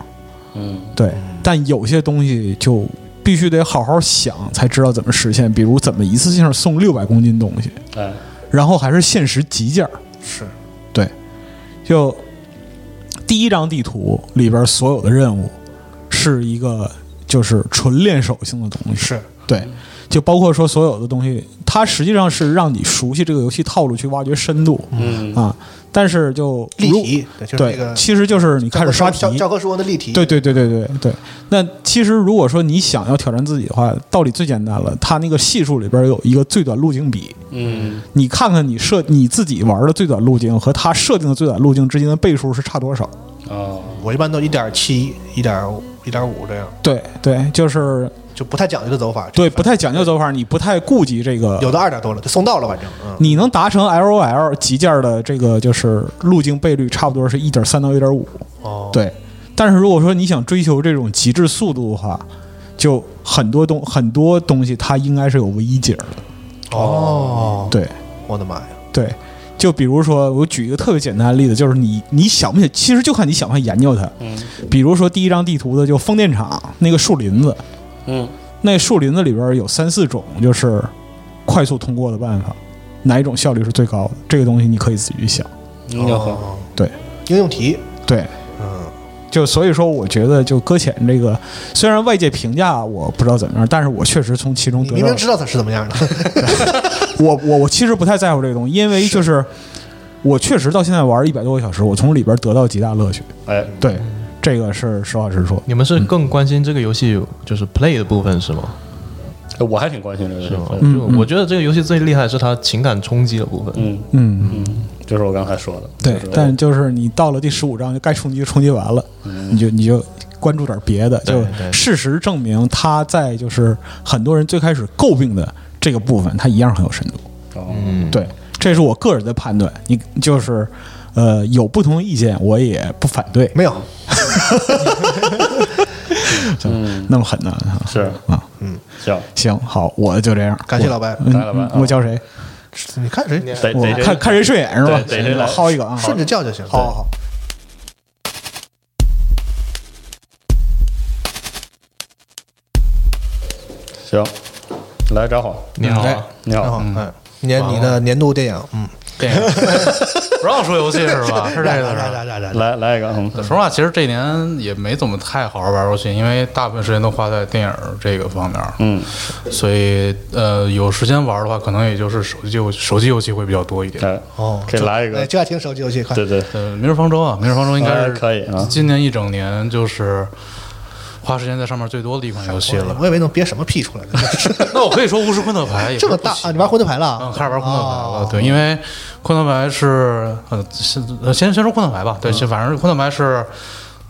Speaker 3: 嗯
Speaker 8: 对，但有些东西就必须得好好想才知道怎么实现，比如怎么一次性送六百公斤东西，
Speaker 3: 哎
Speaker 8: 然后还是限时急件儿
Speaker 1: 是
Speaker 8: 对，就第一张地图里边所有的任务是一个就是纯练手性的东西，
Speaker 1: 是嗯
Speaker 8: 对，就包括说所有的东西，它实际上是让你熟悉这个游戏套路去挖掘深度、
Speaker 3: 嗯
Speaker 8: 啊，但是就
Speaker 1: 例
Speaker 8: 如
Speaker 1: 题，对，就是那
Speaker 8: 对
Speaker 1: 个，
Speaker 8: 其实就是你开始刷题，
Speaker 1: 教教科书的例题，
Speaker 8: 对对对对对对。那其实如果说你想要挑战自己的话，道理最简单了，它那个系数里边有一个最短路径比，
Speaker 3: 嗯
Speaker 8: 你看看你设你自己玩的最短路径和它设定的最短路径之间的倍数是差多少。
Speaker 3: 哦
Speaker 1: 我一般都一点七、一点一点五这样，
Speaker 8: 对对，就是
Speaker 1: 就不太讲究的走法。
Speaker 8: 对，不太讲究走
Speaker 3: 啊
Speaker 8: 法，你不太
Speaker 3: 呃
Speaker 8: 顾及这个
Speaker 1: 有的二点多了，就送到了，反正嗯，
Speaker 8: 你能达成 L O L 极件的这个就是路径倍率，差不多是一点三到一点五。
Speaker 1: 哦，
Speaker 8: 对，但是如果说你想追求这种极致速度的话，就很多东很多东西它应该是有唯一解的。
Speaker 1: 哦，
Speaker 8: 对
Speaker 1: 我的妈呀，
Speaker 8: 对，就比如说我举一个特别简单的例子，就是你你想不想，其实就看你想不想研究它。
Speaker 3: 嗯
Speaker 8: 比如说第一张地图的就风电场那个树林子，
Speaker 3: 嗯
Speaker 8: 那树林子里边有三四种就是快速通过的办法，哪一种效率是最高的？这个东西你可以自己去想。
Speaker 3: 嗯要喝
Speaker 1: 哦，
Speaker 8: 对
Speaker 1: 应用题，
Speaker 8: 对，
Speaker 1: 嗯，
Speaker 8: 就所以说，我觉得就搁浅这个，虽然外界评价我不知道怎么样，但是我确实从其中
Speaker 1: 你
Speaker 8: 得
Speaker 1: 明
Speaker 8: 到
Speaker 1: 明，知道它是怎么样 的，
Speaker 8: 我我我其实不太在乎这个东西，因为就是我确实到现在玩一百多个小时，我从里边得到极大乐趣。
Speaker 3: 哎
Speaker 8: 对，这个是实话实说。
Speaker 5: 你们是更关心这个游戏就是 play 的部分是吗？
Speaker 3: 呃我还挺关心这个
Speaker 5: 是吗？
Speaker 3: 事
Speaker 10: 嗯
Speaker 5: 就我觉得这个游戏最厉害的是它情感冲击的部分。
Speaker 3: 嗯
Speaker 8: 嗯，
Speaker 3: 嗯就是我刚才说的
Speaker 8: 对
Speaker 3: 就是，
Speaker 8: 但就是你到了第十五章就该冲击就冲击完了，
Speaker 3: 嗯
Speaker 8: 你就你就关注点别的。就
Speaker 5: 对对
Speaker 8: 事实证明，他在就是很多人最开始诟病的这个部分，他一样很有深度。
Speaker 3: 哦
Speaker 5: 嗯，
Speaker 8: 对，这是我个人的判断。你就是，呃，有不同的意见，我也不反对。
Speaker 1: 没有，
Speaker 8: 那么狠呢？啊
Speaker 3: 嗯是嗯
Speaker 8: 啊，
Speaker 3: 行
Speaker 8: 行，好，我就这样。
Speaker 1: 感谢
Speaker 8: 我
Speaker 1: 老白
Speaker 8: 嗯
Speaker 3: 感谢老白啊
Speaker 8: 我叫谁？
Speaker 1: 你看谁
Speaker 3: 得
Speaker 8: 我
Speaker 3: 得这
Speaker 8: 看看谁顺眼是吧？
Speaker 3: 对得谁
Speaker 8: 我
Speaker 3: 来
Speaker 8: 薅一个啊！
Speaker 1: 顺着叫就行，
Speaker 8: 好好好。
Speaker 3: 行来张晃
Speaker 5: 你好啊，
Speaker 3: 你
Speaker 1: 对，然
Speaker 3: 好
Speaker 1: 后嗯，年你的年度电影，嗯，
Speaker 10: 电影不让说游戏是吧？是这
Speaker 1: 来来
Speaker 10: 个
Speaker 1: 来
Speaker 10: 是吧
Speaker 1: 来？来来，
Speaker 3: 来来一个嗯
Speaker 10: 说实话，其实这一年也没怎么太好好玩游戏，因为大部分时间都花在电影这个方面。
Speaker 3: 嗯
Speaker 10: 所以呃，有时间玩的话，可能也就是手机游手机游戏会比较多一点。
Speaker 3: 哎
Speaker 1: 哦，
Speaker 3: 给来一
Speaker 1: 哎
Speaker 3: 个
Speaker 1: 就爱听手机游戏，快，
Speaker 3: 对对
Speaker 10: 呃，《明日方舟》啊，《明日方舟》应该
Speaker 3: 哎
Speaker 10: 是
Speaker 3: 可以啊
Speaker 10: 今年一整年就是花时间在上面最多的一款游戏了。
Speaker 1: 我以为能憋什么屁出来呢，
Speaker 10: 那我可以说《巫师昆特牌》也
Speaker 1: 哎这么
Speaker 10: 不是
Speaker 1: 大
Speaker 10: 不行
Speaker 1: 啊！你玩昆特牌了
Speaker 10: 嗯，
Speaker 1: 啊？
Speaker 10: 开始玩昆特牌了。
Speaker 1: 哦
Speaker 10: 对，因为昆特牌是呃，先呃先先说昆特牌
Speaker 3: 嗯
Speaker 10: 吧。对，先反正昆特牌是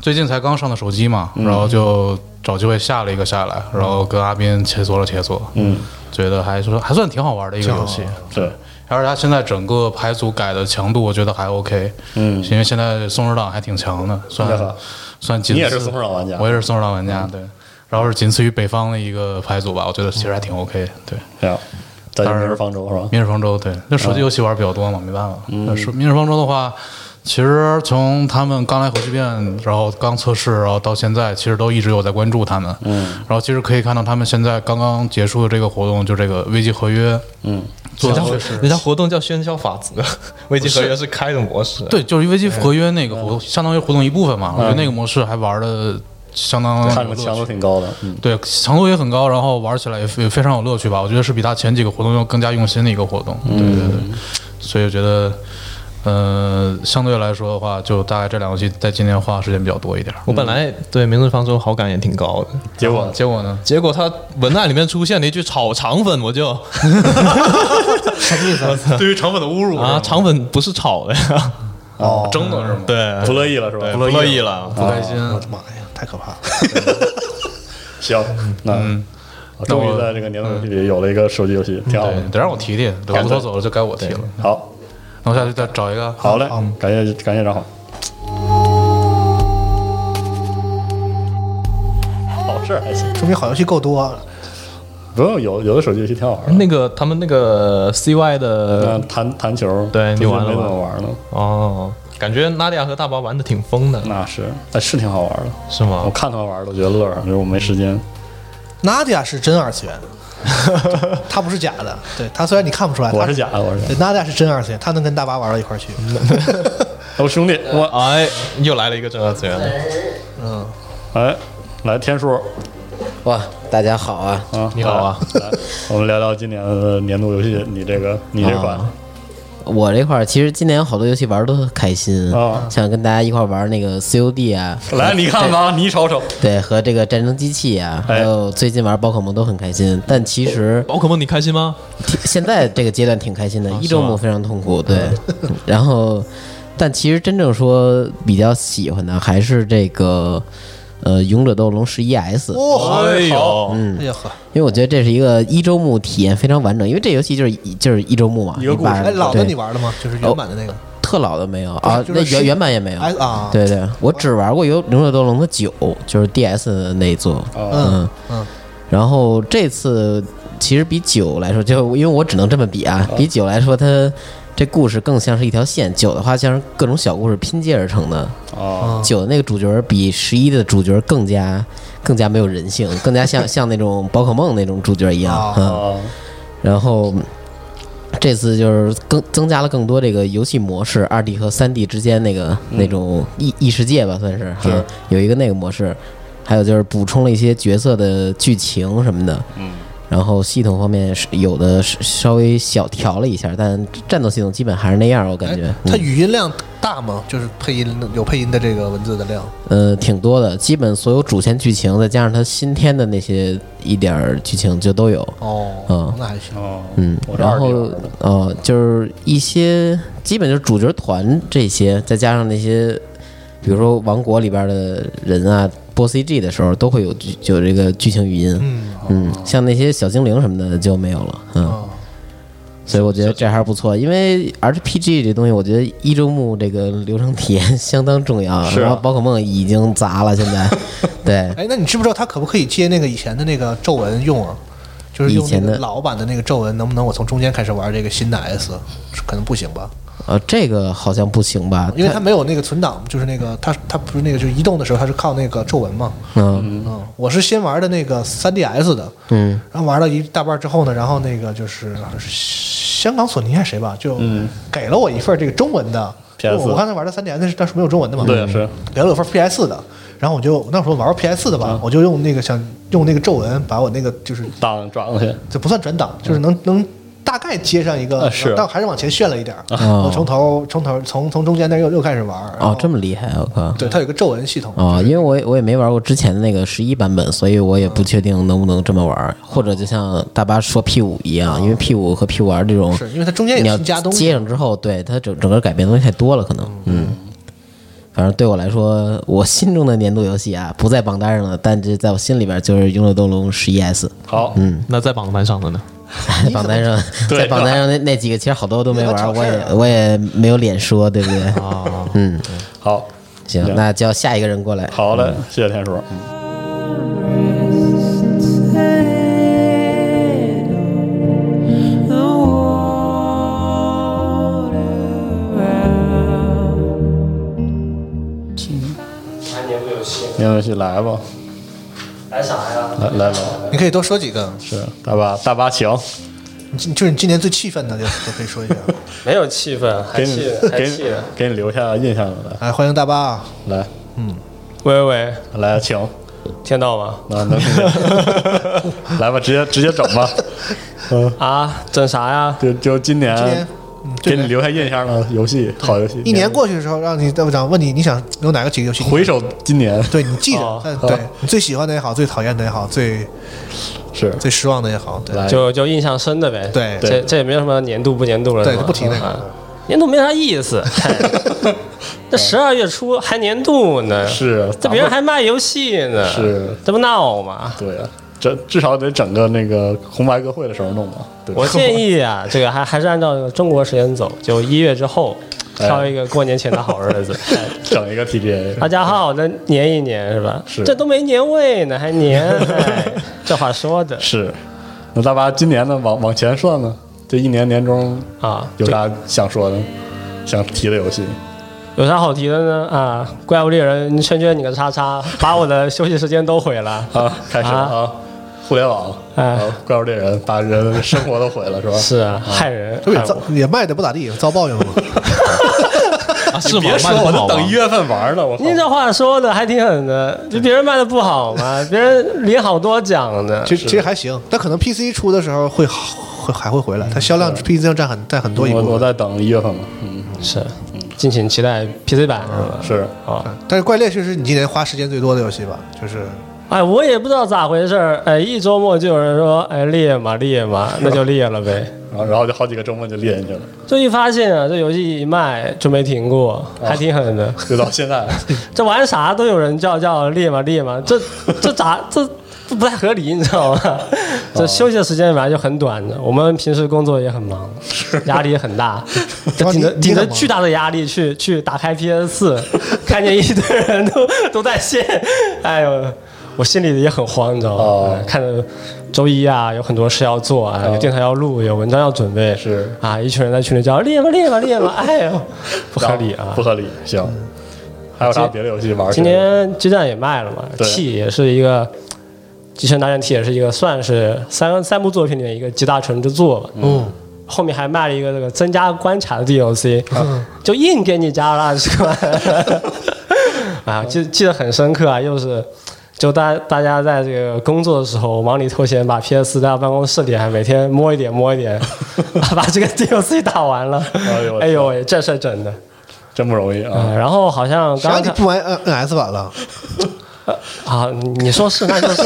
Speaker 10: 最近才刚上的手机嘛，
Speaker 3: 嗯
Speaker 10: 然后就找机会下了一个下来，然后跟阿斌切磋了切磋，
Speaker 3: 嗯
Speaker 10: 觉得还说还算挺好玩的一个游戏。
Speaker 3: 对
Speaker 10: 而且它现在整个牌组改的强度，我觉得还 OK，
Speaker 3: 嗯
Speaker 10: 因为现在松鼠党还挺强的，算
Speaker 3: 是吧
Speaker 10: 算仅
Speaker 3: 你也
Speaker 10: 次
Speaker 3: 是松鼠岛玩家嗯
Speaker 10: 我也是松鼠党玩家，对，然后是仅次于北方的一个牌组吧，我觉得其实还挺 OK，对。
Speaker 3: 行咱就
Speaker 10: 当然
Speaker 3: 明日方舟是吧嗯
Speaker 10: 明日方舟，对，那手机游戏玩比较多嘛，没办法。那是明日方舟的话，其实从他们刚来核聚变，然后刚测试，然后到现在，其实都一直有在关注他们。嗯，然后其实可以看到他们现在刚刚结束的这个活动，就这个危机合约，嗯，做的确实
Speaker 5: 人家活动叫喧嚣法则， 危机合约是开的模式。
Speaker 10: 对，就是危机合约那个
Speaker 3: 嗯
Speaker 10: 活动，相当于活动一部分嘛。我觉得那个模式还玩的相当
Speaker 3: 看
Speaker 10: 有乐
Speaker 3: 着
Speaker 10: 趣
Speaker 3: 嗯强度挺高的嗯
Speaker 10: 对，强度也很高，然后玩起来也非也非常有乐趣吧。我觉得是比他前几个活动要更加用心的一个活动。对对
Speaker 3: 嗯
Speaker 10: 对，所以我觉得，呃，相对来说的话，就大概这两个游戏在今年花的时间比较多一点儿。
Speaker 5: 我本来对《明日方舟》好感也挺高的，
Speaker 3: 结果
Speaker 10: 结果呢？
Speaker 5: 结果他文案里面出现了一句“炒肠粉”，我就
Speaker 1: 什么意思啊？
Speaker 10: 对于肠粉的侮辱
Speaker 5: 啊，肠粉不是炒的呀，
Speaker 1: 哦，
Speaker 10: 蒸的是吗？
Speaker 5: 对
Speaker 3: 不乐意了是吧
Speaker 5: 对，不乐意了。
Speaker 10: 不开心。
Speaker 1: 我的妈呀，太可怕了！ 嗯
Speaker 3: 行
Speaker 10: 嗯
Speaker 3: 那啊终于在这个年度游戏里有了一个手机游戏挺好
Speaker 10: 对，
Speaker 3: 的
Speaker 10: 得让我提提，对我头走了就该我提了。
Speaker 3: 好
Speaker 10: 嗯那我下去再找一个。
Speaker 3: 好嘞
Speaker 11: 嗯
Speaker 3: 感谢感谢张晃好事儿还行
Speaker 1: 说明好游戏够多啊。
Speaker 3: 不用有有的手机游戏挺好玩的，
Speaker 10: 那个他们那个 CY 的
Speaker 3: 哦那弹弹球，
Speaker 10: 对你
Speaker 3: 最近
Speaker 10: 玩了
Speaker 3: 没怎
Speaker 10: 吗
Speaker 3: 么玩了，
Speaker 10: 哦，感觉娜迪亚和大巴玩的挺疯的，
Speaker 3: 那啊是，但是挺好玩的。
Speaker 10: 是
Speaker 3: 我
Speaker 10: 吗？嗯
Speaker 3: 看他们玩儿都觉得乐儿，就是我没时间。
Speaker 1: Nadia 是真二 次元，她不是假的。对她虽然你看不出来，
Speaker 3: 我
Speaker 1: 她
Speaker 3: 是假的，我是假的
Speaker 1: 对。Nadia 是真二次元，她能跟大巴玩到一块儿去。
Speaker 3: 我哦兄弟，我
Speaker 10: 哎，又来了一个正二次元的，嗯
Speaker 3: 哎，来天叔，
Speaker 11: 哇，大家好啊！
Speaker 3: 啊，
Speaker 10: 你好啊
Speaker 3: 来，来我们聊聊今年的年度游戏，你这个你这款
Speaker 11: 啊我这块儿其实今年好多游戏玩的都很开心，
Speaker 3: 啊
Speaker 11: 想跟大家一块儿玩那个 COD 啊，
Speaker 3: 来你 看吧，你瞅瞅，
Speaker 11: 对，和这个战争机器啊，
Speaker 3: 哎
Speaker 11: 还有最近玩宝可梦都很开心。但其实
Speaker 10: 宝可梦你开心吗？啊
Speaker 11: 挺现在这个阶段挺开心的，一周
Speaker 10: 是嗯吗
Speaker 11: 目非常痛苦，对。 然后，但其实真正说比较喜欢的还是这个呃《勇者斗龙十一 S》，嗯
Speaker 1: 哇，
Speaker 10: 哎呦，
Speaker 1: 哎呀呵，
Speaker 11: 因为我觉得这是一个一周目体验非常完整，因为这游戏就是一就是一周目嘛，
Speaker 3: 一个故事
Speaker 11: 把
Speaker 1: 哎，老的
Speaker 11: 对哦
Speaker 1: 你玩了吗？就是原版的那个
Speaker 11: 特老的没有啊，
Speaker 1: 就是
Speaker 11: 那
Speaker 1: 是
Speaker 11: 原原版也没有。
Speaker 1: 哎啊，
Speaker 11: 对对，我只玩过《有勇者斗龙》的九，就是 DS 的那一座。
Speaker 1: 嗯嗯
Speaker 11: 然后这次其实比九来说，就因为我只能这么比啊，比九来说，它这故事更像是一条线。九的话像是各种小故事拼接而成的，
Speaker 3: 啊，
Speaker 11: 九的那个主角比十一的主角更加更加没有人性，更加像像那种宝可梦那种主角一样
Speaker 1: 哦。
Speaker 11: 嗯，
Speaker 3: 啊，
Speaker 11: 然后。这次就是更增加了更多这个游戏模式，二 D 和三 D 之间那个、那种异异世界吧，算是
Speaker 3: 是
Speaker 11: 嗯有一个那个模式，还有就是补充了一些角色的剧情什么的，
Speaker 3: 嗯，
Speaker 11: 然后系统方面是有的是稍微小调了一下，但战斗系统基本还是那样，我感觉
Speaker 1: 哎。它
Speaker 11: 嗯
Speaker 1: 语音量大吗？就是配音的有配音的这个文字的量。
Speaker 11: 呃挺多的，基本所有主线剧情再加上它新添的那些一点儿剧情就都有。
Speaker 1: 哦，
Speaker 11: 嗯
Speaker 1: 那还行。
Speaker 3: 哦，
Speaker 11: 嗯
Speaker 3: 我，这
Speaker 11: 然
Speaker 3: 二 D
Speaker 11: 后
Speaker 3: 玩的，
Speaker 11: 呃，就是一些基本就是主角团这些，再加上那些，比如说王国里边的人啊，播 CG 的时候都会有剧有这个剧情语音，
Speaker 1: 嗯，
Speaker 11: 嗯，像那些小精灵什么的就没有了，嗯。
Speaker 1: 哦
Speaker 11: 所以我觉得这还是不错，因为 RPG 这东西，我觉得一周目这个流程体验 相当重要。
Speaker 3: 是啊
Speaker 11: 然后宝可梦已经砸了，现在， 对，
Speaker 1: 哎，那你知不知道它可不可以接那个以前的那个皱纹用啊？就是用
Speaker 11: 以
Speaker 1: 那
Speaker 11: 前
Speaker 1: 个
Speaker 11: 的
Speaker 1: 老版的那个皱纹，能不能我从中间开始玩这个新的 S？可能不行吧，
Speaker 11: 呃，这个好像不行吧？
Speaker 1: 因为它没有那个存档，就是那个它它不是那个，就是移动的时候它是靠那个皱纹嘛。
Speaker 11: 嗯
Speaker 1: 嗯，我是先玩的那个 3DS 的，
Speaker 11: 嗯
Speaker 1: 然后玩到一大半之后呢，然后那个就是香港索尼还是谁吧，就
Speaker 3: 嗯
Speaker 1: 给了我一份这个中文的。
Speaker 3: PS
Speaker 1: 我我刚才玩的 3DS 是当时没有中文的嘛？
Speaker 3: 对啊是
Speaker 1: 给了我份 PS 的。然后我就那时候玩 PS 的吧，
Speaker 3: 嗯
Speaker 1: 我就用那个想用那个皱纹把我那个就是
Speaker 3: 当转过去，
Speaker 1: 这不算转档，就是能、能大概接上一个，
Speaker 3: 啊是啊
Speaker 1: 但还是往前炫了一点儿。
Speaker 11: 哦
Speaker 1: 我从头从头从从中间那儿又又开始玩。然后
Speaker 11: 哦，这么厉害，我靠！
Speaker 1: 对，它有一个皱纹系统。
Speaker 11: 哦，因为我也我也没玩过之前的那个十一版本，所以我也不确定能不能这么玩儿，或者就像大巴说 P 五一样，因为 P 五和 P 五 R 这种，
Speaker 1: 啊是因为它中间
Speaker 11: 你
Speaker 1: 有
Speaker 11: 要
Speaker 1: 新加东西
Speaker 11: 接。上之后，对它整整个改变的东西太多了，可能，嗯。反正对我来说，我心中的年度游戏啊，不在榜单上了，但这在我心里边就是《勇者斗龙》十一 S。
Speaker 3: 好，
Speaker 10: 那在榜单上的呢？
Speaker 11: 嗯 榜单上，
Speaker 3: 对
Speaker 11: 在榜单上那那几个其实好多都没玩儿，
Speaker 1: 你
Speaker 11: 我
Speaker 1: 要挑事儿啊
Speaker 11: 也我也没有脸说，对不对？
Speaker 1: 哦
Speaker 11: 嗯，
Speaker 3: 好，
Speaker 11: 行，那叫下一个人过来。
Speaker 3: 好嘞，谢谢天叔，嗯
Speaker 12: Around.
Speaker 3: 年度游戏来吧，来啥呀？啊来来吧，
Speaker 1: 你可以多说几个，
Speaker 3: 是大巴大巴请，
Speaker 1: 你今就是你今年最气愤的，就都可以说一下。
Speaker 13: 没有气氛，还
Speaker 3: 给
Speaker 13: 气
Speaker 3: 你
Speaker 13: 人还
Speaker 3: 给
Speaker 13: 气
Speaker 3: 你
Speaker 13: 人。
Speaker 3: 给你留下印象的，
Speaker 1: 哎，欢迎大巴啊，
Speaker 3: 来来
Speaker 13: 喂喂，
Speaker 3: 来，请，
Speaker 13: 听到吗？
Speaker 3: 那能 听见来吧，直接直接整吧，嗯
Speaker 13: 啊，整啥呀？
Speaker 3: 就就今
Speaker 1: 今年
Speaker 3: 年。
Speaker 1: 嗯，对
Speaker 3: 给你留下印象的游戏，好游戏。
Speaker 1: 一年过去的时候，让你我想问你，你想有哪个几个游戏？
Speaker 3: 回首今年
Speaker 1: 对你记着
Speaker 13: 哦，
Speaker 1: 但对你最喜欢的也好，最讨厌的也好，最
Speaker 3: 是
Speaker 1: 最失望的也好，对
Speaker 3: 来
Speaker 13: 就就印象深的呗。
Speaker 1: 对
Speaker 13: 这这也没有什么年度不年度了。
Speaker 1: 对
Speaker 13: 是，吧
Speaker 1: 不提那
Speaker 13: 啊
Speaker 1: 个，
Speaker 13: 年度没啥意 思。嗨这十二月初还年度呢，
Speaker 3: 是啊
Speaker 13: 这别人还卖游戏呢，
Speaker 3: 是
Speaker 13: 这不闹吗？
Speaker 3: 对啊，这至少得整个那个红白歌会的时候弄吧。对吧，
Speaker 13: 我建议啊，这个还还是按照中国时间走，就一月之后
Speaker 3: 哎
Speaker 13: 挑一个过年前的好日子。 哎
Speaker 3: 整一个 TGA。
Speaker 13: 大家好，这年一年是吧？
Speaker 3: 是
Speaker 13: 这都没年味呢，还年？哎这话说的。
Speaker 3: 是，那大巴今年呢，往往前算呢，这一年年中
Speaker 13: 啊，
Speaker 3: 有啥想说的、想提的游戏？
Speaker 13: 有啥好提的呢？啊，怪物猎人圈圈你个叉 叉，把我的休息时间都毁了
Speaker 3: 啊！开始了
Speaker 13: 啊哎
Speaker 3: 啊，互联网啊，怪物猎人把人生活都 毁了，是吧？
Speaker 13: 是啊，害人
Speaker 3: 特
Speaker 14: 这不也遭也卖的不咋地，遭报应了吗？
Speaker 3: 你别说，我都等一月份玩了，我
Speaker 13: 您这话说的还挺狠的，就别人卖的不好 嘛，别人领好多奖呢。
Speaker 14: 其实其实还行，但可能 PC 出的时候会好，会还会回来，它销量 PC 上占很占很多一部分。
Speaker 3: 嗯我在等一月份嘛，嗯，
Speaker 13: 是，敬请期待 PC 版是吧？
Speaker 3: 是
Speaker 13: 啊，
Speaker 14: 嗯但是怪猎确实你今年花时间最多的游戏 吧，就是
Speaker 13: 哎，我也不知道咋回事儿，哎，一周末就有人说，哎，裂嘛裂嘛，那就裂了呗。
Speaker 3: 然后然后就好几个周末就练进去了，
Speaker 13: 这一发现啊，这游戏一卖就没停过，还
Speaker 3: 哦
Speaker 13: 挺狠的。
Speaker 3: 啊 就到现在，
Speaker 13: 这玩啥都有人叫叫裂嘛裂嘛，这这咋这不不太合理，你知道吗？这
Speaker 3: 哦
Speaker 13: 休息的时间本来就很短的，我们平时工作也很忙，压力也很大，
Speaker 3: 啊
Speaker 13: 这顶着顶着巨大的压力去去打开 PS 四，看见一堆人都都在线，哎呦，我心里也很慌，你知道吗？
Speaker 3: 哦
Speaker 13: 哎看着周一啊，有很多事要做啊，有电台要录，有文章要准备，
Speaker 3: 是
Speaker 13: 啊，一群人在群里叫裂吧裂吧裂吧，哎呦，不合理啊，
Speaker 3: 不合理，行。还有啥别的游戏玩？
Speaker 13: 今年基站也卖了嘛
Speaker 3: 对
Speaker 13: ，T 也是一个《极限大战 T》也是一个算是三三部作品里面一个集大成之作吧。
Speaker 14: 嗯，
Speaker 13: 后面还卖了一个这个增加关卡的 DLC，、就
Speaker 14: 嗯
Speaker 13: 硬给你加了二十关。 啊，记记得很深刻啊，又是。就大大家在这个工作的时候忙里偷闲，把 PS 带到办公室里，还每天摸一点摸一点， 把这个 DLC 打完了。哎呦喂，这事儿整的，
Speaker 3: 真不容易啊！
Speaker 13: 然后好像
Speaker 14: 谁
Speaker 13: 刚
Speaker 14: 让
Speaker 13: 刚
Speaker 14: 你
Speaker 13: 看
Speaker 14: 不玩 N NS 版了？
Speaker 13: 啊，你说是那就是，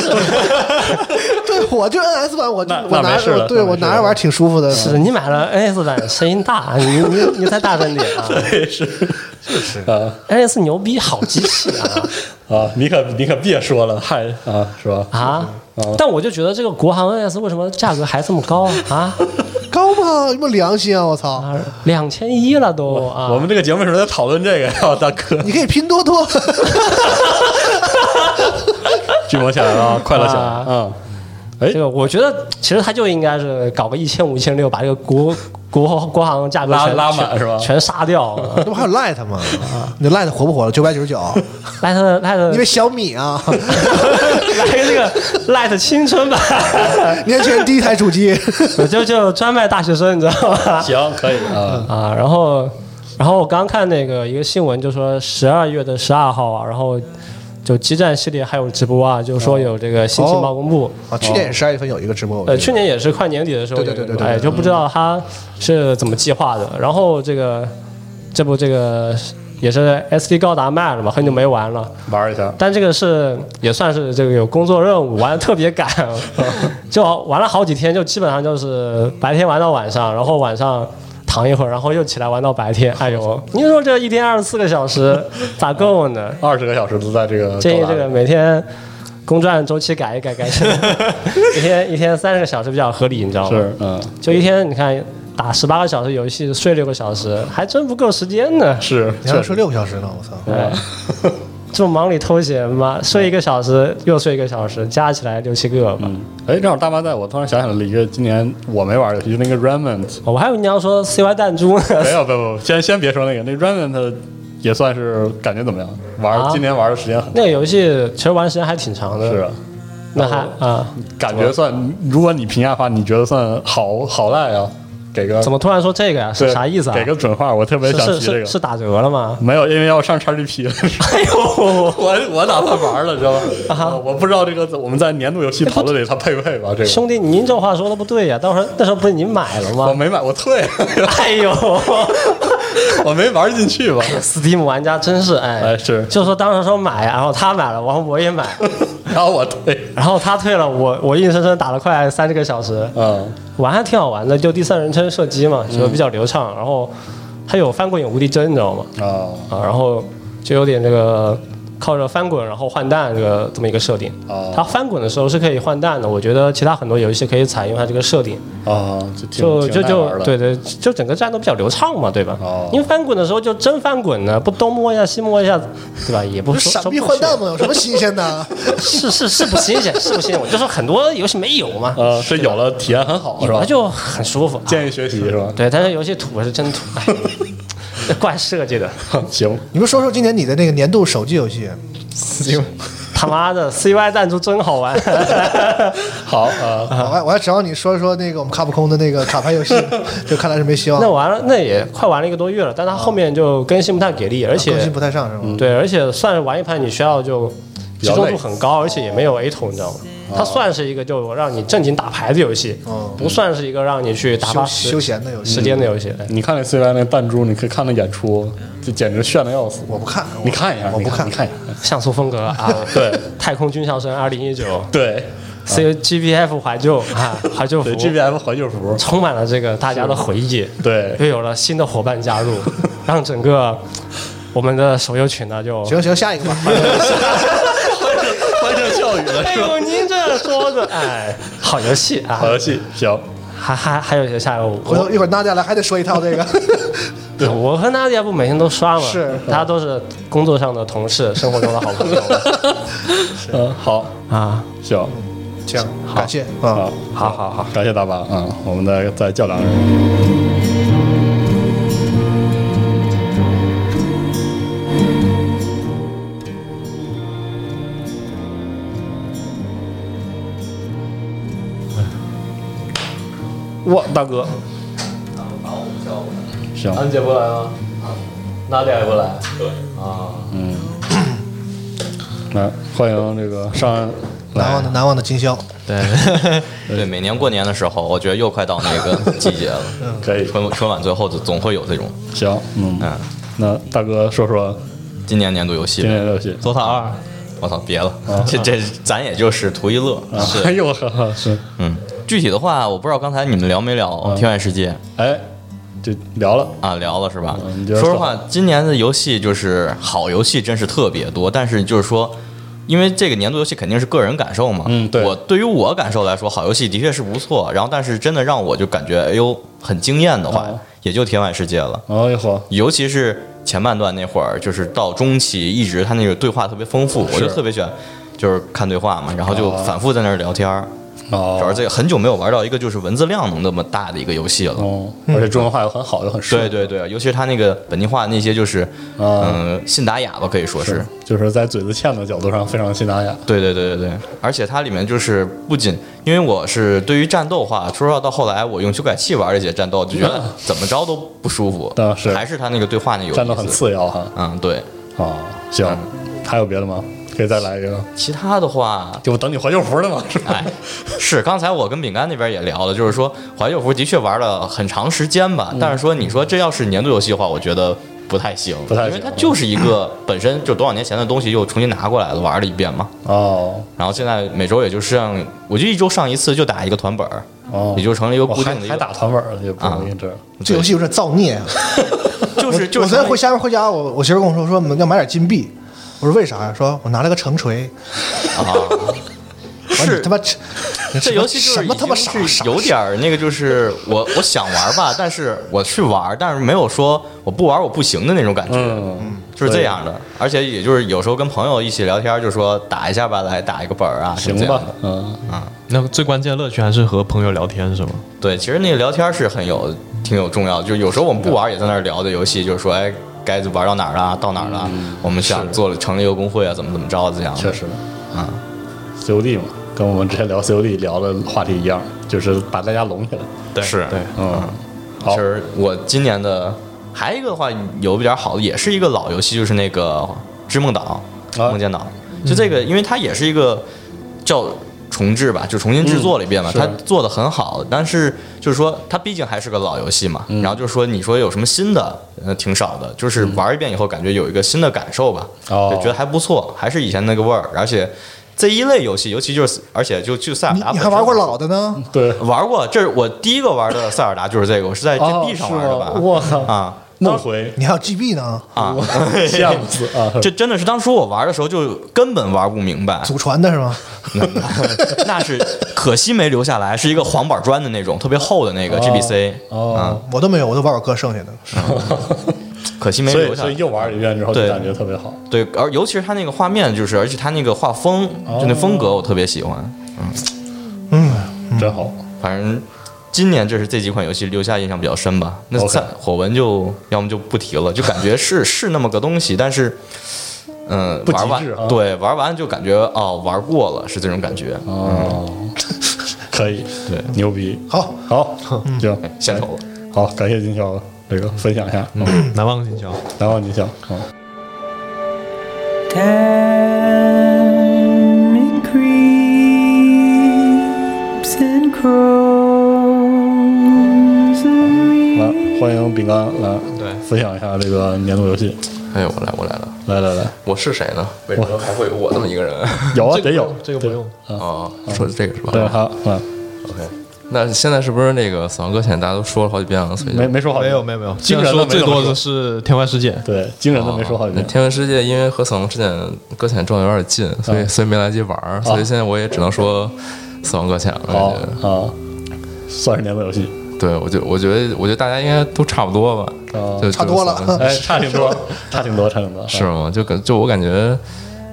Speaker 14: 对，我就 NS 版，我就
Speaker 13: 那
Speaker 14: 我
Speaker 13: 那
Speaker 14: 拿
Speaker 13: 没事了
Speaker 14: 着，对
Speaker 13: 那没
Speaker 14: 我拿着玩挺舒服的。嗯
Speaker 13: 是你买了 NS 版，声音大，啊你你你才大声点 啊
Speaker 3: 是是啊
Speaker 13: ！NS 牛逼，好机器啊！
Speaker 3: 啊！你可 你可别说了，嗨啊，是吧？
Speaker 13: 啊
Speaker 3: 啊！
Speaker 13: 但我就觉得这个国行 NS 为什么价格还这么高啊啊？
Speaker 14: 高吗？有没有良心啊！我操，
Speaker 13: 两千一了都啊！
Speaker 3: 我们这个节目是在讨论这个呀，大哥。
Speaker 14: 你可以拼多多。
Speaker 3: 巨魔起来了 啊，快乐起来
Speaker 13: 啊
Speaker 3: 了，嗯。哎，
Speaker 13: 这个我觉得其实他就应该是搞个一千五、一千六，把这个国国国行价格
Speaker 3: 拉
Speaker 13: 全
Speaker 3: 拉满是吧
Speaker 13: 全全杀掉。啊
Speaker 14: 那不还有 Light 吗？
Speaker 3: 啊
Speaker 14: 你 Light 活不活了？九百九十九。
Speaker 13: Light Light，
Speaker 14: 因为小米 啊，
Speaker 13: 来个这个 Light 青春版，
Speaker 14: 年轻人第一台主 机，
Speaker 13: 就就专卖大学生，你知道吗？
Speaker 3: 行，可以啊
Speaker 13: 啊，然后然后我刚看那个一个新闻，就说十二月的十二号啊，然后就激战系列还有直播啊，就说有这个新情报公布
Speaker 14: 啊，哦去年也十二月份有一个直播，我记
Speaker 13: 呃，
Speaker 14: 得
Speaker 13: 去年也是快年底的时候有
Speaker 14: 对
Speaker 13: 一个，
Speaker 14: 对对对对
Speaker 13: 哎，
Speaker 14: 对
Speaker 13: 就
Speaker 3: 嗯
Speaker 13: 不知道他是怎么计划的。然后这个这不这个也是 SD 高达卖了嘛，很久没玩了，
Speaker 3: 玩一下。
Speaker 13: 但这个是也算是这个有工作任务，玩的特别 赶，就玩了好几天，就基本上就是白天玩到晚上，然后晚上躺一会儿，然后又起来玩到白天。哎呦，您说这一天二十四个小时咋够呢？
Speaker 3: 二十个小时都在这个
Speaker 13: 建议
Speaker 3: 高达
Speaker 13: 这个
Speaker 3: 里
Speaker 13: 每天公转周期改一改，改 成一天一天三十个小时比较合理，你知道吗？
Speaker 3: 是嗯，
Speaker 13: 就一天你看打十八个小时游戏，睡六个小时，还真不够时间呢。
Speaker 3: 是
Speaker 14: 你还说六个小时呢，我操！
Speaker 13: 哎， 这么忙里偷闲
Speaker 3: 嗯
Speaker 13: 嘛，睡一个小时又睡一个小时，加起来六七个吧。
Speaker 3: 哎，正好大妈在我突然想起来了一个今年我没玩的游戏，就是那个 Remnant。
Speaker 13: 哦我还以为你要说 CY 弹珠呢。
Speaker 3: 啊没有，不不，不先先别说那个，那 Remnant 也算是感觉怎么样？玩、
Speaker 13: 啊
Speaker 3: 今年玩的时间很
Speaker 13: 那个游戏其实玩的时间还挺长的。
Speaker 3: 是啊，
Speaker 13: 那还啊，
Speaker 3: 感觉算，如果你评价的话，你觉得算好好赖啊？给个
Speaker 13: 怎么突然说这个呀？是
Speaker 3: 对
Speaker 13: 啥意思啊？
Speaker 3: 给个准话，我特别
Speaker 13: 是
Speaker 3: 想
Speaker 13: 是
Speaker 3: 提这
Speaker 13: 是
Speaker 3: 个。
Speaker 13: 是打折了吗？
Speaker 3: 没有，因为要上 XGP 了。哎
Speaker 13: 呦，
Speaker 3: 我我打算玩了，知道
Speaker 13: 啊
Speaker 3: 吧？啊我不知道这个我们在年度游戏讨论里它配不配吧？这个
Speaker 13: 兄弟，您这话说的不对呀！到时候那时候不是您买了吗？我
Speaker 3: 没买，我退。
Speaker 13: 哎呦，
Speaker 3: 我没玩进去吧
Speaker 13: ？Steam 玩家真是哎，
Speaker 3: 是，
Speaker 13: 就说当时说买，然后他买了，然后我也买，
Speaker 3: 然后我退，
Speaker 13: 然后他退了，我我硬生生打了快三十个小时，
Speaker 3: 嗯，
Speaker 13: 玩还挺好玩的，就第三人称射击嘛，就比较流畅，然后它有翻滚有无敌帧，你知道吗？
Speaker 3: 哦，
Speaker 13: 啊，然后就有点这个靠着翻滚然后换弹这个这么一个设定。
Speaker 3: 啊
Speaker 13: 它翻滚的时候是可以换弹的，我觉得其他很多游戏可以采用它这个设定。
Speaker 3: 啊，挺
Speaker 13: 就就
Speaker 3: 挺耐玩
Speaker 13: 就
Speaker 3: 的哦
Speaker 13: 对对，就整个战斗比较流畅嘛，对吧？因为翻滚的时候就真翻滚呢，不东摸一下西摸一下，对吧？也不
Speaker 14: 不是
Speaker 13: 说
Speaker 14: 闪
Speaker 13: 说
Speaker 14: 避
Speaker 13: 不
Speaker 14: 换
Speaker 13: 去
Speaker 14: 弹吗？有什么新鲜的？
Speaker 13: 是是是不新鲜， 是不新鲜。我就说很多游戏没有嘛，
Speaker 3: 呃，是有了体验很好是吧？
Speaker 13: 有了就很舒服。啊
Speaker 3: 建议学习是吧？
Speaker 13: 对，但是游戏土是真土，哎，这 怪设计的。
Speaker 3: 行，
Speaker 14: 你们说说今年你的那个年度手机游戏？
Speaker 13: 他妈的，CY 弹珠真好玩。
Speaker 3: 好 啊，
Speaker 14: 我还我还指望你说说那个我们卡普空的那个卡牌游戏，就看来是没希望。
Speaker 13: 那玩了，那也快玩了一个多月了，但它后面就更新不太给力，而且
Speaker 14: 啊更新不太上是
Speaker 3: 嗯
Speaker 14: 吗？
Speaker 13: 对，而且算是玩一盘，你需要就
Speaker 14: 比
Speaker 13: 集
Speaker 14: 较
Speaker 13: 中
Speaker 14: 累
Speaker 13: 度很高，而且也没有 A 头，你知道吗？
Speaker 3: 哦
Speaker 13: 它算是一个就让你正经打牌的游戏，不算是一个让你去打发时
Speaker 14: 哦休休闲的游戏
Speaker 13: 时间的游戏。
Speaker 3: 你看那 CY 那弹珠，你可以看那演出，这简直炫的要死。
Speaker 14: 我不看，
Speaker 3: 你看一下，
Speaker 13: 我
Speaker 3: 你
Speaker 13: 不看
Speaker 3: 你看一下。，
Speaker 13: 像素风格啊
Speaker 3: 对，
Speaker 13: 太空军校生二零一九，
Speaker 3: 对
Speaker 13: ，C G B F 怀旧 啊，怀旧服
Speaker 3: 对 GBF 怀旧服
Speaker 13: 充满了这个大家的回忆，
Speaker 3: 对，
Speaker 13: 又有了新的伙伴 加入，让整个我们的手游群呢就
Speaker 14: 行行，下一个 吧。
Speaker 3: 欢声笑语了
Speaker 13: 哎呦，您这说的，哎，好游戏啊，好
Speaker 3: 游戏行，
Speaker 13: 还还还有一个下游，
Speaker 14: 回头一会儿娜姐来还得说一套这个。
Speaker 13: 对，我和娜姐不每天都刷嘛，
Speaker 14: 是
Speaker 13: 大家都是工作上的同事，生活中的好朋友。
Speaker 3: 嗯，好
Speaker 13: 啊，
Speaker 3: 行，
Speaker 14: 行，
Speaker 3: 感
Speaker 14: 谢
Speaker 3: 啊，
Speaker 13: 好好好，
Speaker 3: 感谢大巴啊，我们再再叫两个人。哇，大哥，行，
Speaker 13: 安姐不来吗？娜姐也不来。对啊，
Speaker 3: 嗯，来欢迎这个上岸
Speaker 14: 难忘的难忘的今宵，
Speaker 15: 对对，每年过年的时候，我觉得又快到那个季节了
Speaker 14: 嗯，
Speaker 3: 可以
Speaker 15: 春春晚最后总会有这种。
Speaker 3: 行，嗯那大哥说说
Speaker 15: 今年年度游戏，今
Speaker 3: 年游戏
Speaker 15: 《DOTA 二》，我操，别了，这这咱也就是图一乐，
Speaker 3: 啊
Speaker 15: 是，
Speaker 3: 哎呦，呵呵是，
Speaker 15: 嗯，具体的话，我不知道刚才你们聊没聊《天外世界》？
Speaker 3: 哎，就聊了
Speaker 15: 啊，聊了是吧？
Speaker 3: 接着
Speaker 15: 说实
Speaker 3: 说
Speaker 15: 话，今年的游戏就是好游戏真是特别多，但是就是说。因为这个年度游戏肯定是个人感受嘛，嗯，对我对于我感受来说，好游戏的确是不错，然后但是真的让我就感觉哎呦很惊艳的话，也就《天外世界》了。
Speaker 3: 哎呦，
Speaker 15: 尤其是前半段那会儿，就是到中期一直他那个对话特别丰富，我就是特别喜欢，就是看对话嘛，然后就
Speaker 3: 哦
Speaker 15: 反复在那儿聊天儿。
Speaker 3: 哦，
Speaker 15: 主要是这个很久没有玩到一个就是文字量能那么大的一个游戏了。
Speaker 3: 哦，而且中文化又很好，又很顺啊
Speaker 15: 对对对，尤其是他那个本地化那些，就是嗯、信达雅吧，可以说是。
Speaker 3: 就是在嘴子欠的角度上非常心达雅。
Speaker 15: 对对对对对，而且它里面就是不仅，因为我是对于战斗话，说实话到后来我用修改器玩这些战斗，就觉 得怎么着都不舒服，
Speaker 3: 啊是
Speaker 15: 还是他那个对话那有
Speaker 3: 战斗
Speaker 15: 意思
Speaker 3: 很次要哈。
Speaker 15: 嗯，对。嗯
Speaker 3: 哦，行，还有别的吗？可以再来一个。
Speaker 15: 其他的话，
Speaker 3: 就我等你怀旧服的嘛。
Speaker 15: 哎，是刚才我跟饼干那边也聊了，就是说怀旧服的确玩了很长时间吧，
Speaker 3: 嗯
Speaker 15: 但是说你说这要是年度游戏的话，我觉得不太行，
Speaker 3: 不太行
Speaker 15: 因为它就是一个本身就多少年前的东西又重新拿过来了玩了一遍嘛。
Speaker 3: 哦，
Speaker 15: 然后现在每周也就是上，我就一周上一次，就打一个团本儿，
Speaker 3: 哦，
Speaker 15: 也就成了一个固定的
Speaker 3: 我
Speaker 15: 一
Speaker 3: 还还
Speaker 15: 个啊
Speaker 3: 打团本儿也不容易这。
Speaker 14: 这游戏有点造孽 啊！
Speaker 15: 就是
Speaker 14: 我昨天回家回家，我我媳妇跟我说说我们要买点金币，我说为啥呀？说我拿了个成锤，
Speaker 15: 啊。
Speaker 14: 完你
Speaker 16: 啊
Speaker 14: 他妈
Speaker 15: 这游戏就是
Speaker 14: 什么他妈傻
Speaker 15: 是有点儿那个，就是我我想玩吧，但是我去玩，但是没有说我不玩我不行的那种感觉，
Speaker 14: 嗯
Speaker 15: 就是这样的。而且也就是有时候跟朋友一起聊天，就说打一下吧，来打一个本儿啊，什么这样的，
Speaker 3: 嗯
Speaker 15: 啊，
Speaker 5: 那最关键的乐趣还是和朋友聊天是吗？
Speaker 15: 对，其实那个聊天是很有挺有重要的，就有时候我们不玩也在那儿聊的游戏，就是说哎。该玩到哪儿了？到哪儿了？
Speaker 14: 嗯
Speaker 15: 我们想做了成立一个工会啊，怎么怎么着这样的。
Speaker 3: 确实，
Speaker 15: 啊
Speaker 3: ，COD 嘛，跟我们之前聊 COD 聊的话题一样，就是把大家拢起来。
Speaker 15: 对，是，对，
Speaker 3: 嗯，
Speaker 15: 其实我今年的还有一个的话，有比较好的，也是一个老游戏，就是那个《织梦岛》
Speaker 3: 啊
Speaker 15: 梦见岛》，
Speaker 3: 嗯
Speaker 15: 就这个，因为它也是一个叫重置吧，就重新制作了一遍嘛，
Speaker 3: 嗯是
Speaker 15: 它做的很好，但是就是说它毕竟还是个老游戏嘛，
Speaker 3: 嗯
Speaker 15: 然后就是说你说有什么新的，呃，挺少的，就是玩一遍以后感觉有一个新的感受吧，
Speaker 3: 哦
Speaker 15: 就觉得还不错，还是以前那个味儿，而且。这一类游戏，尤其就是，而且就就塞尔达本身，
Speaker 14: 你还玩过老的
Speaker 16: 嗯
Speaker 14: 呢？
Speaker 3: 对，
Speaker 15: 玩过，这是我第一个玩的塞尔达，就是这个，我是在
Speaker 14: 哦
Speaker 15: GB 上玩的吧？
Speaker 14: 是吗我靠
Speaker 15: 啊！
Speaker 3: 梦回
Speaker 14: 你还有 GB 呢，
Speaker 15: 啊
Speaker 3: 羡慕死啊
Speaker 15: 这真的是当初我玩的时候就根本玩不明白，
Speaker 14: 祖传的是吗？
Speaker 15: 那是可惜没留下来，是一个黄板砖的那种，特别厚的那个
Speaker 14: 哦
Speaker 15: GBC，啊
Speaker 14: 哦，我都没有，我都玩我哥剩下的。
Speaker 15: 可惜没
Speaker 3: 所
Speaker 15: 留
Speaker 3: 以
Speaker 15: 下来
Speaker 3: 所以。又玩了一遍之后就
Speaker 15: 对
Speaker 3: 感觉特别好。
Speaker 15: 对，而尤其是它那个画面，就是而且它那个画风，就那风格我特别喜欢。
Speaker 3: 哦嗯，真好。
Speaker 15: 反正今年这是这几款游戏留下印象比较深吧。那
Speaker 3: OK
Speaker 15: 三火纹就要么就不提了，就感 觉是是那么个东西，但是。嗯，
Speaker 3: 不极
Speaker 15: 玩完
Speaker 3: 致啊
Speaker 15: 对玩完就感觉哦玩过了是这种感觉
Speaker 3: 哦， 可以，
Speaker 15: 对，嗯
Speaker 3: 牛逼，
Speaker 14: 好，
Speaker 3: 好，行，
Speaker 15: 献丑了，
Speaker 3: 好，感谢金宵这个分享一下，嗯，
Speaker 5: 难忘今宵，
Speaker 3: 难忘今宵，嗯。
Speaker 7: Time it creeps and crawls
Speaker 3: 来，欢迎饼干来，
Speaker 16: 对
Speaker 3: 分享一下这个年度游戏。
Speaker 16: 哎，我来，我来了，
Speaker 3: 来来来，
Speaker 16: 我是谁呢？为什么还会有我这么一个人？
Speaker 3: 有啊，得有，这个不
Speaker 5: 用
Speaker 6: 啊
Speaker 16: 哦，说这个是吧？
Speaker 3: 对，好，嗯，
Speaker 16: OK。那现在是不是那个《死亡搁浅》大家都说了好几遍了？所以就
Speaker 3: 没没说好，
Speaker 5: 没有没有没有，
Speaker 16: 惊
Speaker 5: 现
Speaker 16: 人的
Speaker 5: 在说
Speaker 16: 没
Speaker 5: 最
Speaker 16: 怎么
Speaker 5: 多的
Speaker 16: 说
Speaker 5: 是天外世界，
Speaker 3: 对，惊人的没说好几
Speaker 16: 那
Speaker 3: 遍。
Speaker 16: 天文世界因为和死亡之前搁浅撞的有点近，
Speaker 3: 啊
Speaker 16: 所以所以没来及玩儿，所以现在我也只能说死亡搁浅了。
Speaker 3: 好
Speaker 16: 感觉
Speaker 3: 啊，算是年度游戏，
Speaker 16: 对，我就我觉得我觉得大家应该都差不多吧，就
Speaker 3: 差
Speaker 16: 就
Speaker 3: 多了
Speaker 16: 死亡搁浅
Speaker 3: 哎差挺 多差挺多，差挺多。
Speaker 16: 是吗？就感就我感觉，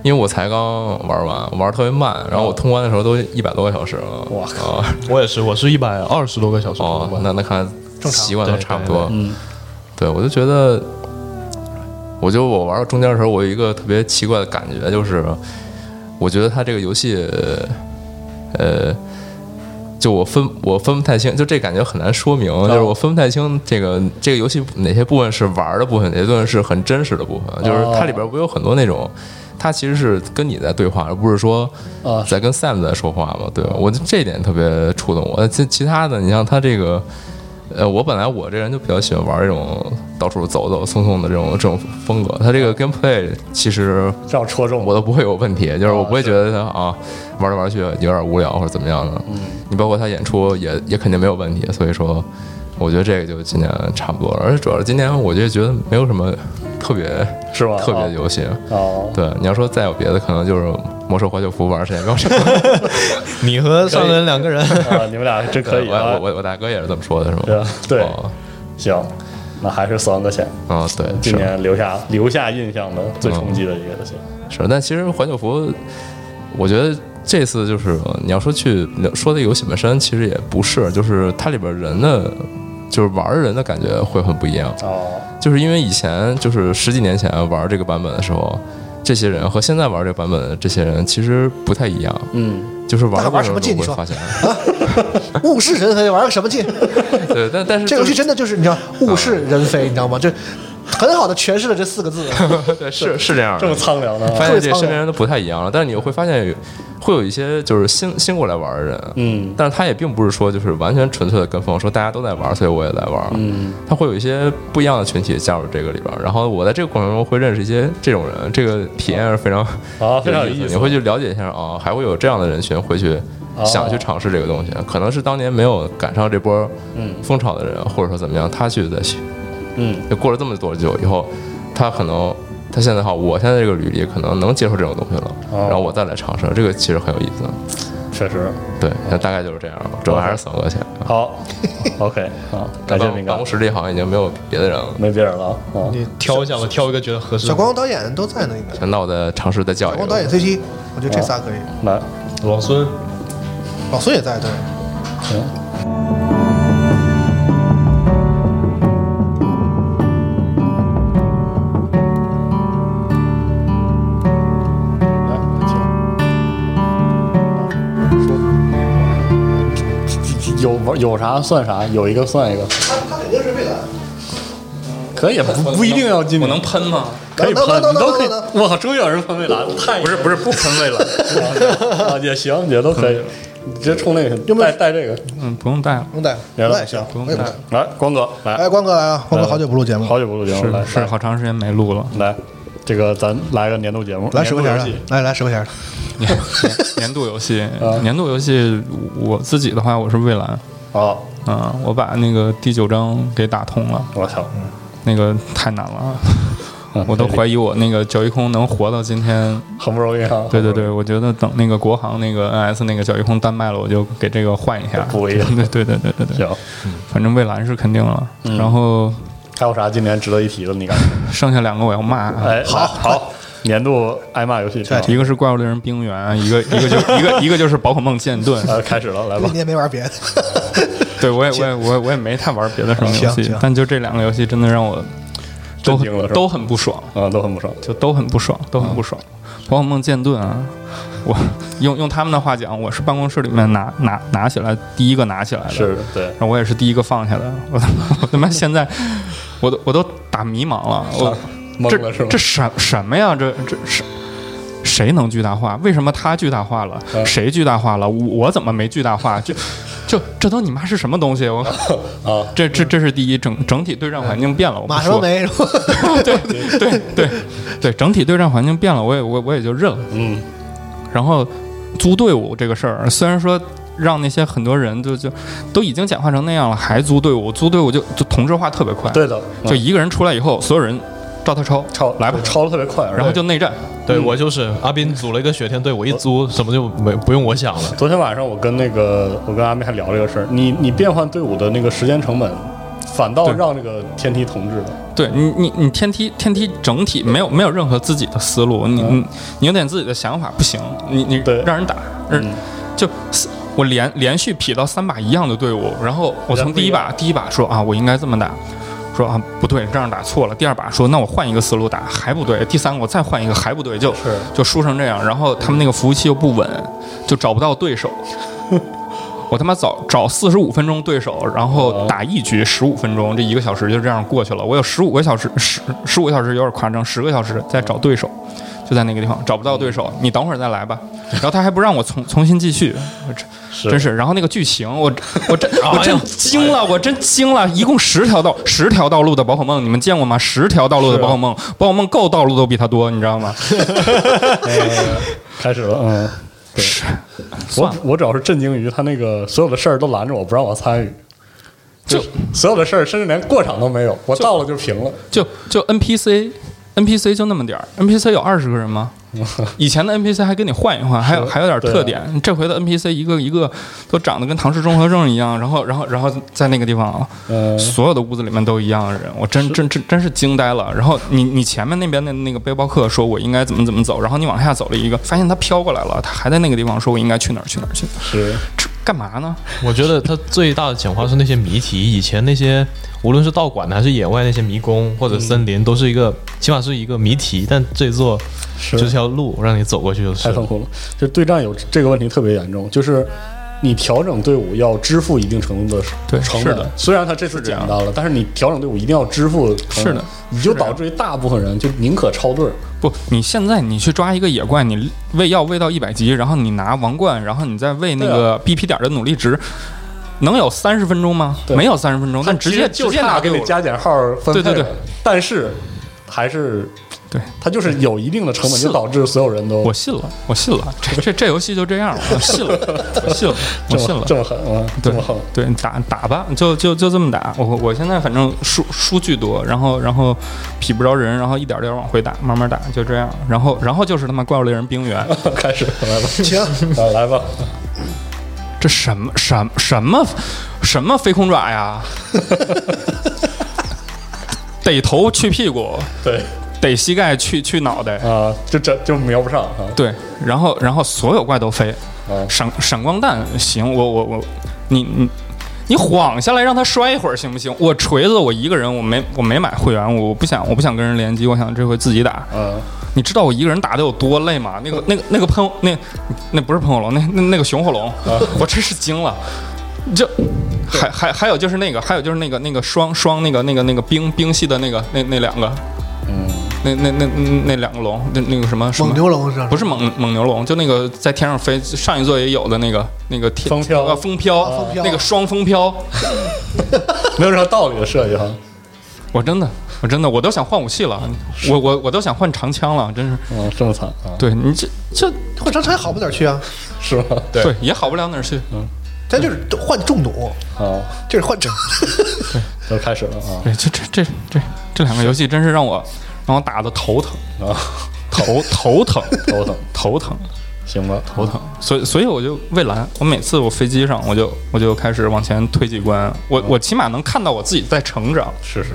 Speaker 16: 因为我才刚玩完，玩得特别慢，然后我通关的时候都一百多个小时了。我靠！
Speaker 5: 我也是，我是一百二十多个小时。
Speaker 16: 哦，那那看来习惯都
Speaker 5: 对
Speaker 16: 差不
Speaker 5: 对
Speaker 16: 多。
Speaker 5: 对嗯，
Speaker 16: 对我就觉得，我就我玩到中间的时候，我有一个特别奇怪的感觉，就是我觉得它这个游戏，呃。就我分我分不太清，就这感觉很难说明。就是我分不太清这个这个游戏哪些部分是玩的部分，哪些部分是很真实的部分。就是它里边不有很多那种，它其实是跟你在对话，而不是说在跟 Sam 在说话嘛？对吧？我就这一点特别触动我。其其他的，你像它这个，呃，我本来我这人就比较喜欢玩这种到处走走送送的这种这种风格。它这个 gameplay 其实
Speaker 3: 让我戳中
Speaker 16: 我都不会有问题，就是我不会觉得它啊玩来玩去有点无聊或者怎么样的。嗯，你包括它演出也也肯定没有问题，所以说我觉得这个就今年差不多了。而且主要是今年我就觉得没有什么特别
Speaker 3: 是吧
Speaker 16: 特别的游戏。
Speaker 3: 哦，
Speaker 16: 对，你要说再有别的，可能就是《魔兽怀旧服》玩儿时间高 长。
Speaker 5: 你和上人两个人，
Speaker 3: 啊，你们俩真可以
Speaker 16: 我
Speaker 3: 啊
Speaker 16: 我我我大哥也是这么说的，是吗？
Speaker 3: 对啊对，行，那还是死亡搁浅，
Speaker 16: 啊，哦对，
Speaker 3: 今
Speaker 16: 是
Speaker 3: 年留下留下印象的最冲击的一个游戏。
Speaker 16: 是，但其实环球服，我觉得这次就是你要说去说这游戏本身，其实也不是，就是它里边人的，就是玩儿人的感觉会很不一样。
Speaker 3: 哦，
Speaker 16: 就是因为以前就是十几年前玩这个版本的时候，这些人和现在玩这个版本的这些人其实不太一样。
Speaker 3: 嗯，
Speaker 16: 就是玩
Speaker 14: 那
Speaker 16: 的
Speaker 14: 玩
Speaker 16: 过
Speaker 14: 什
Speaker 16: 程
Speaker 14: 么
Speaker 16: 中
Speaker 14: 劲？
Speaker 16: 会
Speaker 14: 你说
Speaker 16: 发现，
Speaker 14: 物是人非，玩个什么劲？
Speaker 16: 对，但但 是
Speaker 14: 这个游戏真的就是你知道物是人非，你知道吗？这很好的诠释了这四个字。
Speaker 16: 对，是是这样的，
Speaker 3: 这么苍凉的啊
Speaker 16: 发现
Speaker 3: 这
Speaker 16: 这
Speaker 3: 么苍凉
Speaker 16: 身边人都不太一样了。但是你会发现有，会有一些就是新新过来玩的人，
Speaker 3: 嗯，
Speaker 16: 但是他也并不是说就是完全纯粹的跟风，说大家都在玩，所以我也在玩，
Speaker 3: 嗯，
Speaker 16: 他会有一些不一样的群体加入这个里边儿。然后我在这个过程中会认识一些这种人，这个体验是非常
Speaker 3: 啊非常有
Speaker 16: 意
Speaker 3: 意思
Speaker 16: 你会去了解一下
Speaker 15: 哦
Speaker 16: 啊，还会有这样的人群会去
Speaker 3: 哦
Speaker 16: 想去尝试这个东西，可能是当年没有赶上这波
Speaker 3: 嗯
Speaker 16: 风潮的人，或者说怎么样，他去再去
Speaker 3: 嗯，
Speaker 16: 就过了这么多久以后，他可能他现在好，我现在这个履历可能能接受这种东西了，
Speaker 3: 哦
Speaker 16: 然后我再来尝试，这个其实很有意思。
Speaker 3: 确实，
Speaker 16: 对，那大概就是这样了，主要还是扫额钱。啊
Speaker 3: 好，OK，好，感谢
Speaker 16: 办
Speaker 3: 敏
Speaker 16: 办
Speaker 3: 感
Speaker 16: 公，室里好像已经没有别的人了，
Speaker 3: 没别人了。哦，
Speaker 5: 你挑一下吧，挑一个觉得合适。
Speaker 14: 小光导演都在呢，应该。小
Speaker 16: 那我再尝试再叫一
Speaker 14: 光
Speaker 16: 个。
Speaker 14: 导演 CT，我觉得这仨可以。
Speaker 3: 来，
Speaker 5: 老孙，
Speaker 14: 老孙也在，对。
Speaker 3: 有玩有啥算啥，有一个算一个，
Speaker 14: 他肯定是未来。
Speaker 3: 可以啊不不一定要进，我能
Speaker 16: 喷吗？
Speaker 3: 可以喷，
Speaker 14: 能能能
Speaker 3: 你都可以
Speaker 14: 能能。
Speaker 3: 我靠，终于有人喷蔚蓝，太不是不是不喷蔚蓝啊，也行，也都可以，你直接冲那个，带带这个，
Speaker 6: 嗯，不用带了，
Speaker 14: 不用带了，
Speaker 3: 行
Speaker 14: 我也行
Speaker 6: 不用
Speaker 14: 我也
Speaker 6: 带
Speaker 14: 不
Speaker 6: 了
Speaker 14: 带。
Speaker 3: 来，光哥来，
Speaker 14: 哎，光哥来啊！光哥好久不录节目，
Speaker 3: 好久不录节目了，
Speaker 14: 是是
Speaker 3: 好
Speaker 6: 长时间没录了。
Speaker 3: 来，这个咱来个年度节目，
Speaker 14: 来十块
Speaker 3: 年
Speaker 14: 钱啊的
Speaker 3: 度游戏，
Speaker 14: 来来十块钱的。
Speaker 6: 年度 游戏，
Speaker 3: 啊
Speaker 6: 年度游戏，我自己的话，我是蔚蓝。
Speaker 3: 哦，
Speaker 6: 嗯，我把那个第九章给打通了。
Speaker 3: 我操，嗯
Speaker 6: 那个太难了啊，我都怀疑我那个脚一空能活到今天，
Speaker 3: 很不容易啊。
Speaker 6: 对对对，我觉得等那个国行那个 NS 那个脚一空单卖了，我就给这个换一下，
Speaker 3: 补一下
Speaker 6: 对对对对对对。
Speaker 3: 行，
Speaker 6: 反正蔚蓝是肯定了，
Speaker 3: 嗯
Speaker 6: 然后
Speaker 3: 还有啥今年值得一提的？你感觉？
Speaker 6: 剩下两个我要骂。啊
Speaker 3: 哎，好好，年度挨骂游戏，啊
Speaker 6: 一个是怪物猎人冰原，一个一个 就一个一个就是 宝可梦剑盾。
Speaker 3: 呃，开始了，来吧
Speaker 14: 你。也没玩别的，
Speaker 6: 对 我也我也我也我也没太玩别的什么游
Speaker 3: 行
Speaker 6: 戏
Speaker 3: 行，
Speaker 6: 但就这两个游戏真的让我都很都很不爽
Speaker 3: 啊，都很不爽，嗯
Speaker 6: 就都很不爽，都很不爽。宝可梦剑盾啊，我用用他们的话讲，我是办公室里面拿拿拿起来第一个拿起来的，
Speaker 3: 是对，
Speaker 6: 然后我也是第一个放下的。我他妈我他妈现在我都我都打迷茫了，我
Speaker 3: 懵
Speaker 6: 这
Speaker 3: 了是吧
Speaker 6: 这什什么呀？这这是。谁能巨大化？为什么他巨大化了？
Speaker 3: 嗯
Speaker 6: 谁巨大化了？我我怎么没巨大化？就就这都你妈是什么东西？我
Speaker 3: 啊，
Speaker 6: 这这这是第一，整整体对战环境变了，我不
Speaker 14: 马什
Speaker 6: 说
Speaker 14: 么没？
Speaker 6: 对，整体对战环境变了，我也我我也就认了。
Speaker 3: 嗯，
Speaker 6: 然后租队伍这个事儿，虽然说让那些很多人就就都已经简化成那样了，还租队伍，租队伍就就同质化特别快。
Speaker 3: 对的嗯
Speaker 6: 就一个人出来以后，所有人照他抄，
Speaker 3: 抄
Speaker 6: 来吧，
Speaker 3: 抄的特别快，
Speaker 6: 然后就内战。
Speaker 3: 嗯
Speaker 5: 对我就是阿斌组了一个雪天队，我一租什么就没不用我想了。
Speaker 3: 昨天晚上我跟那个我跟阿妹还聊这个事儿，你你变换队伍的那个时间成本，反倒让这个天梯同志了。
Speaker 6: 对你，你你天梯天梯整体没有没有任何自己的思路，你你你有点自己的想法不行，你你让人打，让人就四我连连续匹到三把一样的队伍，然后我从第一把第一把说啊我应该这么打，说啊不对这样打错了，第二把说那我换一个思路打还不对，第三个我再换一个还不对，就就输成这样，然后他们那个服务器又不稳，就找不到对手。我他妈找找四十五分钟对手，然后打一局十五分钟，这一个小时就这样过去了。我有十五个小时，十十五个小时有点夸张，十个小时在找对手，就在那个地方找不到对手，你等会儿再来吧。然后他还不让我重重新继续，我
Speaker 3: 是
Speaker 6: 真真是。然后那个剧情，我我真我真惊了，我真惊了，一共十条道十条道路的宝可梦，你们见过吗？十条道路的宝可梦，宝可梦够道路都比它多，你知道吗？
Speaker 3: 开始了，嗯，对，我我主要是震惊于他那个所有的事儿都拦着我不让我参与，就所有的事儿甚至连过场都没有，我到了就平了。
Speaker 6: 就就 NPC。NPC 就那么点儿，NPC 有二十个人吗？ 以前的 NPC 还跟你换一换，还有还有点
Speaker 3: 对啊
Speaker 6: 特点。这回的 NPC 一个一个都长得跟唐氏综合症一样，然后然后然后在那个地方啊，
Speaker 3: 嗯
Speaker 17: 呃
Speaker 6: 所有的屋子里面都一样的人，我真真真真是惊呆了。然后你你前面那边的那个背包客说我应该怎么怎么走，然后你往下走了一个，发现他飘过来了，他还在那个地方说我应该去哪儿去哪儿去哪儿，
Speaker 3: 是
Speaker 6: 这干嘛呢？
Speaker 5: 我觉得它最大的简化是那些谜题，以前那些无论是道馆的还是野外那些迷宫或者森林，都是一
Speaker 3: 嗯
Speaker 5: 个起码是一个谜题，但这座就是条路让你走过去就是
Speaker 3: 太痛
Speaker 5: 了。
Speaker 3: 苦了。就对战有这个问题特别严重，就是你调整队伍要支付一定程度的
Speaker 6: 对
Speaker 3: 成
Speaker 6: 是
Speaker 3: 本
Speaker 6: 的。
Speaker 3: 虽然他这次简单了，但是你调整队伍一定要支付成本
Speaker 6: 是的，
Speaker 3: 你就导致于大部分人就宁可超队儿。
Speaker 6: 不，你现在你去抓一个野怪，你喂药喂到一百级，然后你拿王冠，然后你再喂那
Speaker 3: 啊
Speaker 6: 个 BP 点的努力值，能有三十分钟吗？没有三十分钟，
Speaker 3: 他
Speaker 6: 那直
Speaker 3: 其
Speaker 6: 接
Speaker 3: 实就
Speaker 6: 直接
Speaker 3: 差
Speaker 6: 拿
Speaker 3: 给
Speaker 6: 给
Speaker 3: 你
Speaker 6: 我
Speaker 3: 加减号分配
Speaker 6: 对对对
Speaker 3: 了，但是还是
Speaker 6: 对，
Speaker 3: 他就是有一定的成本，
Speaker 6: 是
Speaker 3: 就导致所有人都
Speaker 6: 我信了，我信了，这这这游戏就这样了，我信了，我信了，我信了，
Speaker 3: 这么狠啊，这
Speaker 6: 对
Speaker 3: 么狠。
Speaker 6: 对，打打吧，就就就这么打。我我现在反正输输巨多，然后然后匹不着人，然后一点点往回打，慢慢打，就这样。然后然后就是他妈怪物猎人冰原，
Speaker 3: 开始来吧，啊
Speaker 14: 行，
Speaker 3: 来吧，
Speaker 6: 这什么什么什么什么飞空爪呀？逮头去屁股，
Speaker 3: 对，
Speaker 6: 逮膝盖去去脑袋
Speaker 3: 啊，就这就瞄不上啊。
Speaker 6: 对，然后然后所有怪都飞，闪闪光弹行，我我我，你你。你晃下来让他摔一会儿行不行？我锤子我一个人，我没我没买会员，我不想我不想跟人联机，我想这回自己打。
Speaker 3: 嗯，
Speaker 6: 你知道我一个人打的有多累吗？那个那个那个喷那那不是喷火龙，那那那个熊火龙，
Speaker 3: 啊
Speaker 6: 我真是惊了。就还还还有就是那个还有就是那个那个双双那个那个那个冰冰系的那个那那两个，
Speaker 3: 嗯，
Speaker 6: 那那那那两个龙，那那个什么什么
Speaker 14: 蒙牛龙是吧？
Speaker 6: 不是蒙蒙牛龙，就那个在天上飞，上一座也有的那个那个天
Speaker 3: 风飘
Speaker 6: 呃风飘、
Speaker 3: 啊风飘
Speaker 6: 那个双风 飘，
Speaker 3: 没有任何道理的设计哈。
Speaker 6: 我真的我真的我都想换武器了，我我我都想换长枪了，真是。
Speaker 3: 嗯，这么惨啊！
Speaker 6: 对你这这
Speaker 14: 换长城好不哪儿去啊？
Speaker 3: 是吧？对
Speaker 6: 对也好不了哪儿去。
Speaker 1: 嗯
Speaker 6: 嗯
Speaker 14: 咱就是换重弩，
Speaker 3: 啊，
Speaker 14: 就是换长。
Speaker 3: 都开始了啊！
Speaker 6: 对，这这这这这两个游戏真是让我让我打的头疼
Speaker 3: 啊，
Speaker 6: 头头疼，
Speaker 3: 头疼，
Speaker 6: 头疼。
Speaker 3: 行吧，
Speaker 6: 头疼，所以所以我就蔚蓝，我每次我飞机上，我就我就开始往前推几关，我我起码能看到我自己在成长，
Speaker 3: 嗯是是，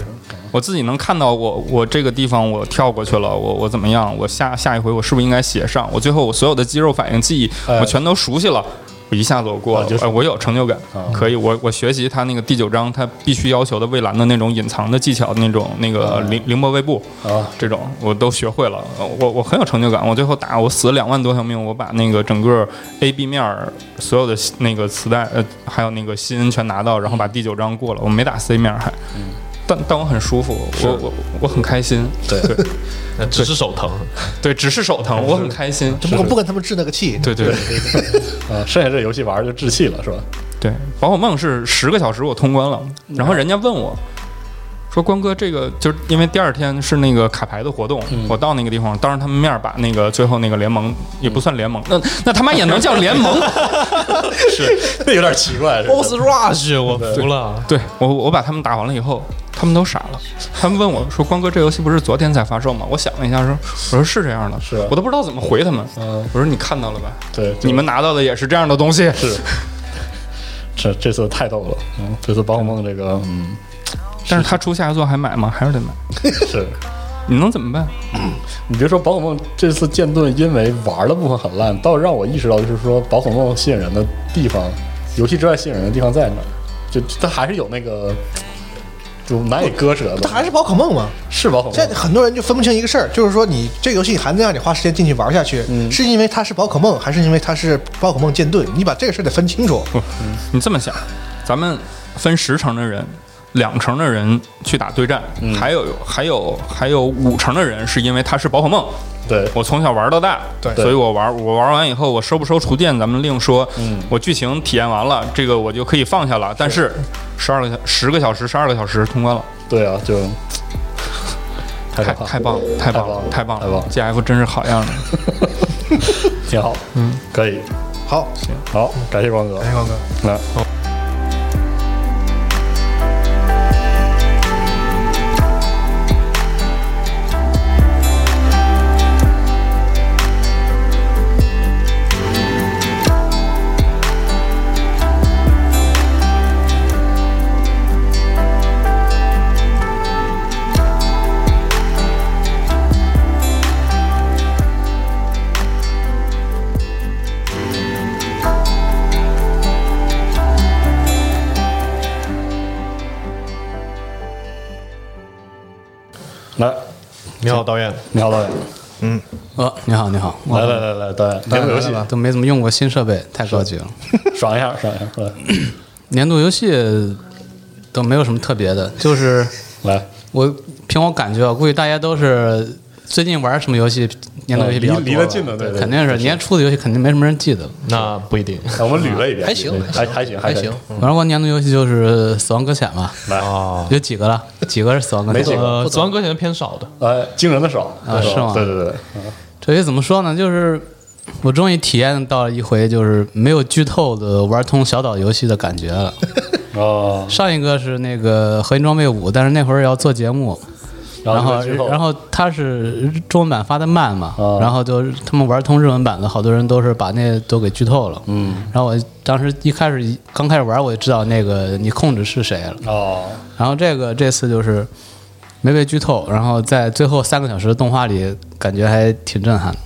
Speaker 6: 我自己能看到我我这个地方我跳过去了，我我怎么样，我下下一回我是不是应该斜上？我最后我所有的肌肉反应记忆
Speaker 3: 哎啊
Speaker 6: 我全都熟悉了。我一下子我过了，哎我有成就感，可以，我我学习他那个第九章，他必须要求的蔚蓝的那种隐藏的技巧，那种那个凌凌波微步
Speaker 3: 啊，
Speaker 6: 这种我都学会了，呃我我很有成就感。我最后打我死了两万多条命，我把那个整个 A B 面儿所有的那个磁带呃，还有那个新全拿到，然后把第九章过了，我没打 C 面儿还，
Speaker 3: 嗯
Speaker 6: 但但我很舒服，我我我很开心，对 对，
Speaker 5: 只是手疼，
Speaker 6: 对，只是手 疼，我很开心，
Speaker 1: 只不过不跟他们置那个气。
Speaker 6: 对对对
Speaker 3: 啊，剩下这游戏玩儿就置气了，是吧？
Speaker 6: 对，宝可梦是十个小时我通关了，然
Speaker 3: 嗯
Speaker 6: 后人家问我。说关哥，这个就是因为第二天是那个卡牌的活动，
Speaker 3: 嗯
Speaker 6: 我到那个地方，当着他们面儿把那个最后那个联盟也
Speaker 3: 嗯
Speaker 6: 不算联盟，那那他妈也能叫联盟？是，
Speaker 3: 那有点奇怪。
Speaker 6: Boss
Speaker 5: Rush，我服了。啊
Speaker 6: 对我，我把他们打完了以后，他们都傻了。他们问我说：“关哥，这游戏不是昨天才发售吗？”我想了一下说：“我说是这样的，是我都不知道怎么回他们。我说：“你看到了吧？
Speaker 3: 啊嗯对，
Speaker 6: 你们拿到的也是这样的东西。”
Speaker 3: 是， 这这次太逗了，嗯，这次宝可梦这个，嗯，
Speaker 6: 但是他出下一座还买吗？还是得买。
Speaker 3: 是，嗯
Speaker 6: 你能怎么办？
Speaker 3: 你别说宝可梦这次剑盾，因为玩的部分很烂，倒让我意识到，就是说宝可梦吸引人的地方，游戏之外吸引人的地方在哪儿？就它还是有那个，就难以割舍的。
Speaker 1: 它还是宝可梦嘛，
Speaker 3: 是宝可梦。
Speaker 1: 现在很多人就分不清一个事儿，就是说你这个游戏还能让你花时间进去玩下去，
Speaker 6: 嗯
Speaker 1: 是因为它是宝可梦，还是因为它是宝可梦舰队？你把这个事儿得分清楚。
Speaker 6: 你这么想，咱们分十成的人，两成的人去打对战，还有还有还有五成的人是因为他是宝可梦。
Speaker 3: 对，
Speaker 6: 我从小玩到大，
Speaker 3: 对
Speaker 6: 所以我玩，我玩完以后，我收不收厨电，咱们另说。嗯，我剧情体验完了，这个我就可以放下了。但是，十二个小十个小时，十二个小时通关了。
Speaker 3: 对啊，就
Speaker 6: 太太棒了，太棒了，太棒了，太棒了！GF 真是好样的。
Speaker 3: 挺好，嗯，可以，
Speaker 1: 好，
Speaker 3: 行，好，感谢光哥，感谢光
Speaker 1: 哥，
Speaker 3: 来，来，
Speaker 5: 你好，导演，
Speaker 3: 你好，导演，
Speaker 1: 嗯，
Speaker 17: 呃，你好，你好，
Speaker 3: 来来来来导演
Speaker 17: 来
Speaker 3: 年度游戏
Speaker 17: 来来都没怎么用过新设备，太高级了，
Speaker 3: 爽一下，爽一下，来，
Speaker 17: 年度游戏都没有什么特别的，就是
Speaker 3: 来，
Speaker 17: 我凭我感觉啊，估计大家都是最近玩什么游戏，年度游戏比较
Speaker 3: 呃离
Speaker 17: 多吧
Speaker 3: 离得近的对对
Speaker 17: 肯定是年初的游戏肯定没什么人记得，
Speaker 5: 那不一定
Speaker 3: 哎我们捋了一遍，
Speaker 17: 还行，
Speaker 3: 还还行，
Speaker 17: 还
Speaker 3: 行
Speaker 17: 行，，玩过年度游戏就是《死亡搁浅》嘛，
Speaker 3: 来，
Speaker 17: 有几个了？几个是《死亡搁浅》？
Speaker 5: 呃，死亡搁浅偏少的，
Speaker 3: 呃，惊人的少
Speaker 17: 啊，是吗？
Speaker 3: 对对对，
Speaker 17: 这也怎么说呢？就是我终于体验到了一回就是没有剧透的玩通小岛游戏的感觉了。
Speaker 3: 哦，
Speaker 17: 上一个是那个《合金装备五》，但是那会儿要做节目，
Speaker 3: 然
Speaker 17: 然
Speaker 3: 后
Speaker 17: 后
Speaker 3: 就没剧透
Speaker 17: 然后它是中文版发的慢嘛，
Speaker 3: 啊
Speaker 17: 然后就是他们玩通日文版的，好多人都是把那都给剧透了。
Speaker 3: 嗯，
Speaker 17: 然后我当时一开始刚开始玩，我就知道那个你控制是谁了。
Speaker 3: 哦，
Speaker 17: 然后这个这次就是没被剧透，然后在最后三个小时的动画里，感觉还挺震撼的。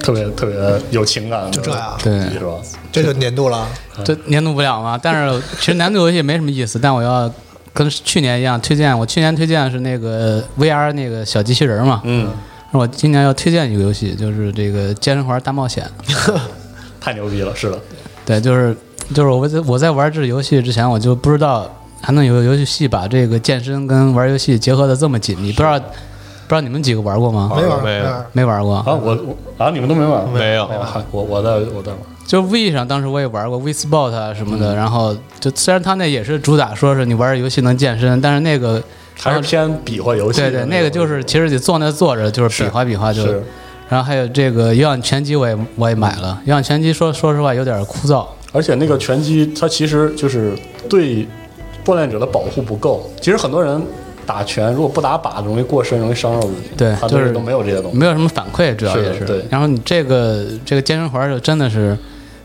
Speaker 3: 特别特别有情感，就
Speaker 1: 这样
Speaker 17: 对
Speaker 3: 是吧？
Speaker 1: 这就年度了，
Speaker 17: 这年度不了嘛。但是其实年度游戏没什么意思，但我要跟去年一样推荐。我去年推荐的是那个 VR 那个小机器人嘛，
Speaker 3: 嗯，
Speaker 17: 我今年要推荐一个游戏，就是这个《健身环大冒险》。
Speaker 3: 太牛逼了，是的，
Speaker 17: 对，就是就是我在我在玩这游戏之前，我就不知道还能有游戏把这个健身跟玩游戏结合的这么紧密。不知道不知道你们几个玩过吗？
Speaker 3: 没玩过没玩过
Speaker 17: 没玩过
Speaker 3: 啊，我我啊，你们都没玩，
Speaker 17: 没有
Speaker 3: 啊我我在我在玩，
Speaker 17: 就 V 上当时我也玩过 V Sport 啊什
Speaker 3: 嗯
Speaker 17: 么的，然后就虽然它那也是主打说是你玩游戏能健身，但是那个
Speaker 3: 还是偏比划游戏的
Speaker 17: 嗯对对，
Speaker 3: 那。
Speaker 17: 那个就是其实你坐那坐着就是比划比划就是然后还有这个有氧拳击，我也我也买了。有氧拳击说说实话有点枯燥，
Speaker 3: 而且那个拳击它其实就是对锻炼者的保护不够。其实很多人打拳如果不打靶，容易过身，容易伤着自己。
Speaker 17: 对
Speaker 3: 他，
Speaker 17: 就
Speaker 3: 这
Speaker 17: 是
Speaker 3: 都没有这些东西。
Speaker 17: 没有什么反馈，主要也
Speaker 3: 是对
Speaker 17: 然后你这个这个健身环儿就真的是，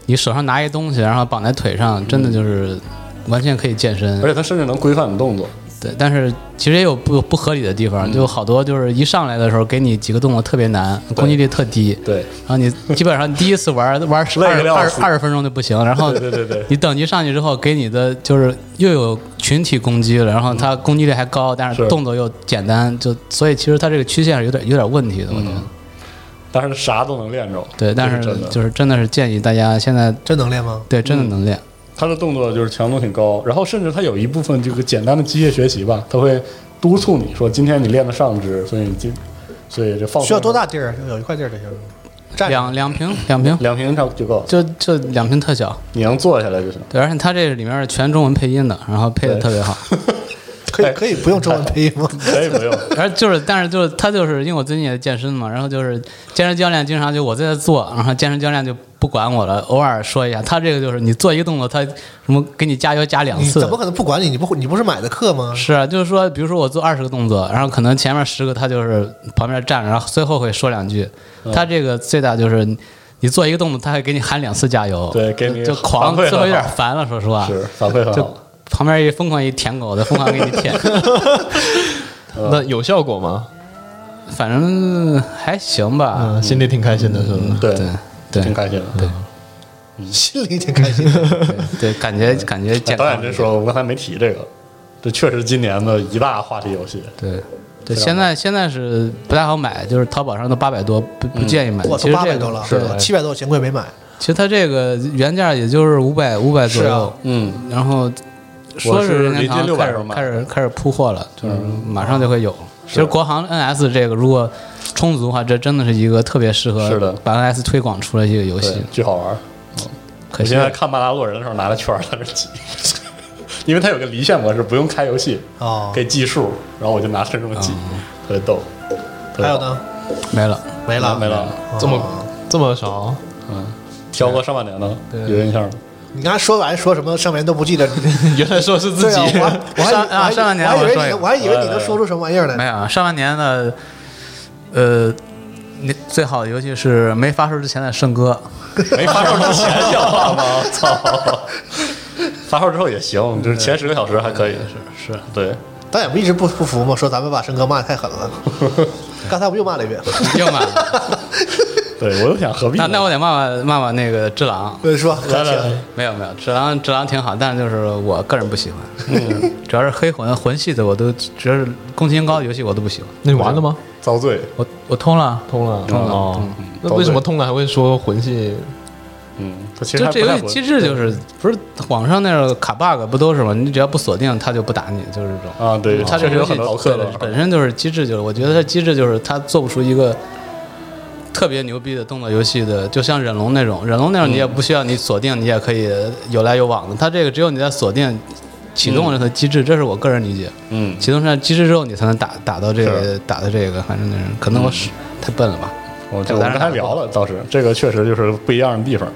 Speaker 17: 你手上拿一东西，然后绑在腿上，真的
Speaker 3: 嗯
Speaker 17: 就是完全可以健身。
Speaker 3: 而且它甚至能规范你动作。
Speaker 17: 对，但是其实也有不不合理的地方，
Speaker 3: 嗯
Speaker 17: 就好多就是一上来的时候给你几个动作特别难，攻击力特低。
Speaker 3: 对，
Speaker 17: 然后你基本上你第一次玩玩十
Speaker 3: 累
Speaker 17: 二
Speaker 3: 得要
Speaker 17: 二
Speaker 3: 死
Speaker 17: 二十分钟就不行，然后
Speaker 3: 对对对对
Speaker 17: 你等级上去之后给你的就是又有群体攻击了，然后它攻击力还高，但是
Speaker 3: 嗯是
Speaker 17: 动作又简单，就所以其实它这个曲线是有点有点问题的，我觉得。
Speaker 3: 但是啥都能练着。
Speaker 17: 对，但
Speaker 3: 嗯这是真的嗯
Speaker 17: 就是真的是建议大家现在
Speaker 14: 真能练吗？
Speaker 17: 对，真的能练。
Speaker 3: 他的动作就是强度挺高，然后甚至他有一部分就是简单的机械学习吧，他会督促你说今天你练的上肢，所以你今所以这放松
Speaker 14: 需要多大地儿？有一块地儿就行。
Speaker 17: 两两瓶，两瓶，
Speaker 3: 两瓶差就够，
Speaker 17: 就就两瓶特小，
Speaker 3: 你能坐下来就行。
Speaker 17: 对，而且它这里面是全中文配音的，然后配的
Speaker 3: 对
Speaker 17: 特 别好。
Speaker 14: 可
Speaker 6: 哎
Speaker 14: 以可以不用中文配音吗？
Speaker 3: 可以不 用。
Speaker 17: 而就是，但是就是他就是因为我最近也健身嘛，然后就是健身教练经常就我在这做，然后健身教练就不管我了，偶尔说一下。他这个就是你做一个动作，他什么给你加油加两
Speaker 14: 你
Speaker 17: 次
Speaker 14: 怎么。可能不管你？你不你不是买的课吗？
Speaker 17: 是啊，就是说，比如说我做二十个动作，然后可能前面十个他就是旁边站着，然后最后会说两句。
Speaker 3: 嗯
Speaker 17: 他这个最大就是你做一个动作，他还给你喊两次加油，
Speaker 3: 对给你
Speaker 17: 就就狂，
Speaker 3: 反馈很
Speaker 17: 最后有点
Speaker 3: 好
Speaker 17: 烦了，说实话。
Speaker 3: 是反馈很
Speaker 17: 就
Speaker 3: 好
Speaker 17: 旁边一疯狂一舔狗的，疯狂给你舔。
Speaker 5: 那有效果吗？
Speaker 17: 反正还行吧，嗯
Speaker 5: 嗯、心里挺开心的，是吧？
Speaker 3: 对
Speaker 17: 对，
Speaker 3: 挺开心的，嗯对。
Speaker 14: 心里挺开心的。
Speaker 17: 对，感
Speaker 3: 呃
Speaker 17: 觉感觉
Speaker 3: 导演真说，我刚才没提这个，这确实今年的一大话题游戏。
Speaker 17: 对，对，现在现在是不太好买，就是淘宝上都八百多，不
Speaker 3: 嗯
Speaker 17: 不建议买。
Speaker 14: 我
Speaker 17: 其
Speaker 14: 都
Speaker 17: 实
Speaker 14: 八
Speaker 17: 这
Speaker 14: 百
Speaker 17: 个
Speaker 14: 多了，七百多我嫌贵没买。
Speaker 17: 其实它这个原价也就是五百五百左
Speaker 14: 是
Speaker 17: 右
Speaker 14: 啊，
Speaker 17: 嗯，然后说
Speaker 3: 我是
Speaker 17: 任天堂
Speaker 3: 临近600
Speaker 17: 开
Speaker 3: 时候
Speaker 17: 始
Speaker 3: 买
Speaker 17: 开始开始铺货了，就是
Speaker 3: 嗯
Speaker 17: 马上就会有。其实国行 NS 这个如果充足的话，这真的是一个特别适合
Speaker 3: 是的
Speaker 17: 把 NS 推广出来的一个游戏
Speaker 3: 对，巨好玩。
Speaker 17: 可
Speaker 3: 我
Speaker 17: 惜
Speaker 3: 现在看《曼达洛人》的时候拿了圈儿在这挤，因为它有个离线模式，不用开游戏，
Speaker 14: 哦，
Speaker 3: 可以计数，然后我就拿着这么挤，
Speaker 17: 哦
Speaker 3: 特别逗。特别
Speaker 14: 还
Speaker 3: 好
Speaker 14: 有呢？
Speaker 17: 没哦了，
Speaker 14: 没了
Speaker 3: 没了，
Speaker 5: 这么这么少，
Speaker 3: 嗯，挑过上半年的有印象吗？
Speaker 14: 你刚才说完说什么上面都不 记得，
Speaker 5: 原来说是
Speaker 14: 对啊，我还我还
Speaker 17: 上
Speaker 14: 我还
Speaker 17: 啊上半年
Speaker 14: 我还以
Speaker 17: 我说
Speaker 14: 为
Speaker 17: 一
Speaker 14: 你
Speaker 17: 个
Speaker 14: 我还以为你能说出什么玩意儿来
Speaker 17: 没。有，上半年的，呃，那最好的游戏是没发售之前的《圣歌》，
Speaker 3: 没发售之前笑话 吗？我操！发售之后也行，就是前十个小时还可以。是是，对，
Speaker 14: 导演不一直不不服吗？说咱们把申哥骂得太狠 了，刚才不又骂了一遍？
Speaker 17: 又骂。
Speaker 3: 对我又想何必
Speaker 17: 那那我得骂骂骂骂那个《只狼》。
Speaker 14: 对，说
Speaker 3: 来来来
Speaker 17: 没有没有，《只狼》《只狼》挺好，但是就是我个人不喜欢，主要是黑魂魂系的我都，只要是攻击性高的游戏我都不喜欢。
Speaker 5: 那你玩了吗？
Speaker 3: 遭罪，
Speaker 17: 我我通了，
Speaker 5: 通了，
Speaker 17: 通了
Speaker 5: 哦
Speaker 17: 嗯
Speaker 5: 那为什么通了还会说魂系？
Speaker 3: 嗯，它其实
Speaker 17: 就
Speaker 3: 还
Speaker 17: 这
Speaker 3: 不
Speaker 17: 游
Speaker 3: 太
Speaker 17: 戏
Speaker 3: 混
Speaker 17: 机制就是不是网上那个卡 bug 不都是吗？你只要不锁定，它就不打你，就是这种嗯
Speaker 3: 啊对
Speaker 17: 它这
Speaker 3: 确
Speaker 17: 个
Speaker 3: 实有
Speaker 17: 游戏
Speaker 3: 很多克的
Speaker 17: 对
Speaker 3: 玩法
Speaker 17: 本身就是机制，就是我觉得它机制就是它做不出一个特别牛逼的动作游戏的，就像忍龙那种，忍龙那种你也不
Speaker 3: 嗯
Speaker 17: 需要你锁定，你也可以有来有往的。它这个只有你在锁定启动了它的机制，这是我个人理解。
Speaker 3: 嗯，
Speaker 17: 启动上机制之后，你才能打打到这个打到这个，反正那是可能我是太笨了吧。
Speaker 3: 嗯我
Speaker 17: 这
Speaker 3: 哦我
Speaker 17: 当
Speaker 3: 们
Speaker 17: 然
Speaker 3: 刚才聊了，倒是这个确实就是不一样的地方，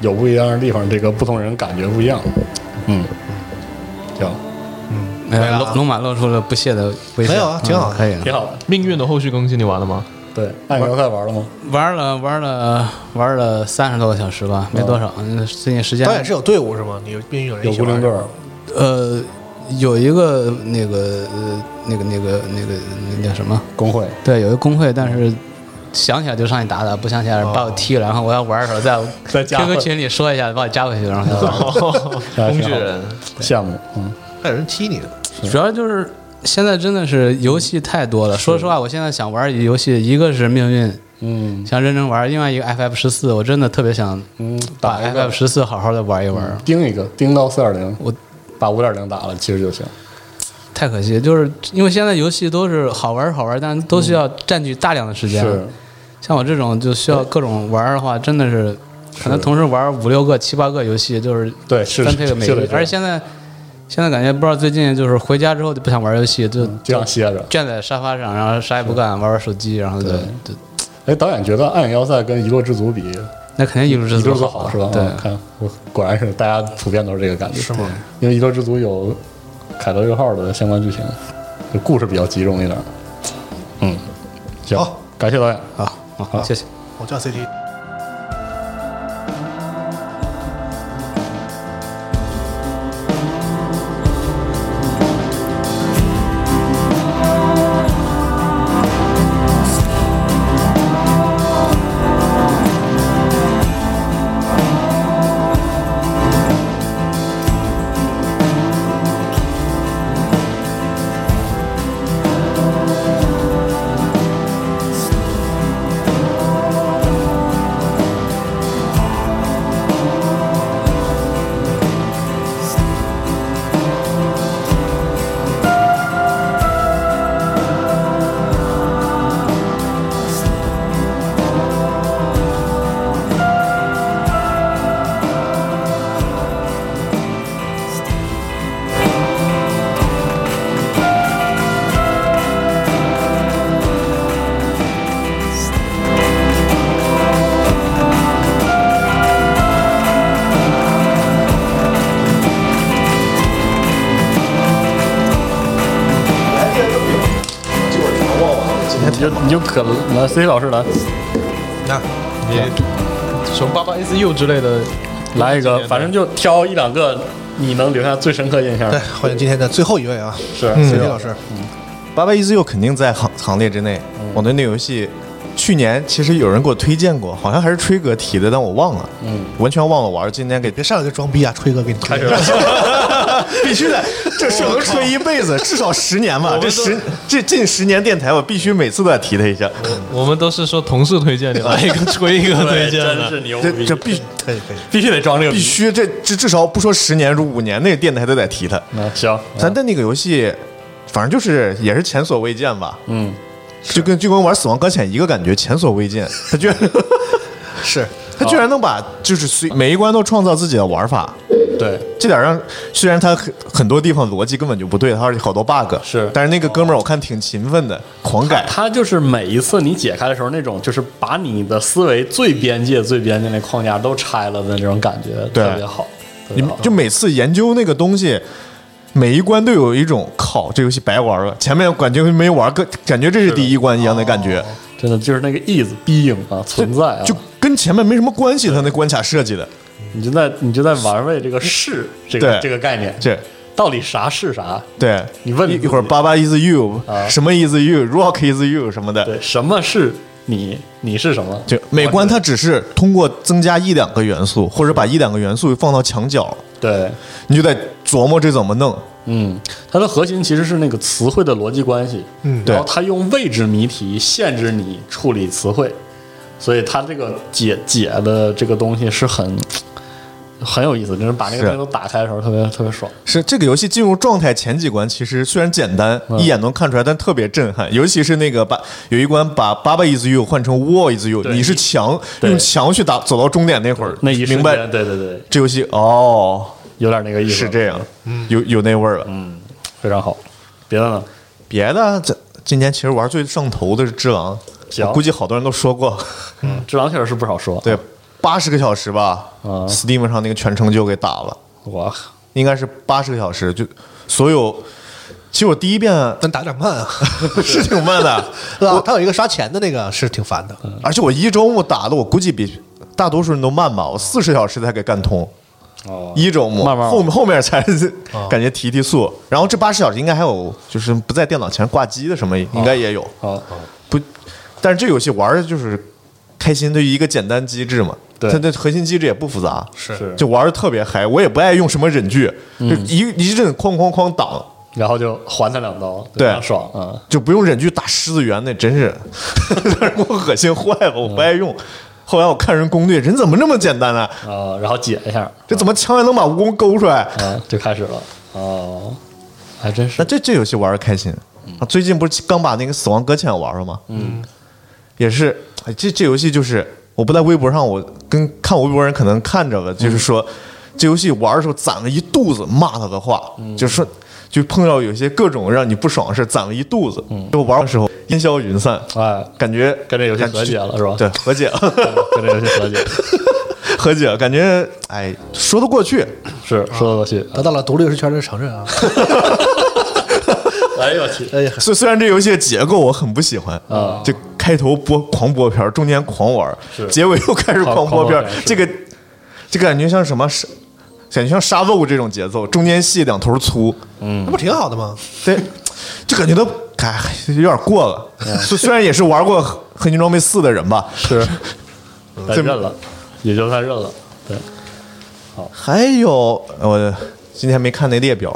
Speaker 3: 有不一样的地方，这个不同人感觉不一样。嗯，行，
Speaker 5: 嗯
Speaker 17: 没
Speaker 3: 没
Speaker 17: 有
Speaker 3: 了啊
Speaker 17: 龙龙马哎露出了不屑的微笑，
Speaker 3: 没有啊挺好
Speaker 17: 嗯可以，
Speaker 3: 挺好。
Speaker 5: 命运的后续更新你玩了吗？
Speaker 3: 对，那你刚才玩了吗？
Speaker 17: 玩了玩了玩了三十多个小时吧，没多少。
Speaker 3: 哦
Speaker 17: 嗯最近时间
Speaker 14: 导演是有队伍是吗？你有必须有人一起玩
Speaker 3: 队儿，
Speaker 17: 呃，有一个那个呃那个那个那个那叫什么
Speaker 3: 工会？
Speaker 17: 对，有一个工会，但是想起来就上去打打，不想起来
Speaker 3: 哦
Speaker 17: 把我踢了，然后我要玩的时候再
Speaker 3: 再加回
Speaker 17: QQ 群里说一下，把我加回去，然后 再玩。
Speaker 3: 还挺好的，羡慕，哦嗯，
Speaker 14: 还有人踢你呢。
Speaker 17: 主要就是现在真的是游戏太多了。说实话，我现在想玩一游戏，一个是命运，
Speaker 3: 嗯，
Speaker 17: 想认真玩；另外一个 FF 十四，我真的特别想，
Speaker 3: 嗯，
Speaker 17: 把 FF 十四好好的玩一玩。
Speaker 3: 盯一个，盯到四点零，
Speaker 17: 我
Speaker 3: 把五点零打了，其实就行。
Speaker 17: 太可惜，就是因为现在游戏都是好玩好玩，但都需要占据大量的时间。
Speaker 3: 是
Speaker 17: 像我这种就需要各种玩的话，真的是可能同时玩五六个、七八个游戏，就是
Speaker 3: 对，是
Speaker 17: 分配个每
Speaker 3: 是
Speaker 17: 个
Speaker 3: 的
Speaker 17: 月
Speaker 3: 是。的
Speaker 17: 而且现在现在感觉不知道最近就是回家之后就不想玩游戏，就
Speaker 3: 就嗯想歇着，
Speaker 17: 站在沙发上，然后啥也不干，玩玩手机，然后就就
Speaker 3: 哎，导演觉得《暗影要塞》跟《一落之族》比，
Speaker 17: 那肯定一落之族
Speaker 3: 一落
Speaker 17: 好
Speaker 3: 好是吧？
Speaker 17: 对
Speaker 3: 嗯看我果然是大家普遍都是这个感觉，是吗？因为《一落之族》有凯德六号的相关剧情，就故事比较集中一点。嗯，行，感谢导演，好，好，谢谢。
Speaker 14: 我叫 CT。
Speaker 3: 你就你就可来，C 老师来，
Speaker 16: 那你什么八八 S U 之类的，
Speaker 3: 来一个，反正就挑一两个你能留下最深刻印象。对，
Speaker 1: 欢迎今天的最后一位啊，
Speaker 3: 是
Speaker 1: 嗯
Speaker 3: C
Speaker 1: 李老师，
Speaker 9: 八八一四六肯定在行行列之内。
Speaker 3: 嗯
Speaker 9: 网对那游戏，去年其实有人给我推荐过，好像还是吹哥提的，但我忘了，嗯，完全忘了玩。今天给别
Speaker 1: 上来就装逼啊，吹哥给你开
Speaker 9: 始了，必须得， 这事儿能吹一辈子，至少十年吧。这十这近十年电台，我必须每次都要提他一下。
Speaker 3: 嗯
Speaker 5: 我们都是说同事 推荐的，来一个吹一个推荐的，
Speaker 9: 这这必
Speaker 1: 可以可以，
Speaker 9: 必须得装这个，必须这这至少不说十年，如五年，那个电台都得提它。
Speaker 3: 那行，
Speaker 9: 咱但那个游戏，反正就是也是前所未见吧，嗯，就跟就跟玩《死亡搁浅》一个感觉，前所未见，他居然
Speaker 1: 是
Speaker 9: 他居然能把就是随每一关都创造自己的玩法，
Speaker 3: 对，
Speaker 9: 这点让虽然他很很多地方逻辑根本就不对，他而且好多 bug 是，但是那个哥们儿我看挺勤奋的，狂改，
Speaker 3: 他就是每一次你解开的时候，那种就是把你的思维最边界、最边界那框架都拆了的那种感觉，
Speaker 9: 对
Speaker 3: 特别好。
Speaker 10: 啊
Speaker 9: 你就每次研究那个东西，每一关都有一种靠这游戏白玩了，前面感觉没玩，跟感觉这是第一关一样的感觉。
Speaker 3: 真的就是那个 is being 啊，存在啊，
Speaker 9: 就跟前面没什么关系，他那关卡设计的。
Speaker 3: 你就在你就在玩味这个是这个
Speaker 9: 对
Speaker 3: 这个概念，
Speaker 9: 这
Speaker 3: 到底啥是啥？
Speaker 9: 对
Speaker 3: 你问啊
Speaker 9: 一一会儿，爸爸 is you，、什么 is you，rock is you 什么的，对，
Speaker 3: 什么是你，你是什么？
Speaker 9: 就每关它只是通过增加一两个元素，或者把一两个元素放到墙角，
Speaker 3: 对，
Speaker 9: 你就得琢磨这怎么弄。
Speaker 3: 嗯，它的核心其实是那个词汇的逻辑关系，
Speaker 9: 嗯
Speaker 3: 然后它用位置谜题限制你处理词汇，所以它这个解解的这个东西是很很有意思，就是把那个
Speaker 9: 是
Speaker 3: 东西都打开的时候特别特别爽。
Speaker 9: 是这个游戏进入状态前几关，其实虽然简单，一眼能看出来，但特别震撼。尤其是那个把有一关把“爸爸 is you” 换成 “wall is you”，你是墙，
Speaker 3: 对
Speaker 9: 用墙去打走到终点那会儿，
Speaker 3: 那一瞬
Speaker 9: 明白
Speaker 3: 间，？对对对，
Speaker 9: 这游戏哦，
Speaker 3: 有点那个意思，
Speaker 9: 是这样，有有那味儿了，
Speaker 3: 嗯，非常好。别的呢？
Speaker 9: 别的这今年其实玩最上头的是《只狼》，
Speaker 3: 行
Speaker 9: 我估计好多人都说过，
Speaker 3: 嗯，《只狼》确实是不少说，嗯
Speaker 9: 对，八十个小时吧、s t e a m 上那个全程就给打了，
Speaker 3: 哇，
Speaker 9: 应该是八十个小时，就所有。其实我第一遍
Speaker 1: 但打点慢啊，
Speaker 9: 是挺慢 的。
Speaker 1: 啊，他有一个刷钱的那个是挺烦的，
Speaker 9: 而且我一周目打的，我估计比大多数人都慢吧，我四十小时才给干通。
Speaker 3: 哦
Speaker 9: 一周目
Speaker 3: 慢慢
Speaker 9: 后后面才是
Speaker 3: 哦
Speaker 9: 感觉提提速，然后这八十小时应该还有就是不在电脑前挂机的什
Speaker 3: 啊
Speaker 9: 么，应该也有。
Speaker 3: 哦，
Speaker 9: 不，但是这游戏玩的就是开心，对于一个简单机制嘛，
Speaker 3: 对
Speaker 9: 它的核心机制也不复杂，
Speaker 3: 是
Speaker 9: 就玩的特别嗨。我也不爱用什么忍具，就
Speaker 3: 嗯
Speaker 9: 一一阵哐哐哐挡，
Speaker 3: 然后就还他两刀，
Speaker 9: 对
Speaker 3: 非常爽啊！
Speaker 9: 就不用忍具打狮子猿，那真是 让人给我恶心坏了，我不爱用。后来我看人攻略，人怎么这么简单呢？
Speaker 3: 嗯啊，然后解一下，
Speaker 9: 这怎么枪也能把蜈蚣勾出来？
Speaker 3: 啊，就开始了。哦，还真是。
Speaker 9: 那这这游戏玩的开心。啊，最近不是刚把那个《死亡搁浅》玩了吗？
Speaker 3: 嗯，
Speaker 9: 也是，哎这这游戏就是我不在微博上，我跟看我微博人可能看着了，就是说、
Speaker 3: 嗯
Speaker 9: 这游戏玩的时候攒了一肚子骂他的话，
Speaker 3: 嗯
Speaker 9: 就是说就碰到有些各种让你不爽的事，攒了一肚子。就玩的时候烟消云散，
Speaker 3: 嗯哎，
Speaker 9: 感觉
Speaker 3: 跟这游戏
Speaker 9: 感觉
Speaker 3: 和解了是吧
Speaker 9: 对，和解了，
Speaker 3: 跟这游戏和解，
Speaker 9: 和解，感觉哎说得过去，
Speaker 3: 是说得过去，
Speaker 1: 得到了独立游戏圈的承认啊。
Speaker 3: 哎呦我去！
Speaker 9: 哎呀，虽虽然这游戏的结构我很不喜欢啊，就开头播狂播片儿，中间狂玩儿
Speaker 3: 是，
Speaker 9: 结尾又开始
Speaker 3: 狂
Speaker 9: 狂播片儿
Speaker 3: 狂播片儿是，
Speaker 9: 这个这感觉像什么是？感觉像沙漏这种节奏，中间细两头粗，嗯
Speaker 14: 那不挺好的吗？
Speaker 9: 对，就感觉到哎有点过了。虽虽然也是玩过《合金装备四》的人吧，
Speaker 3: 嗯 是，
Speaker 9: 这
Speaker 3: 认了，也就算认了。对，
Speaker 9: 还有呃我今天没看那列表，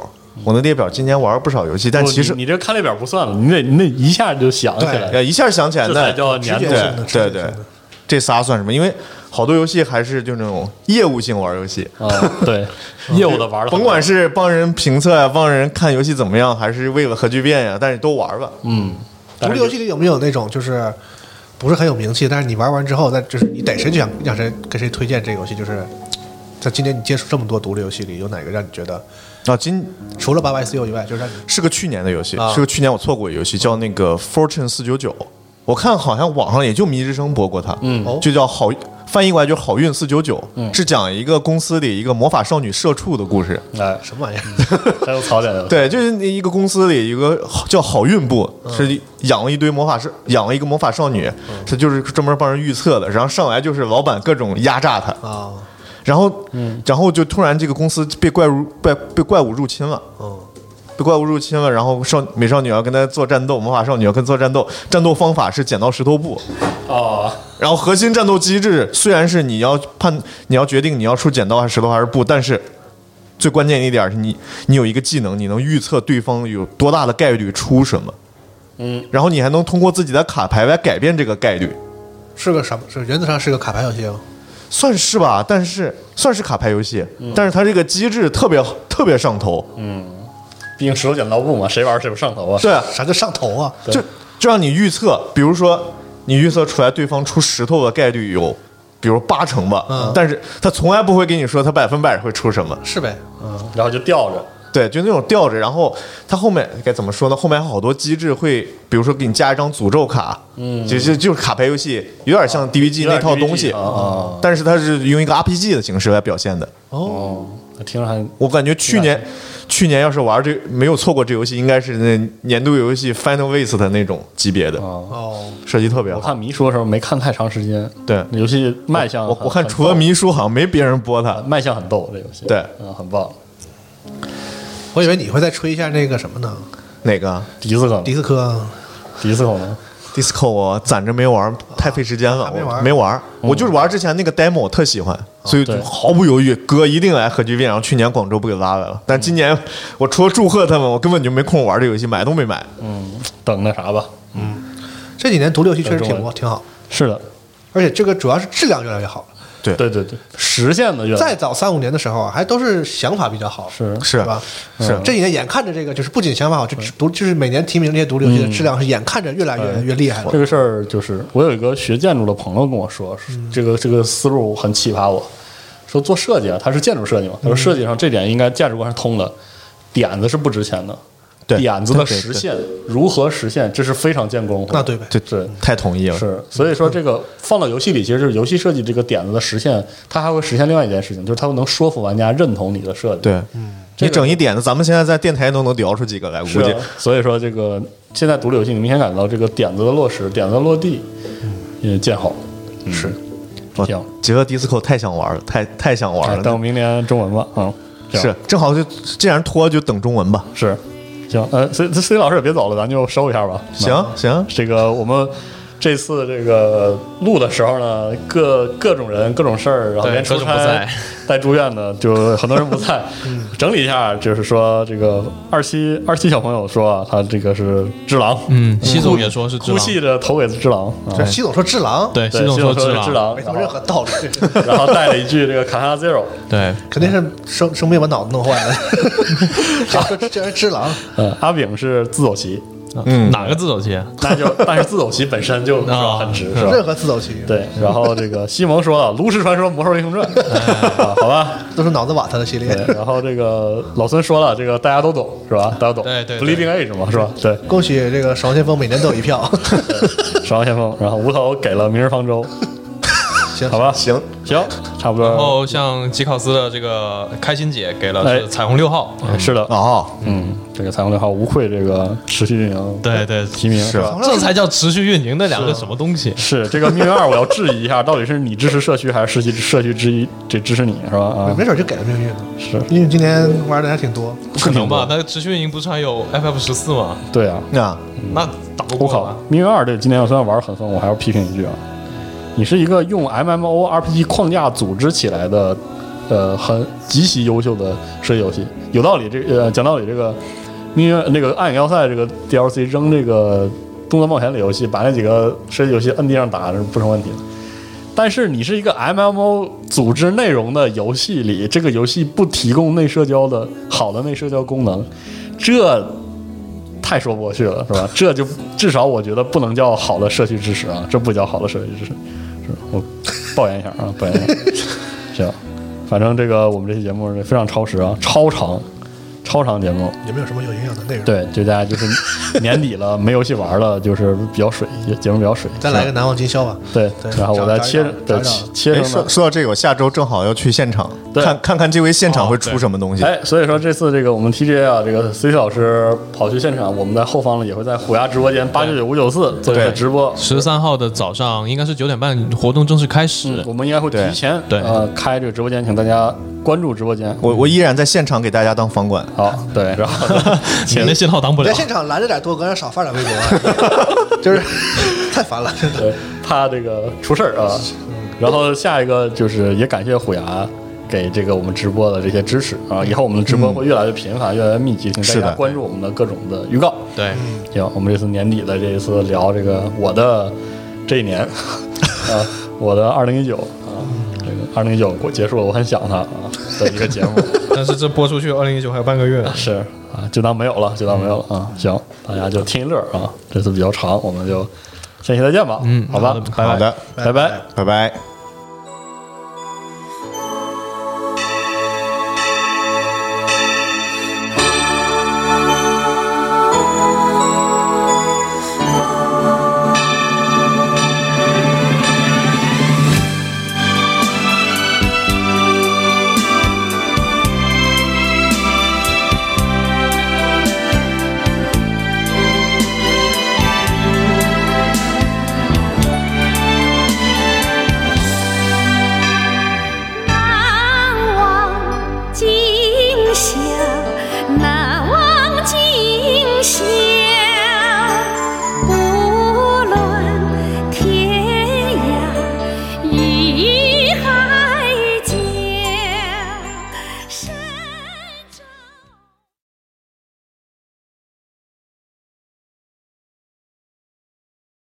Speaker 9: 我那列表今年玩了不少游戏，但
Speaker 3: 不
Speaker 9: 其实
Speaker 3: 你你这看列表不算了，你得你得一下就想起来
Speaker 9: 对，，一下想起来，
Speaker 3: 这
Speaker 9: 那
Speaker 3: 才叫年度。
Speaker 9: 对对对，这仨算什么？因为好多游戏还是就那种业务性玩游戏
Speaker 3: 啊， 对，业务的玩的，
Speaker 9: 甭管是帮人评测呀，帮人看游戏怎么样，还是为了核聚变呀，但是都玩吧。
Speaker 3: 嗯，
Speaker 14: 独立游戏里有没有那种就是不是很有名气，但是你玩完之后，那就是你逮谁就想让谁跟谁推荐这个游戏？就是在今年你接触这么多独立游戏里，有哪个让你觉得
Speaker 9: 啊，今
Speaker 14: 除了八八 SU 以外，就是让你
Speaker 9: 是个去年的游戏
Speaker 14: 啊，
Speaker 9: 是个去年我错过的游戏，叫那个 Fortune 四九九。我看好像网上也就迷之声播过它，
Speaker 3: 嗯哦
Speaker 9: 就叫好翻译过来就是好运四九九
Speaker 3: 嗯，
Speaker 9: 是讲一个公司里一个魔法少女社畜的故事。
Speaker 3: 哎，
Speaker 14: 什么玩意
Speaker 3: 儿？很有槽点的。
Speaker 9: 对，就是那一个公司里一个好叫好运部，是养了一堆魔法少，养了一个魔法少女，她就是专门帮人预测的。然后上来就是老板各种压榨她，
Speaker 14: 啊，
Speaker 9: 然后，然后就突然这个公司被怪物被被怪物入侵了，被怪物入侵了。然后少美少女要跟她做战斗，魔法少女要跟她做战斗，战斗方法是剪刀石头布。
Speaker 3: 哦，
Speaker 9: 然后核心战斗机制虽然是你要判，你要决定你要出剪刀还是石头还是布，但是最关键一点是你你有一个技能，你能预测对方有多大的概率出什么，
Speaker 3: 嗯，
Speaker 9: 然后你还能通过自己的卡牌来改变这个概率，
Speaker 14: 是个什么？是原则上是个卡牌游戏吗？
Speaker 9: 算是吧，但是算是卡牌游戏，
Speaker 14: 嗯
Speaker 9: 但是它这个机制特别特别上头，
Speaker 3: 嗯，毕竟石头剪刀布嘛，谁玩谁不上头啊。
Speaker 9: 对啊
Speaker 14: 啥叫上头啊？
Speaker 9: 就就让你预测，比如说你预测出来对方出石头的概率有，比如八成吧，
Speaker 14: 嗯
Speaker 9: 但是他从来不会跟你说他百分百会出什么，
Speaker 14: 是呗？
Speaker 3: 嗯，然后就吊着。
Speaker 9: 对，就那种吊着，然后它后面该怎么说呢？后面还有好多机制会，比如说给你加一张诅咒卡，
Speaker 3: 嗯啊
Speaker 9: 就就就是卡牌游戏，有点像 DVG
Speaker 3: 有点
Speaker 9: 那套东西嗯
Speaker 3: DVG 啊啊
Speaker 9: 但是它是用一个 RPG 的形式来表现的。嗯
Speaker 3: 哦，听着还
Speaker 9: 我感觉去年去年要是玩这没有错过这游戏，应该是那年度游戏 Final Waste 的那种级别的，
Speaker 14: 哦，
Speaker 9: 设计特别好。
Speaker 3: 我看迷说的时候没看太长时间，
Speaker 9: 对
Speaker 3: 游戏卖相
Speaker 9: 我
Speaker 3: 很
Speaker 9: 我看除了迷叔好像没别人播它，
Speaker 3: 卖相很逗这游戏，
Speaker 9: 对，
Speaker 3: 嗯， 很棒。
Speaker 14: 我以为你会再吹一下那个什么呢？
Speaker 9: 哪个？
Speaker 3: 迪斯科，
Speaker 14: 迪斯科，
Speaker 3: 迪斯科吗
Speaker 9: ？disco 我攒着没玩，太费时间了，
Speaker 14: 没
Speaker 9: 我
Speaker 14: 玩
Speaker 9: 没玩，
Speaker 3: 嗯
Speaker 9: 我就是玩之前那个 demo，我特喜欢，
Speaker 3: 哦
Speaker 9: 所以就毫不犹豫，哥一定来核聚变。然后去年广州不给拉来了，
Speaker 3: 嗯
Speaker 9: 但今年 我除了祝贺他们，我根本就没空玩这游戏，买都没买。
Speaker 3: 嗯，等那啥吧。
Speaker 14: 嗯，这几年独立游戏确实挺多，挺好，
Speaker 3: 是的，
Speaker 14: 而且这个主要是质量越来越好了。
Speaker 9: 对
Speaker 3: 对对对，实现的越来
Speaker 14: 再
Speaker 3: 越
Speaker 14: 早三五年的时候啊，还都是想法比较好，是
Speaker 9: 是
Speaker 14: 吧？
Speaker 9: 是
Speaker 14: 这几年眼看着这个，就是不仅想法好，就独就是每年提名这些独立游戏的质量是眼看着越来越越厉害了。
Speaker 3: 呃这个事儿就是，我有一个学建筑的朋友跟我说，
Speaker 14: 嗯
Speaker 3: 这个这个思路很启发我。说做设计啊，他是建筑设计嘛，
Speaker 14: 嗯
Speaker 3: 他说设计上这点应该价值观是通的，点子是不值钱的，
Speaker 9: 对
Speaker 3: 点子的
Speaker 9: 对对
Speaker 3: 实
Speaker 9: 对
Speaker 3: 现如何实现，这是非常见功夫的。
Speaker 14: 那对呗，
Speaker 9: 对
Speaker 3: 对，
Speaker 9: 太同意了。
Speaker 3: 是，所以说这个放到游戏里，其实就是游戏设计这个点子的实现，它还会实现另外一件事情，就是它能说服玩家认同你的设计。
Speaker 9: 对，
Speaker 3: 这
Speaker 9: 你
Speaker 3: 个
Speaker 9: 整一点子，咱们现在在电台都能聊出几个来，估
Speaker 3: 是啊
Speaker 9: 计。
Speaker 3: 所以说这个现在独立游戏，你明显感觉到这个点子的落实、点子的落地，也见好。
Speaker 9: 嗯
Speaker 3: 是，
Speaker 9: 我极乐 disco 太想玩了，太太想玩了。
Speaker 3: 哎等明年中文吧，啊，这样
Speaker 9: 是正好就既然拖，就等中文吧。
Speaker 3: 是，行，呃，C C 老师也别走了，咱就收一下吧。
Speaker 9: 行行，
Speaker 3: 这个我们。这次这个录的时候呢，各各种人、各种事儿，然后
Speaker 6: 对
Speaker 3: 连出
Speaker 6: 各种不
Speaker 3: 差
Speaker 6: 在、
Speaker 3: 带住院的，就很多人不 在。
Speaker 5: 嗯
Speaker 3: 整理一下，就是说这个二七二七小朋友说啊，他这个是只狼，
Speaker 5: 嗯习总也说是只
Speaker 3: 哭
Speaker 5: 狼
Speaker 3: 泣着投给只狼。啊
Speaker 14: 这西总说智狼，
Speaker 5: 对
Speaker 3: 对习总习总说说是智
Speaker 14: 智
Speaker 3: 狼
Speaker 14: 没有任何道理，
Speaker 3: 然后带了一句这个卡莎 Zero，
Speaker 5: 对，
Speaker 14: 肯定是生 生病把脑子弄坏了。这这这是智狼，
Speaker 3: 呃，阿炳是自走棋，
Speaker 5: 嗯哪个自走棋啊？ 哦
Speaker 3: 那就但是自走棋本身就是吧很值，是吧？
Speaker 14: 任何自走棋，
Speaker 3: 对， 然后这个西蒙说了《炉石传说》《魔兽英雄传》
Speaker 5: 哎
Speaker 3: 啊，好吧，
Speaker 14: 都是脑子瓦特的系列。
Speaker 3: 然后这个老孙说了，这个大家都懂是吧？大家懂，
Speaker 14: 对对
Speaker 3: b l e e d i n g Age 嘛是吧？对，
Speaker 14: 恭喜这个守望先锋每年都有一票，
Speaker 3: 守望先锋，然后无头给了《明日方舟》，
Speaker 9: 行，
Speaker 3: 好吧，
Speaker 9: 行
Speaker 3: 行，差不多。
Speaker 5: 然后像吉考斯的这个开心姐给了
Speaker 3: 哎
Speaker 5: 是彩虹六号，
Speaker 3: 哎是的
Speaker 14: 哦
Speaker 3: 啊，嗯，这个彩虹六号无愧这个持续运营，
Speaker 5: 对对
Speaker 3: 提名
Speaker 5: 是吧这才叫持续运营那两个什么东西？
Speaker 3: 是这个命运二，我要质疑一下，到底是你支持社区还是社区社区之一这支持你是吧？啊，
Speaker 14: 没准就给了命运呢。
Speaker 3: 是
Speaker 14: 因为今年玩的还挺多，
Speaker 5: 不可能吧？啊那个持续运营不是还有 FF 十四吗？
Speaker 3: 对啊，
Speaker 9: 那
Speaker 5: 那打不
Speaker 3: 我
Speaker 5: 过
Speaker 3: 靠
Speaker 5: 啊，
Speaker 3: 命运二这个今年我虽然玩得很疯，我还要批评一句啊，你是一个用 MMORPG 框架组织起来的，呃，很极其优秀的射击游戏。有道理，这呃，讲道理，这个命运那个暗影要塞这个 DLC 扔这个动作冒险类游戏，把那几个射击游戏摁地上打是不成问题的。但是你是一个 MMO 组织内容的游戏里，这个游戏不提供内社交的好的内社交功能，这太说不过去了，是吧？这就至少我觉得不能叫好的社区支持啊，这不叫好的社区支持，是吧我抱怨一下啊，抱怨一下。 行，反正这个我们这期节目是非常超时啊，超长，超长节目。
Speaker 14: 也没有什么有营养的内容。
Speaker 3: 对，就大家就是年底了，没游戏玩了，就是比较水，节目比较水。
Speaker 14: 再来个难忘今宵吧。
Speaker 3: 对，
Speaker 14: 对
Speaker 3: 然后我再
Speaker 14: 找
Speaker 3: 切
Speaker 14: 找
Speaker 3: 对
Speaker 14: 找找
Speaker 3: 切
Speaker 9: 哎
Speaker 3: 成
Speaker 9: 说
Speaker 3: 了
Speaker 9: 说到这个，我下周正好要去现场
Speaker 3: 对
Speaker 9: 看看看这回现场会出什么东西。
Speaker 3: 哎，所以说这次这个我们 TJ 啊，这个 C 老师跑去现场，我们在后方呢也会在虎牙直播间八九九五九四做一个直播，
Speaker 5: 十三号的早上应该是九点半，活动正式开始。
Speaker 3: 嗯我们应该会提前
Speaker 5: 对
Speaker 3: 呃开这个直播间，请大家关注直播间。
Speaker 9: 我我依然在现场给大家当房管。
Speaker 3: 好， 对，然后
Speaker 5: 你那信号当不了
Speaker 14: 在。现场拦着点多哥，让少发点微博啊， 就是太烦了，真的。
Speaker 3: 怕这个出事儿啊。然后下一个就是也感谢虎牙给这个我们直播的这些支持啊，以后我们的直播会越来越频繁，越来越密集，请
Speaker 9: 嗯是
Speaker 3: 大家
Speaker 9: 的
Speaker 3: 关注我们的各种的预告。
Speaker 5: 对，
Speaker 3: 行，我们这次年底的这一次聊这个我的这一年啊，我的二零一九啊，这个二零一九结束了，我很想他啊的一个节目。
Speaker 5: 但是这播出去，二零一九还有半个月。
Speaker 3: 是啊，就当没有了，就当没有了啊。行，大家就听一乐儿啊，这次比较长，我们就下期再见吧。嗯，好吧，
Speaker 5: 好的
Speaker 3: 拜拜，
Speaker 9: 拜拜。